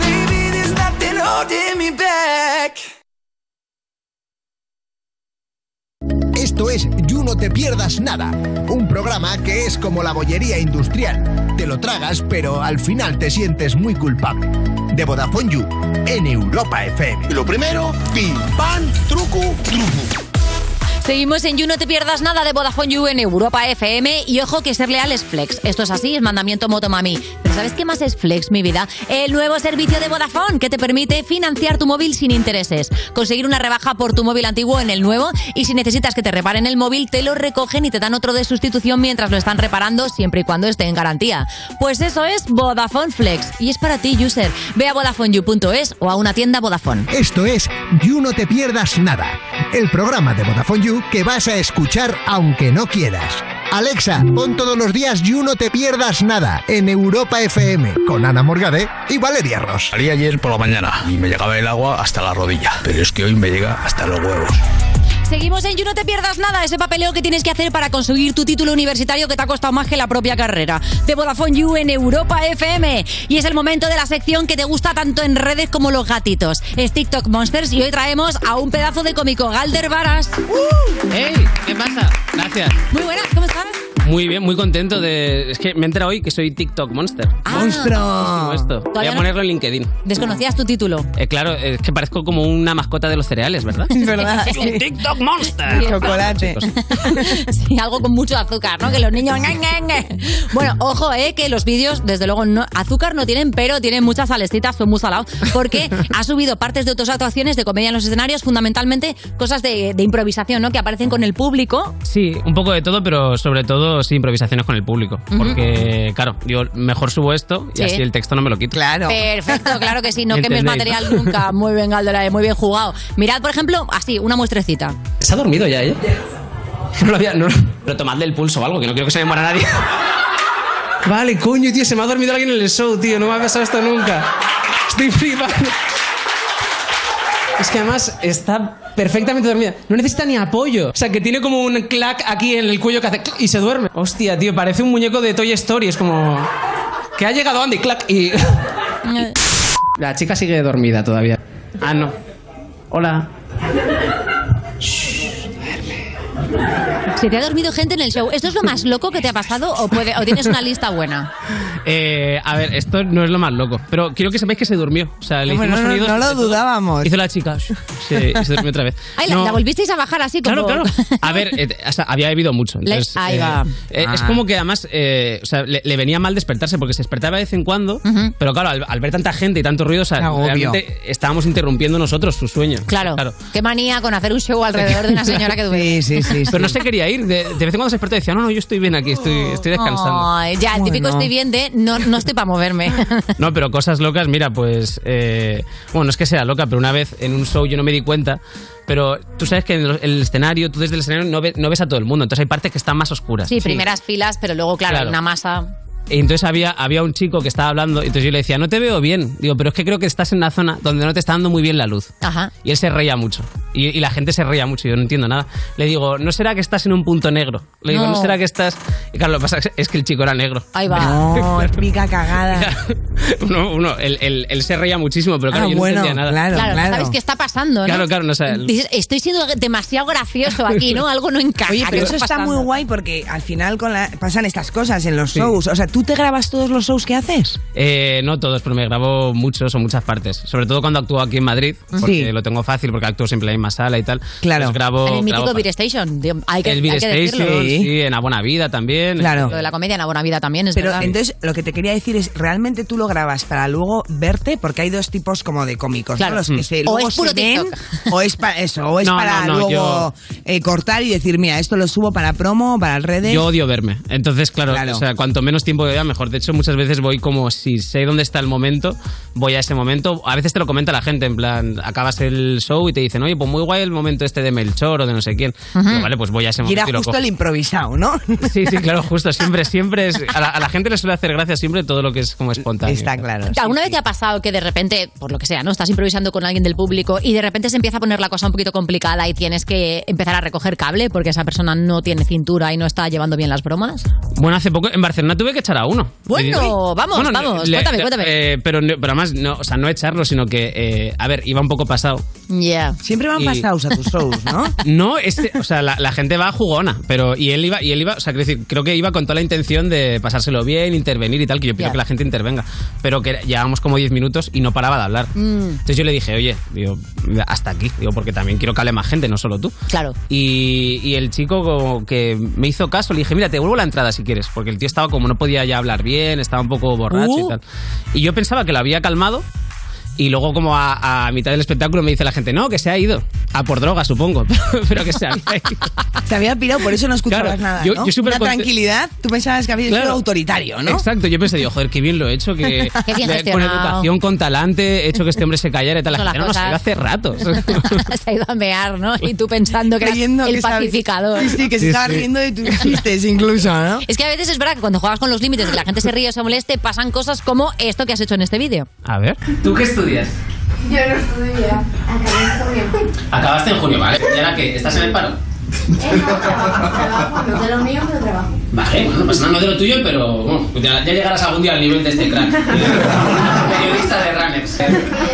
[SPEAKER 50] Baby, there's nothing holding me back.
[SPEAKER 5] Esto es You No Te Pierdas Nada, un programa que es como la bollería industrial. Te lo tragas, pero al final te sientes muy culpable. De Vodafone You, en Europa FM. Lo primero, pim, pan, truco, truco.
[SPEAKER 3] Seguimos en You No Te Pierdas Nada de Vodafone You en Europa FM. Y ojo que ser leal es flex. Esto es así, es mandamiento motomami. Pero ¿sabes qué más es flex, mi vida? El nuevo servicio de Vodafone que te permite financiar tu móvil sin intereses. Conseguir una rebaja por tu móvil antiguo en el nuevo. Y si necesitas que te reparen el móvil, te lo recogen y te dan otro de sustitución mientras lo están reparando, siempre y cuando esté en garantía. Pues eso es Vodafone Flex. Y es para ti, user. Ve a VodafoneYou.es o a una tienda Vodafone.
[SPEAKER 5] Esto es You No Te Pierdas Nada, el programa de Vodafone You que vas a escuchar aunque no quieras. Alexa, pon todos los días You No Te Pierdas Nada en Europa FM con Ana Morgade y Valeria Ross.
[SPEAKER 31] Salí ayer por la mañana y me llegaba el agua hasta la rodilla, pero es que hoy me llega hasta los huevos.
[SPEAKER 3] Seguimos en You No Te Pierdas Nada, ese papeleo que tienes que hacer para conseguir tu título universitario que te ha costado más que la propia carrera. De Vodafone You en Europa FM. Y es el momento de la sección que te gusta tanto en redes como los gatitos. Es TikTok Monsters y hoy traemos a un pedazo de cómico, Galder Varas.
[SPEAKER 35] ¡Hey! ¡Uh! ¿Qué pasa? Gracias.
[SPEAKER 3] Muy buenas, ¿cómo estás?
[SPEAKER 35] Muy bien, muy contento de. Es que me entra hoy que soy TikTok Monster.
[SPEAKER 3] Ah. ¡Monstruo!
[SPEAKER 35] Esto. Voy
[SPEAKER 3] Todavía
[SPEAKER 35] a
[SPEAKER 3] no-
[SPEAKER 35] ponerlo en LinkedIn.
[SPEAKER 3] Desconocías tu título.
[SPEAKER 35] Eh, claro, es que parezco como una mascota de los cereales,
[SPEAKER 3] [laughs]
[SPEAKER 35] ¿verdad? [laughs]
[SPEAKER 3] ¿Verdad?
[SPEAKER 35] Soy un TikTok Monster.
[SPEAKER 4] Chocolate.
[SPEAKER 3] [laughs] Sí, algo con mucho azúcar, ¿no? Que los niños. ñe, ñe, ñe. Bueno, ojo, ¿eh? Que los vídeos, desde luego, no, azúcar no tienen, pero tienen muchas salecitas, son muy salados. Porque ha subido partes de otras actuaciones de comedia en los escenarios, fundamentalmente cosas de, de improvisación, ¿no? Que aparecen con el público.
[SPEAKER 35] Sí, un poco de todo, pero sobre todo sí, improvisaciones con el público.
[SPEAKER 3] Ujú.
[SPEAKER 35] Porque, claro, yo mejor subo esto y
[SPEAKER 3] Sí.
[SPEAKER 35] así el texto no me lo quito.
[SPEAKER 4] Claro.
[SPEAKER 3] Perfecto, claro que sí, no quemes
[SPEAKER 35] ¿Entendéis?
[SPEAKER 3] material nunca. Muy bien, Galdera, eh, muy bien jugado. Mirad, por ejemplo, así, una muestrecita.
[SPEAKER 35] ¿Se ha dormido ya ella? [laughs] No lo había. No, lo- pero tomadle el pulso o algo, que no quiero que se me muera nadie. [laughs] Vale, coño, tío, se me ha dormido alguien en el show, tío. No me ha pasado esto nunca. Estoy flipando. Es que además está perfectamente dormida. No necesita ni apoyo. O sea, que tiene como un clac aquí en el cuello que hace clac y se duerme. Hostia, tío, parece un muñeco de Toy Story. Es como. Que ha llegado Andy, clac y. [laughs] La chica sigue dormida todavía. Ah, no. Hola.
[SPEAKER 3] ¿Se te ha dormido gente en el show? ¿Esto es lo más loco que te ha pasado o, puede, o tienes una lista buena?
[SPEAKER 35] Eh, a ver, esto no es lo más loco, pero quiero que sepáis que se durmió. O sea, le
[SPEAKER 4] Hombre,
[SPEAKER 35] hicimos
[SPEAKER 4] [laughs] no, no,
[SPEAKER 35] sonidos
[SPEAKER 4] no lo
[SPEAKER 35] de todo.
[SPEAKER 4] dudábamos.
[SPEAKER 35] Hizo la chica. shh, Se, y se durmió otra vez.
[SPEAKER 3] [laughs] Ay, la,
[SPEAKER 35] No,
[SPEAKER 3] la volvisteis a bajar así como...
[SPEAKER 35] Claro, claro. A ver, eh, o sea, había bebido mucho.
[SPEAKER 3] Le-
[SPEAKER 35] entonces,
[SPEAKER 3] ahí
[SPEAKER 35] eh,
[SPEAKER 3] va.
[SPEAKER 35] eh, Es
[SPEAKER 3] Ah.
[SPEAKER 35] como que además eh, o sea, le, le venía mal despertarse porque se despertaba de vez en cuando, pero claro, al, al ver tanta gente y tanto ruido, o sea,
[SPEAKER 3] Agobio.
[SPEAKER 35] realmente estábamos interrumpiendo nosotros su sueño.
[SPEAKER 3] Claro.
[SPEAKER 35] claro.
[SPEAKER 3] Qué manía con hacer un show alrededor de una señora que duerme.
[SPEAKER 35] Pero no se quería ir. De, de vez en cuando se despertaba y decía, no, no, yo estoy bien aquí, estoy, estoy descansando.
[SPEAKER 3] Ay, ya, el típico
[SPEAKER 35] Bueno.
[SPEAKER 3] estoy bien de no, no estoy para moverme.
[SPEAKER 35] No, pero cosas locas, mira, pues. eh, bueno, no es que sea loca, pero una vez en un show yo no me di cuenta. Pero tú sabes que en el, el escenario, tú desde el escenario no, ve- no ves a todo el mundo. Entonces hay partes que están más oscuras.
[SPEAKER 3] Sí, primeras filas, pero luego, claro,
[SPEAKER 35] Claro.
[SPEAKER 3] una masa.
[SPEAKER 35] Y entonces había, había un chico que estaba hablando. Y entonces yo le decía, no te veo bien. Digo, pero es que creo que estás en una zona donde no te está dando muy bien la luz.
[SPEAKER 3] Ajá.
[SPEAKER 35] Y él se reía mucho. Y, y la gente se reía mucho. Yo no entiendo nada. Le digo, ¿no será que estás en un punto negro? Le digo, ¿no,
[SPEAKER 4] No.
[SPEAKER 35] será que estás.? Y claro, lo que pasa es que el chico era negro. [laughs]
[SPEAKER 3] Ahí va.
[SPEAKER 29] [laughs]
[SPEAKER 4] No, pica cagada.
[SPEAKER 35] Uno, uno, él, él- él se reía muchísimo, pero claro,
[SPEAKER 4] Ah,
[SPEAKER 35] yo no
[SPEAKER 4] bueno,
[SPEAKER 35] entendía nada.
[SPEAKER 3] ¿Sabes qué está pasando? ¿no?
[SPEAKER 35] Claro, claro, no sé.
[SPEAKER 3] Dices, Estoy siendo demasiado gracioso aquí, ¿no? Algo no encaja.
[SPEAKER 4] Oye,
[SPEAKER 3] ¿qué
[SPEAKER 4] pero eso está
[SPEAKER 3] pasando?
[SPEAKER 4] muy guay porque al final con la- pasan estas cosas en los shows. O sea, ¿tú te grabas todos los shows que haces?
[SPEAKER 35] Eh, no todos, pero me grabo muchos o muchas partes. Sobre todo cuando actúo aquí en Madrid, porque
[SPEAKER 4] Sí.
[SPEAKER 35] lo tengo fácil, porque actúo siempre en la misma sala y tal. Claro. grabo,
[SPEAKER 3] En el mítico
[SPEAKER 35] grabo
[SPEAKER 3] Beer Station. digo, Hay que,
[SPEAKER 35] el Beer
[SPEAKER 3] hay que decirlo.
[SPEAKER 35] Station, sí. en la Buena Vida también.
[SPEAKER 3] Lo de la comedia en la buena vida también es
[SPEAKER 35] Pero
[SPEAKER 3] verdad.
[SPEAKER 4] Entonces, lo que te quería decir es, ¿realmente tú lo grabas para luego verte? Porque hay dos tipos como de cómicos, ¿no?
[SPEAKER 3] Claro.
[SPEAKER 4] Los que se,
[SPEAKER 3] O
[SPEAKER 4] luego
[SPEAKER 3] es puro
[SPEAKER 4] se ven, o es para eso, o es
[SPEAKER 35] No,
[SPEAKER 4] para
[SPEAKER 35] no, no,
[SPEAKER 4] luego
[SPEAKER 35] yo-
[SPEAKER 4] eh, cortar y decir, mira, esto lo subo para promo, para redes.
[SPEAKER 35] Yo odio verme. Entonces, claro,
[SPEAKER 4] Claro.
[SPEAKER 35] o sea, cuanto menos tiempo vea, mejor. De hecho, muchas veces voy como si sé dónde está el momento, voy a ese momento. A veces te lo comenta la gente, en plan, acabas el show y te dicen, oye, pues muy guay el momento este de Melchor o de no sé quién.
[SPEAKER 4] Ujú.
[SPEAKER 35] Digo, vale, pues voy a ese
[SPEAKER 4] Y
[SPEAKER 35] momento.
[SPEAKER 4] era
[SPEAKER 35] y lo
[SPEAKER 4] justo
[SPEAKER 35] cojo.
[SPEAKER 4] el improvisado, ¿no?
[SPEAKER 35] Sí, sí, Claro, justo, siempre, siempre es. A la, a la gente le suele hacer gracia siempre todo lo que es como espontáneo. Está
[SPEAKER 4] claro.
[SPEAKER 3] ¿Alguna vez te ha pasado que de repente, por lo que sea, no estás improvisando con alguien del público y de repente se empieza a poner la cosa un poquito complicada y tienes que empezar a recoger cable porque esa persona no tiene cintura y no está llevando bien las bromas? [laughs]
[SPEAKER 35] Bueno, hace poco en Barcelona tuve que echar a uno.
[SPEAKER 3] Bueno,
[SPEAKER 35] Y-
[SPEAKER 3] vamos, vamos, cuéntame, cuéntame.
[SPEAKER 35] eh, pero, no- pero además, no, o sea, no echarlo, sino que, eh, a ver, iba un poco pasado.
[SPEAKER 3] Yeah.
[SPEAKER 4] Siempre van
[SPEAKER 35] Y-
[SPEAKER 4] pasados a tus shows,
[SPEAKER 35] [laughs]
[SPEAKER 4] ¿no?
[SPEAKER 35] No, este, o sea, la, la gente va jugona, pero y él iba, y él iba, o sea, quiero decir, creo que iba con toda la intención de pasárselo bien, intervenir y tal, que yo pido
[SPEAKER 3] Ya.
[SPEAKER 35] que la gente intervenga, pero que llevábamos como 10 minutos y no paraba de hablar.
[SPEAKER 3] Mm,
[SPEAKER 35] Entonces yo le dije, oye, digo, hasta aquí, digo, porque también quiero que hable más gente, no solo tú.
[SPEAKER 3] claro.
[SPEAKER 35] Y, y el chico como que me hizo caso, le dije, mira, te devuelvo la entrada si quieres, porque el tío estaba como no podía ya hablar bien, estaba un poco borracho
[SPEAKER 3] Uh.
[SPEAKER 35] y tal. Y yo pensaba que lo había calmado. Y luego como a, a mitad del espectáculo me dice la gente, no, que se ha ido. A por droga, supongo. [laughs] Pero que
[SPEAKER 4] [laughs]
[SPEAKER 35] se había ido.
[SPEAKER 4] Se había pirado, por eso no escuchabas
[SPEAKER 35] Claro,
[SPEAKER 4] nada.
[SPEAKER 35] yo-
[SPEAKER 4] ¿no?
[SPEAKER 35] yo súper
[SPEAKER 4] Una
[SPEAKER 35] conte-
[SPEAKER 4] tranquilidad, tú pensabas que había
[SPEAKER 35] Claro.
[SPEAKER 4] sido autoritario, ¿no?
[SPEAKER 35] Exacto, yo pensé, digo, joder, qué bien lo he hecho, que
[SPEAKER 4] Qué bien
[SPEAKER 35] de- con
[SPEAKER 4] gestionado.
[SPEAKER 35] educación, con talante, he hecho que este hombre se callara y tal. La
[SPEAKER 3] Son
[SPEAKER 35] gente
[SPEAKER 3] las
[SPEAKER 35] no, no, se ha ido
[SPEAKER 3] cosas.
[SPEAKER 35] hace rato.
[SPEAKER 3] se ha ido a mear, ¿no? Y tú pensando que eras el pacificador.
[SPEAKER 4] Sí, sí, que se
[SPEAKER 35] Sí,
[SPEAKER 4] estaba
[SPEAKER 35] sí.
[SPEAKER 4] riendo de tus chistes incluso, ¿no?
[SPEAKER 3] Es que a veces es verdad que cuando juegas con los límites, que la gente se ríe o se moleste, pasan cosas como esto que has hecho en este vídeo.
[SPEAKER 35] [laughs] A ver. ¿Tú qué estudias?
[SPEAKER 29] Yo no estudié.
[SPEAKER 35] Acabaste en junio, ¿vale? ¿Y ahora qué? ¿Estás en el paro?
[SPEAKER 29] No de lo mío, pero trabajo.
[SPEAKER 35] Vale, bueno, pues nada de lo tuyo, pero bueno, ya, ya llegarás algún día al nivel de este crack. Periodista de Ramex.
[SPEAKER 29] Yo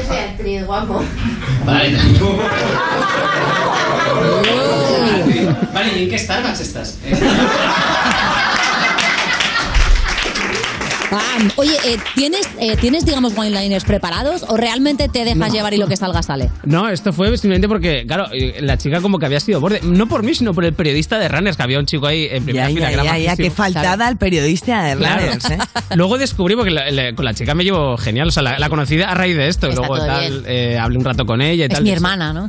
[SPEAKER 29] soy actriz, guapo.
[SPEAKER 35] [laughs] Vale. Vale, ¿y en qué Starbucks estás?
[SPEAKER 3] Bam. Oye, eh, ¿tienes, eh, ¿tienes, digamos, one-liners preparados o realmente te dejas llevar y lo que salga sale?
[SPEAKER 35] No, esto fue simplemente porque, claro, eh, la chica como que había sido borde. No por mí, sino por el periodista de Runners, que había un chico ahí en primera
[SPEAKER 4] Ya,
[SPEAKER 35] fila
[SPEAKER 4] ya,
[SPEAKER 35] que era
[SPEAKER 4] ya, ya,
[SPEAKER 35] majísimo.
[SPEAKER 4] qué faltada al periodista de
[SPEAKER 35] Claro.
[SPEAKER 4] Runners, ¿eh?
[SPEAKER 35] Luego descubrí, porque la- la- con la chica me llevo genial, o sea, la, la conocí a raíz de esto. y
[SPEAKER 3] Está
[SPEAKER 35] Luego
[SPEAKER 3] todo
[SPEAKER 35] tal, eh, hablé un rato con ella y
[SPEAKER 3] Es
[SPEAKER 35] tal.
[SPEAKER 3] mi
[SPEAKER 35] [laughs]
[SPEAKER 3] hermana, ¿no?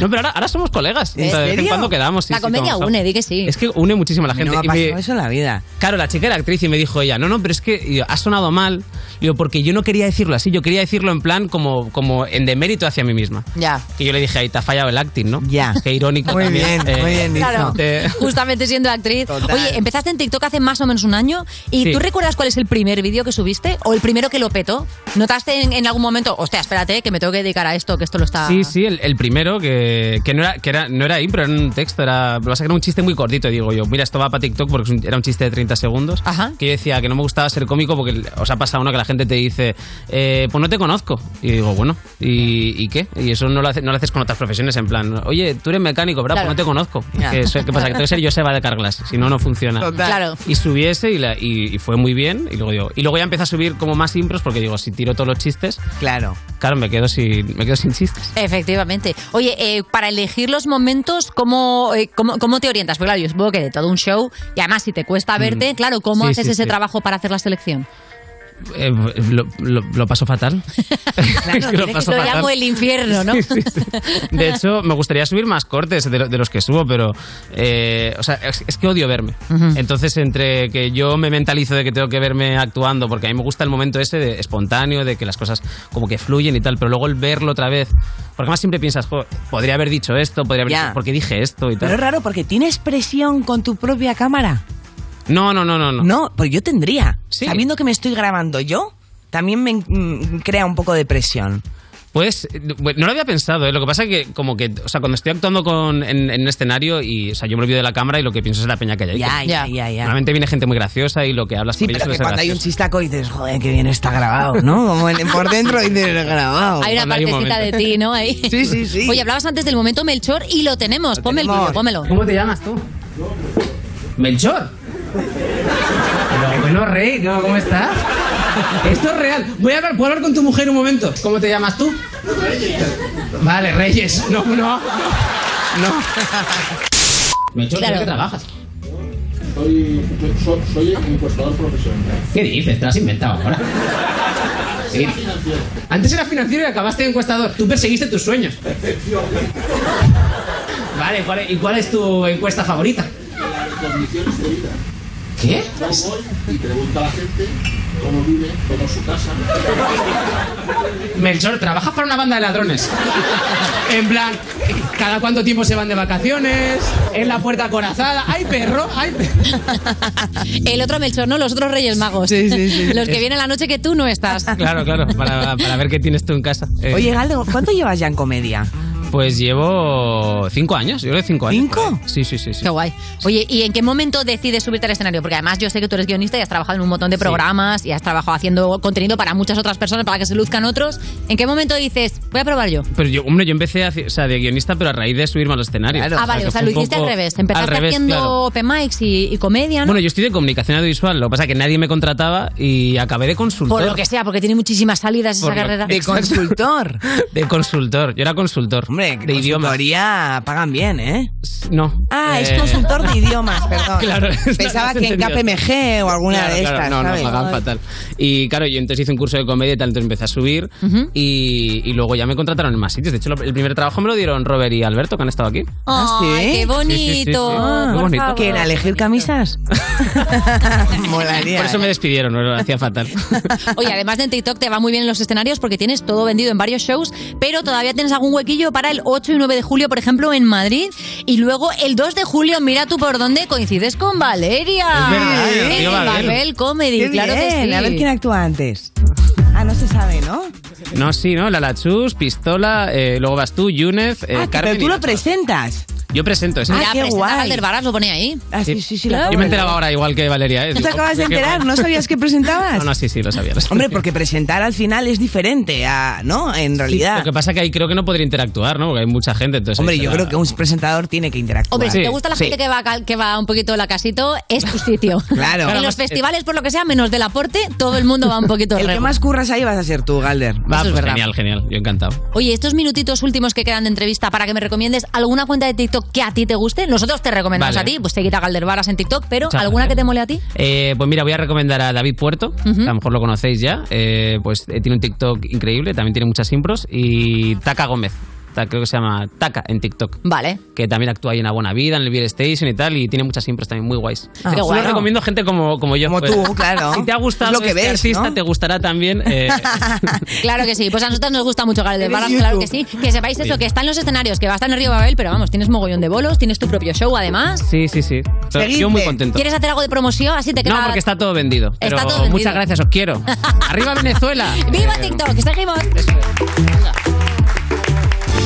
[SPEAKER 35] No, pero ahora, ahora somos colegas.
[SPEAKER 3] ¿En
[SPEAKER 35] O sea, de vez en
[SPEAKER 3] serio?
[SPEAKER 35] cuando quedamos. sí,
[SPEAKER 3] La
[SPEAKER 35] sí,
[SPEAKER 3] comedia
[SPEAKER 35] tomamos algo.
[SPEAKER 3] une, di que sí.
[SPEAKER 35] Es que une muchísimo a la gente.
[SPEAKER 4] No me ha
[SPEAKER 35] Y me-
[SPEAKER 4] pasado eso en la vida.
[SPEAKER 35] Claro, la chica era actriz y me dijo ella, no, no, pero es que y yo, ha sonado mal, Y yo, porque yo no quería decirlo así, yo quería decirlo en plan como, como en demérito hacia mí misma.
[SPEAKER 3] Ya.
[SPEAKER 35] Que yo le dije, ahí te ha fallado el acting, ¿no?
[SPEAKER 4] Ya.
[SPEAKER 35] Qué irónico.
[SPEAKER 4] Muy
[SPEAKER 35] también. Eh,
[SPEAKER 4] bien, muy bien dicho.
[SPEAKER 3] Claro.
[SPEAKER 35] te-
[SPEAKER 3] [laughs] Justamente siendo actriz. Oye, empezaste en TikTok hace más o menos un año y
[SPEAKER 35] Sí.
[SPEAKER 3] ¿tú recuerdas cuál es el primer vídeo que subiste o el primero que lo petó? ¿Notaste en, en algún momento, hostia, espérate, que me tengo que dedicar a esto, que esto lo está...
[SPEAKER 35] Sí, sí, el, el primero, que, que no era, que era, no era impro, era un texto, era, lo que pasa es que era un chiste muy cortito, digo yo, mira, esto va para TikTok porque es un- era un chiste de 30 segundos, que yo decía que no me gustaba ser cómico porque os ha pasado uno que la gente te dice, eh, pues no te conozco, y digo, bueno, ¿y, y qué? Y eso no lo, hace- no lo haces con otras profesiones, en plan, oye, tú eres mecánico, ¿verdad?
[SPEAKER 3] Claro.
[SPEAKER 35] Pues no te conozco,
[SPEAKER 3] Ya.
[SPEAKER 35] ¿Qué, soy- qué pasa? Que tengo que ser Joseba de Carglass, si no, no funciona.
[SPEAKER 3] Total. Claro.
[SPEAKER 35] Y subí ese y, la- y- y fue muy bien. Y luego, digo- y luego ya empecé a subir como más impros porque digo, si tiro todos los chistes.
[SPEAKER 4] Claro.
[SPEAKER 35] Claro, me quedo sin, me quedo sin chistes.
[SPEAKER 3] Efectivamente. Oye, eh, para elegir los momentos, ¿cómo, eh, cómo, cómo te orientas? Porque claro, yo supongo que de todo un show, y además si te cuesta verte,
[SPEAKER 35] Mm.
[SPEAKER 3] claro, ¿cómo
[SPEAKER 35] Sí,
[SPEAKER 3] haces
[SPEAKER 35] sí,
[SPEAKER 3] ese
[SPEAKER 35] sí.
[SPEAKER 3] trabajo para hacer la selección?
[SPEAKER 35] Eh, lo, lo- lo paso
[SPEAKER 4] [laughs]
[SPEAKER 35] fatal. [laughs] Es que lo paso
[SPEAKER 3] lo
[SPEAKER 35] fatal.
[SPEAKER 3] llamo el
[SPEAKER 35] [laughs]
[SPEAKER 3] infierno, ¿no?
[SPEAKER 35] De hecho, me gustaría subir más cortes de, lo- de los que subo, pero eh, o sea, es, es que odio verme. Entonces, entre que yo me mentalizo de que tengo que verme actuando, porque a mí me gusta el momento ese de- espontáneo, de que las cosas como que fluyen y tal, pero luego el verlo otra vez, porque además siempre piensas, "Jo, podría haber dicho esto, podría haber
[SPEAKER 4] Ya.
[SPEAKER 35] dicho, ¿por qué dije esto? y
[SPEAKER 4] Pero es
[SPEAKER 35] tal.
[SPEAKER 4] raro porque tienes presión con tu propia cámara.
[SPEAKER 35] No, no, no, no. No,
[SPEAKER 4] no pues yo tendría. Sabiendo que me estoy grabando yo, también me mm, crea un poco de presión.
[SPEAKER 35] Pues eh, bueno, no lo había pensado, ¿eh? lo que pasa es que como que, o sea, cuando estoy actuando con, en, en un escenario y, o sea, yo me olvido de la cámara y lo que pienso es la peña que hay ahí.
[SPEAKER 4] Ya, ya, ya, ya.
[SPEAKER 35] Normalmente viene gente muy graciosa y lo que hablas
[SPEAKER 4] Sí,
[SPEAKER 35] con ellos
[SPEAKER 4] pero
[SPEAKER 35] suele
[SPEAKER 4] que
[SPEAKER 35] ser
[SPEAKER 4] cuando hay un
[SPEAKER 35] gracioso.
[SPEAKER 4] chistaco dices, joder, qué bien está grabado, ¿no? Como en- por dentro dices, grabado.
[SPEAKER 3] Hay una partecita de ti, ¿no? Ahí.
[SPEAKER 4] Sí, sí, sí.
[SPEAKER 3] Oye, hablabas antes del momento Melchor y lo tenemos. Ponme el vídeo, pónmelo.
[SPEAKER 35] ¿Cómo te llamas tú? Melchor. Pero bueno, Rey, ¿cómo, cómo estás? Esto es real. Voy a hablar, ¿puedo hablar con tu mujer un momento? ¿Cómo te llamas tú? Vale, Reyes. No, no. No. Melchor, ¿tú
[SPEAKER 12] Claro.
[SPEAKER 35] ¿de qué trabajas?
[SPEAKER 12] Soy, soy, encuestador profesional.
[SPEAKER 35] ¿Qué dices? Te lo has inventado
[SPEAKER 4] [laughs]
[SPEAKER 35] ahora. Sí. Antes era financiero y acabaste de encuestador. Tú perseguiste tus sueños. Vale, ¿cuál es- ¿y cuál es tu encuesta favorita?
[SPEAKER 12] Condiciones de vida.
[SPEAKER 35] ¿Qué?
[SPEAKER 12] Yo voy y pregunto a la gente cómo vive, cómo es su casa.
[SPEAKER 35] Melchor, trabajas para una banda de ladrones. En plan, ¿cada cuánto tiempo se van de vacaciones? ¿En la puerta acorazada? ¿Hay perro? ¿Hay
[SPEAKER 3] [laughs] El otro Melchor, ¿no? Los otros Reyes Magos. [laughs] Los que vienen la noche que tú no estás.
[SPEAKER 35] [laughs] Claro, claro, para, para ver qué tienes tú en casa. Eh,
[SPEAKER 4] Oye, Galdo, ¿cuánto llevas ya en comedia?
[SPEAKER 35] Pues llevo cinco años, yo creo que cinco años.
[SPEAKER 4] ¿Cinco?
[SPEAKER 35] Sí, sí, sí. sí.
[SPEAKER 3] Qué guay. Oye, ¿y en qué momento decides subirte al escenario? Porque además yo sé que tú eres guionista y has trabajado en un montón de programas y has trabajado haciendo contenido para muchas otras personas para que se luzcan otros. ¿En qué momento dices, voy a probar yo?
[SPEAKER 35] Pero yo, hombre, yo empecé a- o sea, de guionista, pero a raíz de subirme a los escenarios.
[SPEAKER 3] ah, vale, o sea,
[SPEAKER 35] que fue
[SPEAKER 3] lo
[SPEAKER 35] un
[SPEAKER 3] hiciste
[SPEAKER 35] poco-
[SPEAKER 3] al revés. Empezaste
[SPEAKER 35] al revés,
[SPEAKER 3] haciendo
[SPEAKER 35] claro.
[SPEAKER 3] open mics y, y comedia, ¿no?
[SPEAKER 35] Bueno, yo estoy de comunicación audiovisual, lo que pasa es que nadie me contrataba y acabé de consultor.
[SPEAKER 3] Por lo que sea, porque tiene muchísimas salidas esa
[SPEAKER 35] Por lo-
[SPEAKER 3] carrera.
[SPEAKER 35] de
[SPEAKER 4] consultor.
[SPEAKER 35] [laughs] De consultor, yo era consultor. Hombre, de idiomas.
[SPEAKER 4] pagan bien, ¿eh?
[SPEAKER 35] No.
[SPEAKER 4] Ah,
[SPEAKER 35] Eh,
[SPEAKER 4] es consultor de idiomas, perdón.
[SPEAKER 35] Claro,
[SPEAKER 4] Pensaba
[SPEAKER 35] no,
[SPEAKER 4] que en
[SPEAKER 35] no entendía.
[SPEAKER 4] KPMG o alguna
[SPEAKER 35] Claro,
[SPEAKER 4] de
[SPEAKER 35] claro,
[SPEAKER 4] estas,
[SPEAKER 35] no,
[SPEAKER 4] ¿sabes?
[SPEAKER 35] no, pagaban fatal. Y claro, yo entonces hice un curso de comedia y tal, entonces empecé a subir y, y luego ya me contrataron en más sitios. De hecho, lo- el primer trabajo me lo dieron Robert y Alberto, que han estado aquí.
[SPEAKER 4] Ah,
[SPEAKER 3] Ay, Ah, qué bonito. Ah,
[SPEAKER 35] Sí, sí, sí, sí. Muy
[SPEAKER 3] por
[SPEAKER 35] bonito.
[SPEAKER 3] favor.
[SPEAKER 4] ¿Que en
[SPEAKER 3] [laughs]
[SPEAKER 4] elegir camisas? Molaría.
[SPEAKER 35] Por
[SPEAKER 4] ¿eh?
[SPEAKER 35] eso me despidieron, me lo hacía fatal.
[SPEAKER 4] [laughs]
[SPEAKER 3] Oye, además de en TikTok te va muy bien en los escenarios porque tienes todo vendido en varios shows, pero todavía tienes algún huequillo para el 8 y 9 de julio, por ejemplo, en Madrid. Y luego el 2 de julio, mira tú por dónde coincides con Valeria.
[SPEAKER 4] Es verdad,
[SPEAKER 3] en
[SPEAKER 4] tío,
[SPEAKER 3] el
[SPEAKER 4] Valero.
[SPEAKER 3] papel comedy,
[SPEAKER 4] Qué
[SPEAKER 3] claro que
[SPEAKER 4] bien,
[SPEAKER 3] sí.
[SPEAKER 4] A ver quién actúa antes. Ah, no se sabe, ¿no?
[SPEAKER 35] No, sí, ¿no? La Lachus, Pistola, eh, luego vas tú, Yunez, eh, Carmen.
[SPEAKER 4] Ah, Pero tú
[SPEAKER 35] y-
[SPEAKER 4] lo presentas.
[SPEAKER 35] Yo presento eso.
[SPEAKER 3] Pues Mira, presenta a Valdervaras, lo ponía ahí.
[SPEAKER 4] Ah, sí, sí, sí.
[SPEAKER 35] Yo me enteraba ahora igual que Valeria. ¿eh?
[SPEAKER 4] ¿No te
[SPEAKER 35] Digo,
[SPEAKER 4] acabas de
[SPEAKER 35] qué
[SPEAKER 4] enterar?
[SPEAKER 35] guay.
[SPEAKER 4] ¿No sabías que
[SPEAKER 35] [laughs]
[SPEAKER 4] presentabas?
[SPEAKER 35] No, no, sí, sí, lo sabía. lo sabía.
[SPEAKER 4] Hombre, porque presentar al final es diferente a, ¿no? En
[SPEAKER 35] Lo
[SPEAKER 4] realidad.
[SPEAKER 35] que pasa es que ahí creo que no podría interactuar, ¿no? Porque hay mucha gente. Entonces
[SPEAKER 4] Hombre, yo creo que un presentador tiene que interactuar.
[SPEAKER 3] Hombre, si te gusta la gente que va, cal- que va un poquito la casito, es tu sitio.
[SPEAKER 4] Claro.
[SPEAKER 3] En
[SPEAKER 4] Claro,
[SPEAKER 3] los
[SPEAKER 4] más-
[SPEAKER 3] festivales, por lo que sea, menos del aporte, todo el mundo va un poquito
[SPEAKER 4] El que
[SPEAKER 3] rego.
[SPEAKER 4] más curras ahí vas a ser tú, Galder.
[SPEAKER 35] Va, pues genial, genial. Yo encantado.
[SPEAKER 3] Oye, estos minutitos últimos que quedan de entrevista para que me recomiendes alguna cuenta de TikTok que a ti te guste. Nosotros te recomendamos
[SPEAKER 35] Vale.
[SPEAKER 3] a ti, pues te quita Galdervaras en TikTok, pero
[SPEAKER 35] Muchas
[SPEAKER 3] alguna
[SPEAKER 35] gracias.
[SPEAKER 3] que te mole a ti.
[SPEAKER 35] Eh, pues mira, voy a recomendar a David Puerto, que a lo mejor lo conocéis ya. Eh, pues eh, tiene un TikTok increíble, también tiene muchas impros. Y Taka Gómez, ta- creo que se llama Taka en TikTok.
[SPEAKER 3] Vale.
[SPEAKER 35] Que también actúa ahí en La Buena Vida, en el Beer Station y tal. Y tiene muchas impros también muy guays.
[SPEAKER 4] Ah,
[SPEAKER 35] Yo
[SPEAKER 4] qué guay.
[SPEAKER 35] lo recomiendo a gente como, como yo. Como [laughs]
[SPEAKER 4] tú, claro.
[SPEAKER 35] Si te ha gustado
[SPEAKER 4] Lo que
[SPEAKER 35] este
[SPEAKER 4] ves,
[SPEAKER 35] artista,
[SPEAKER 4] ¿no?
[SPEAKER 35] te gustará también. eh,
[SPEAKER 3] Claro que sí. Pues a nosotros nos gusta mucho Galdervaras,
[SPEAKER 35] Eres
[SPEAKER 3] claro que sí.
[SPEAKER 35] YouTube.
[SPEAKER 3] Que sepáis eso,
[SPEAKER 35] Bien.
[SPEAKER 3] que está en los escenarios, que va a estar en Río Babel, pero vamos, tienes mogollón de bolos, tienes tu propio show además.
[SPEAKER 35] sí, sí, sí. Pero Yo muy contento.
[SPEAKER 3] ¿Quieres hacer algo de promoción? Así te queda.
[SPEAKER 35] No, porque está todo vendido. Pero
[SPEAKER 3] todo vendido.
[SPEAKER 35] muchas gracias, os quiero. ¡Arriba Venezuela!
[SPEAKER 3] [laughs] ¡Viva TikTok! ¡Seguimos!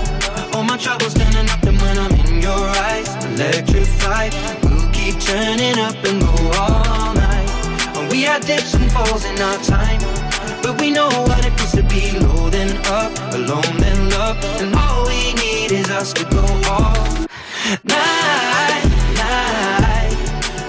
[SPEAKER 51] All my troubles standing up and when I'm in your eyes, electrified. We'll keep turning up and go all night. And we had dips and falls in our time. But we know what it means to be low then up, alone then loved. And all we need is us to go all night, night.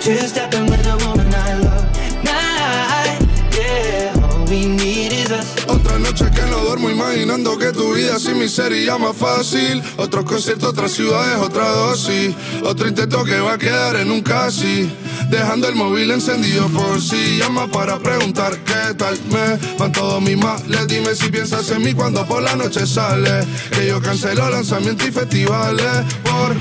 [SPEAKER 51] Two stepping with a woman I love. Night, yeah. All we need is us.
[SPEAKER 52] Otra noche que no duermo imaginando que tu vida sin mí sería más fácil. Otros conciertos, otras ciudades, otra dosis. Otro intento que va a quedar en un casi. Dejando el móvil encendido por si llama para preguntar qué tal me van todos mis males. Dime si piensas en mí cuando por la noche sale. Que yo cancelo lanzamientos y festivales por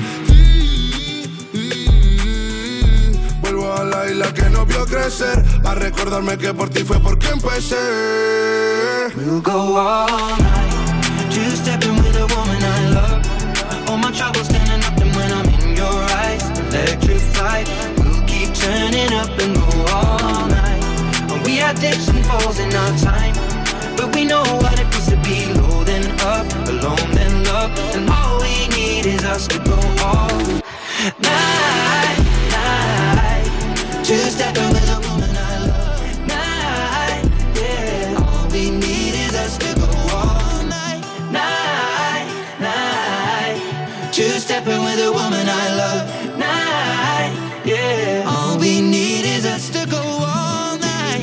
[SPEAKER 52] Vuelvo a la isla que no vio crecer A recordarme que por ti fue porque empecé
[SPEAKER 51] We'll go all night. Two stepping with a woman I love. All my troubles standing up, and when I'm in your eyes, electrified. We'll keep turning up and go all night. And we had dips and falls in our time.
[SPEAKER 10] But we know what it feels to be low then up, alone then loved. And all we need is us to go all night, night. Two step with a woman I love. Night, yeah. All we need is us to go all night, night, night. Two stepping with a woman I love. Night, yeah. All we need is us to go all night.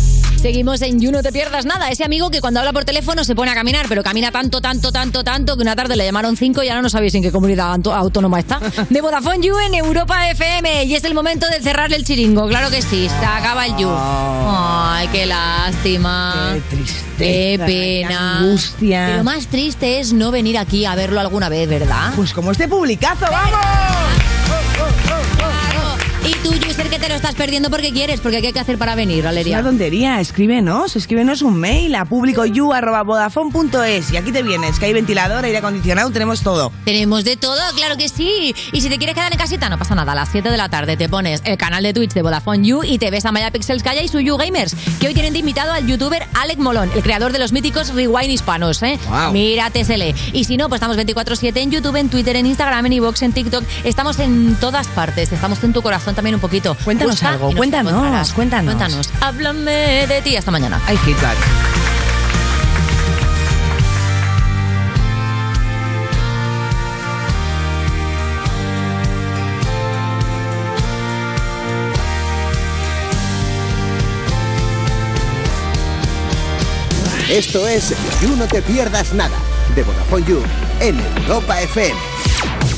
[SPEAKER 3] Seguimos en You, no te pierdas nada. Ese amigo que cuando habla por teléfono se pone a caminar, pero camina tanto, tanto, tanto, tanto que una tarde le llamaron cinco y ahora no sabéis en qué comunidad auto- autónoma está. De Vodafone You en Europa FM. Y es el momento de cerrar el chiringo, claro que sí. Se acaba el You.
[SPEAKER 4] Ah.
[SPEAKER 3] Ay, qué lástima. Qué triste. Qué pena.
[SPEAKER 4] angustia.
[SPEAKER 3] Pero más triste es no venir aquí a verlo alguna vez, ¿verdad?
[SPEAKER 4] Pues como este publicazo, vamos.
[SPEAKER 3] Y tú, Yuser, que te lo estás perdiendo porque quieres, Pues porque ¿qué hay que hacer para venir,
[SPEAKER 4] Es
[SPEAKER 3] Valeria?
[SPEAKER 4] una tontería, escríbenos, escríbenos un mail a publicoyu.vodafone.es y aquí te vienes, que hay ventilador, aire acondicionado, tenemos todo.
[SPEAKER 3] Tenemos de todo, claro que sí. Y si te quieres quedar en casita, no pasa nada. A las 7 de la tarde te pones el canal de Twitch de Vodafone You y te ves a Maya Pixelskaya y su You Gamers, que hoy tienen de invitado al youtuber Alec Molón, el creador de los míticos Rewind Hispanos. ¿eh?
[SPEAKER 53] Guau.
[SPEAKER 3] Mírate, se lee. Y si no, pues estamos 24-7 en YouTube, en Twitter, en Instagram, en iVoox, en TikTok. Estamos en todas partes. Estamos en tu corazón también un poquito.
[SPEAKER 4] Cuéntanos
[SPEAKER 3] Busca
[SPEAKER 4] algo,
[SPEAKER 3] y nos
[SPEAKER 4] cuéntanos,
[SPEAKER 3] encontrarás.
[SPEAKER 4] cuéntanos.
[SPEAKER 3] Cuéntanos. Háblame de ti. Hasta mañana.
[SPEAKER 4] Hay feedback.
[SPEAKER 5] Esto es You No Te Pierdas Nada, de Vodafone You, en Europa FM.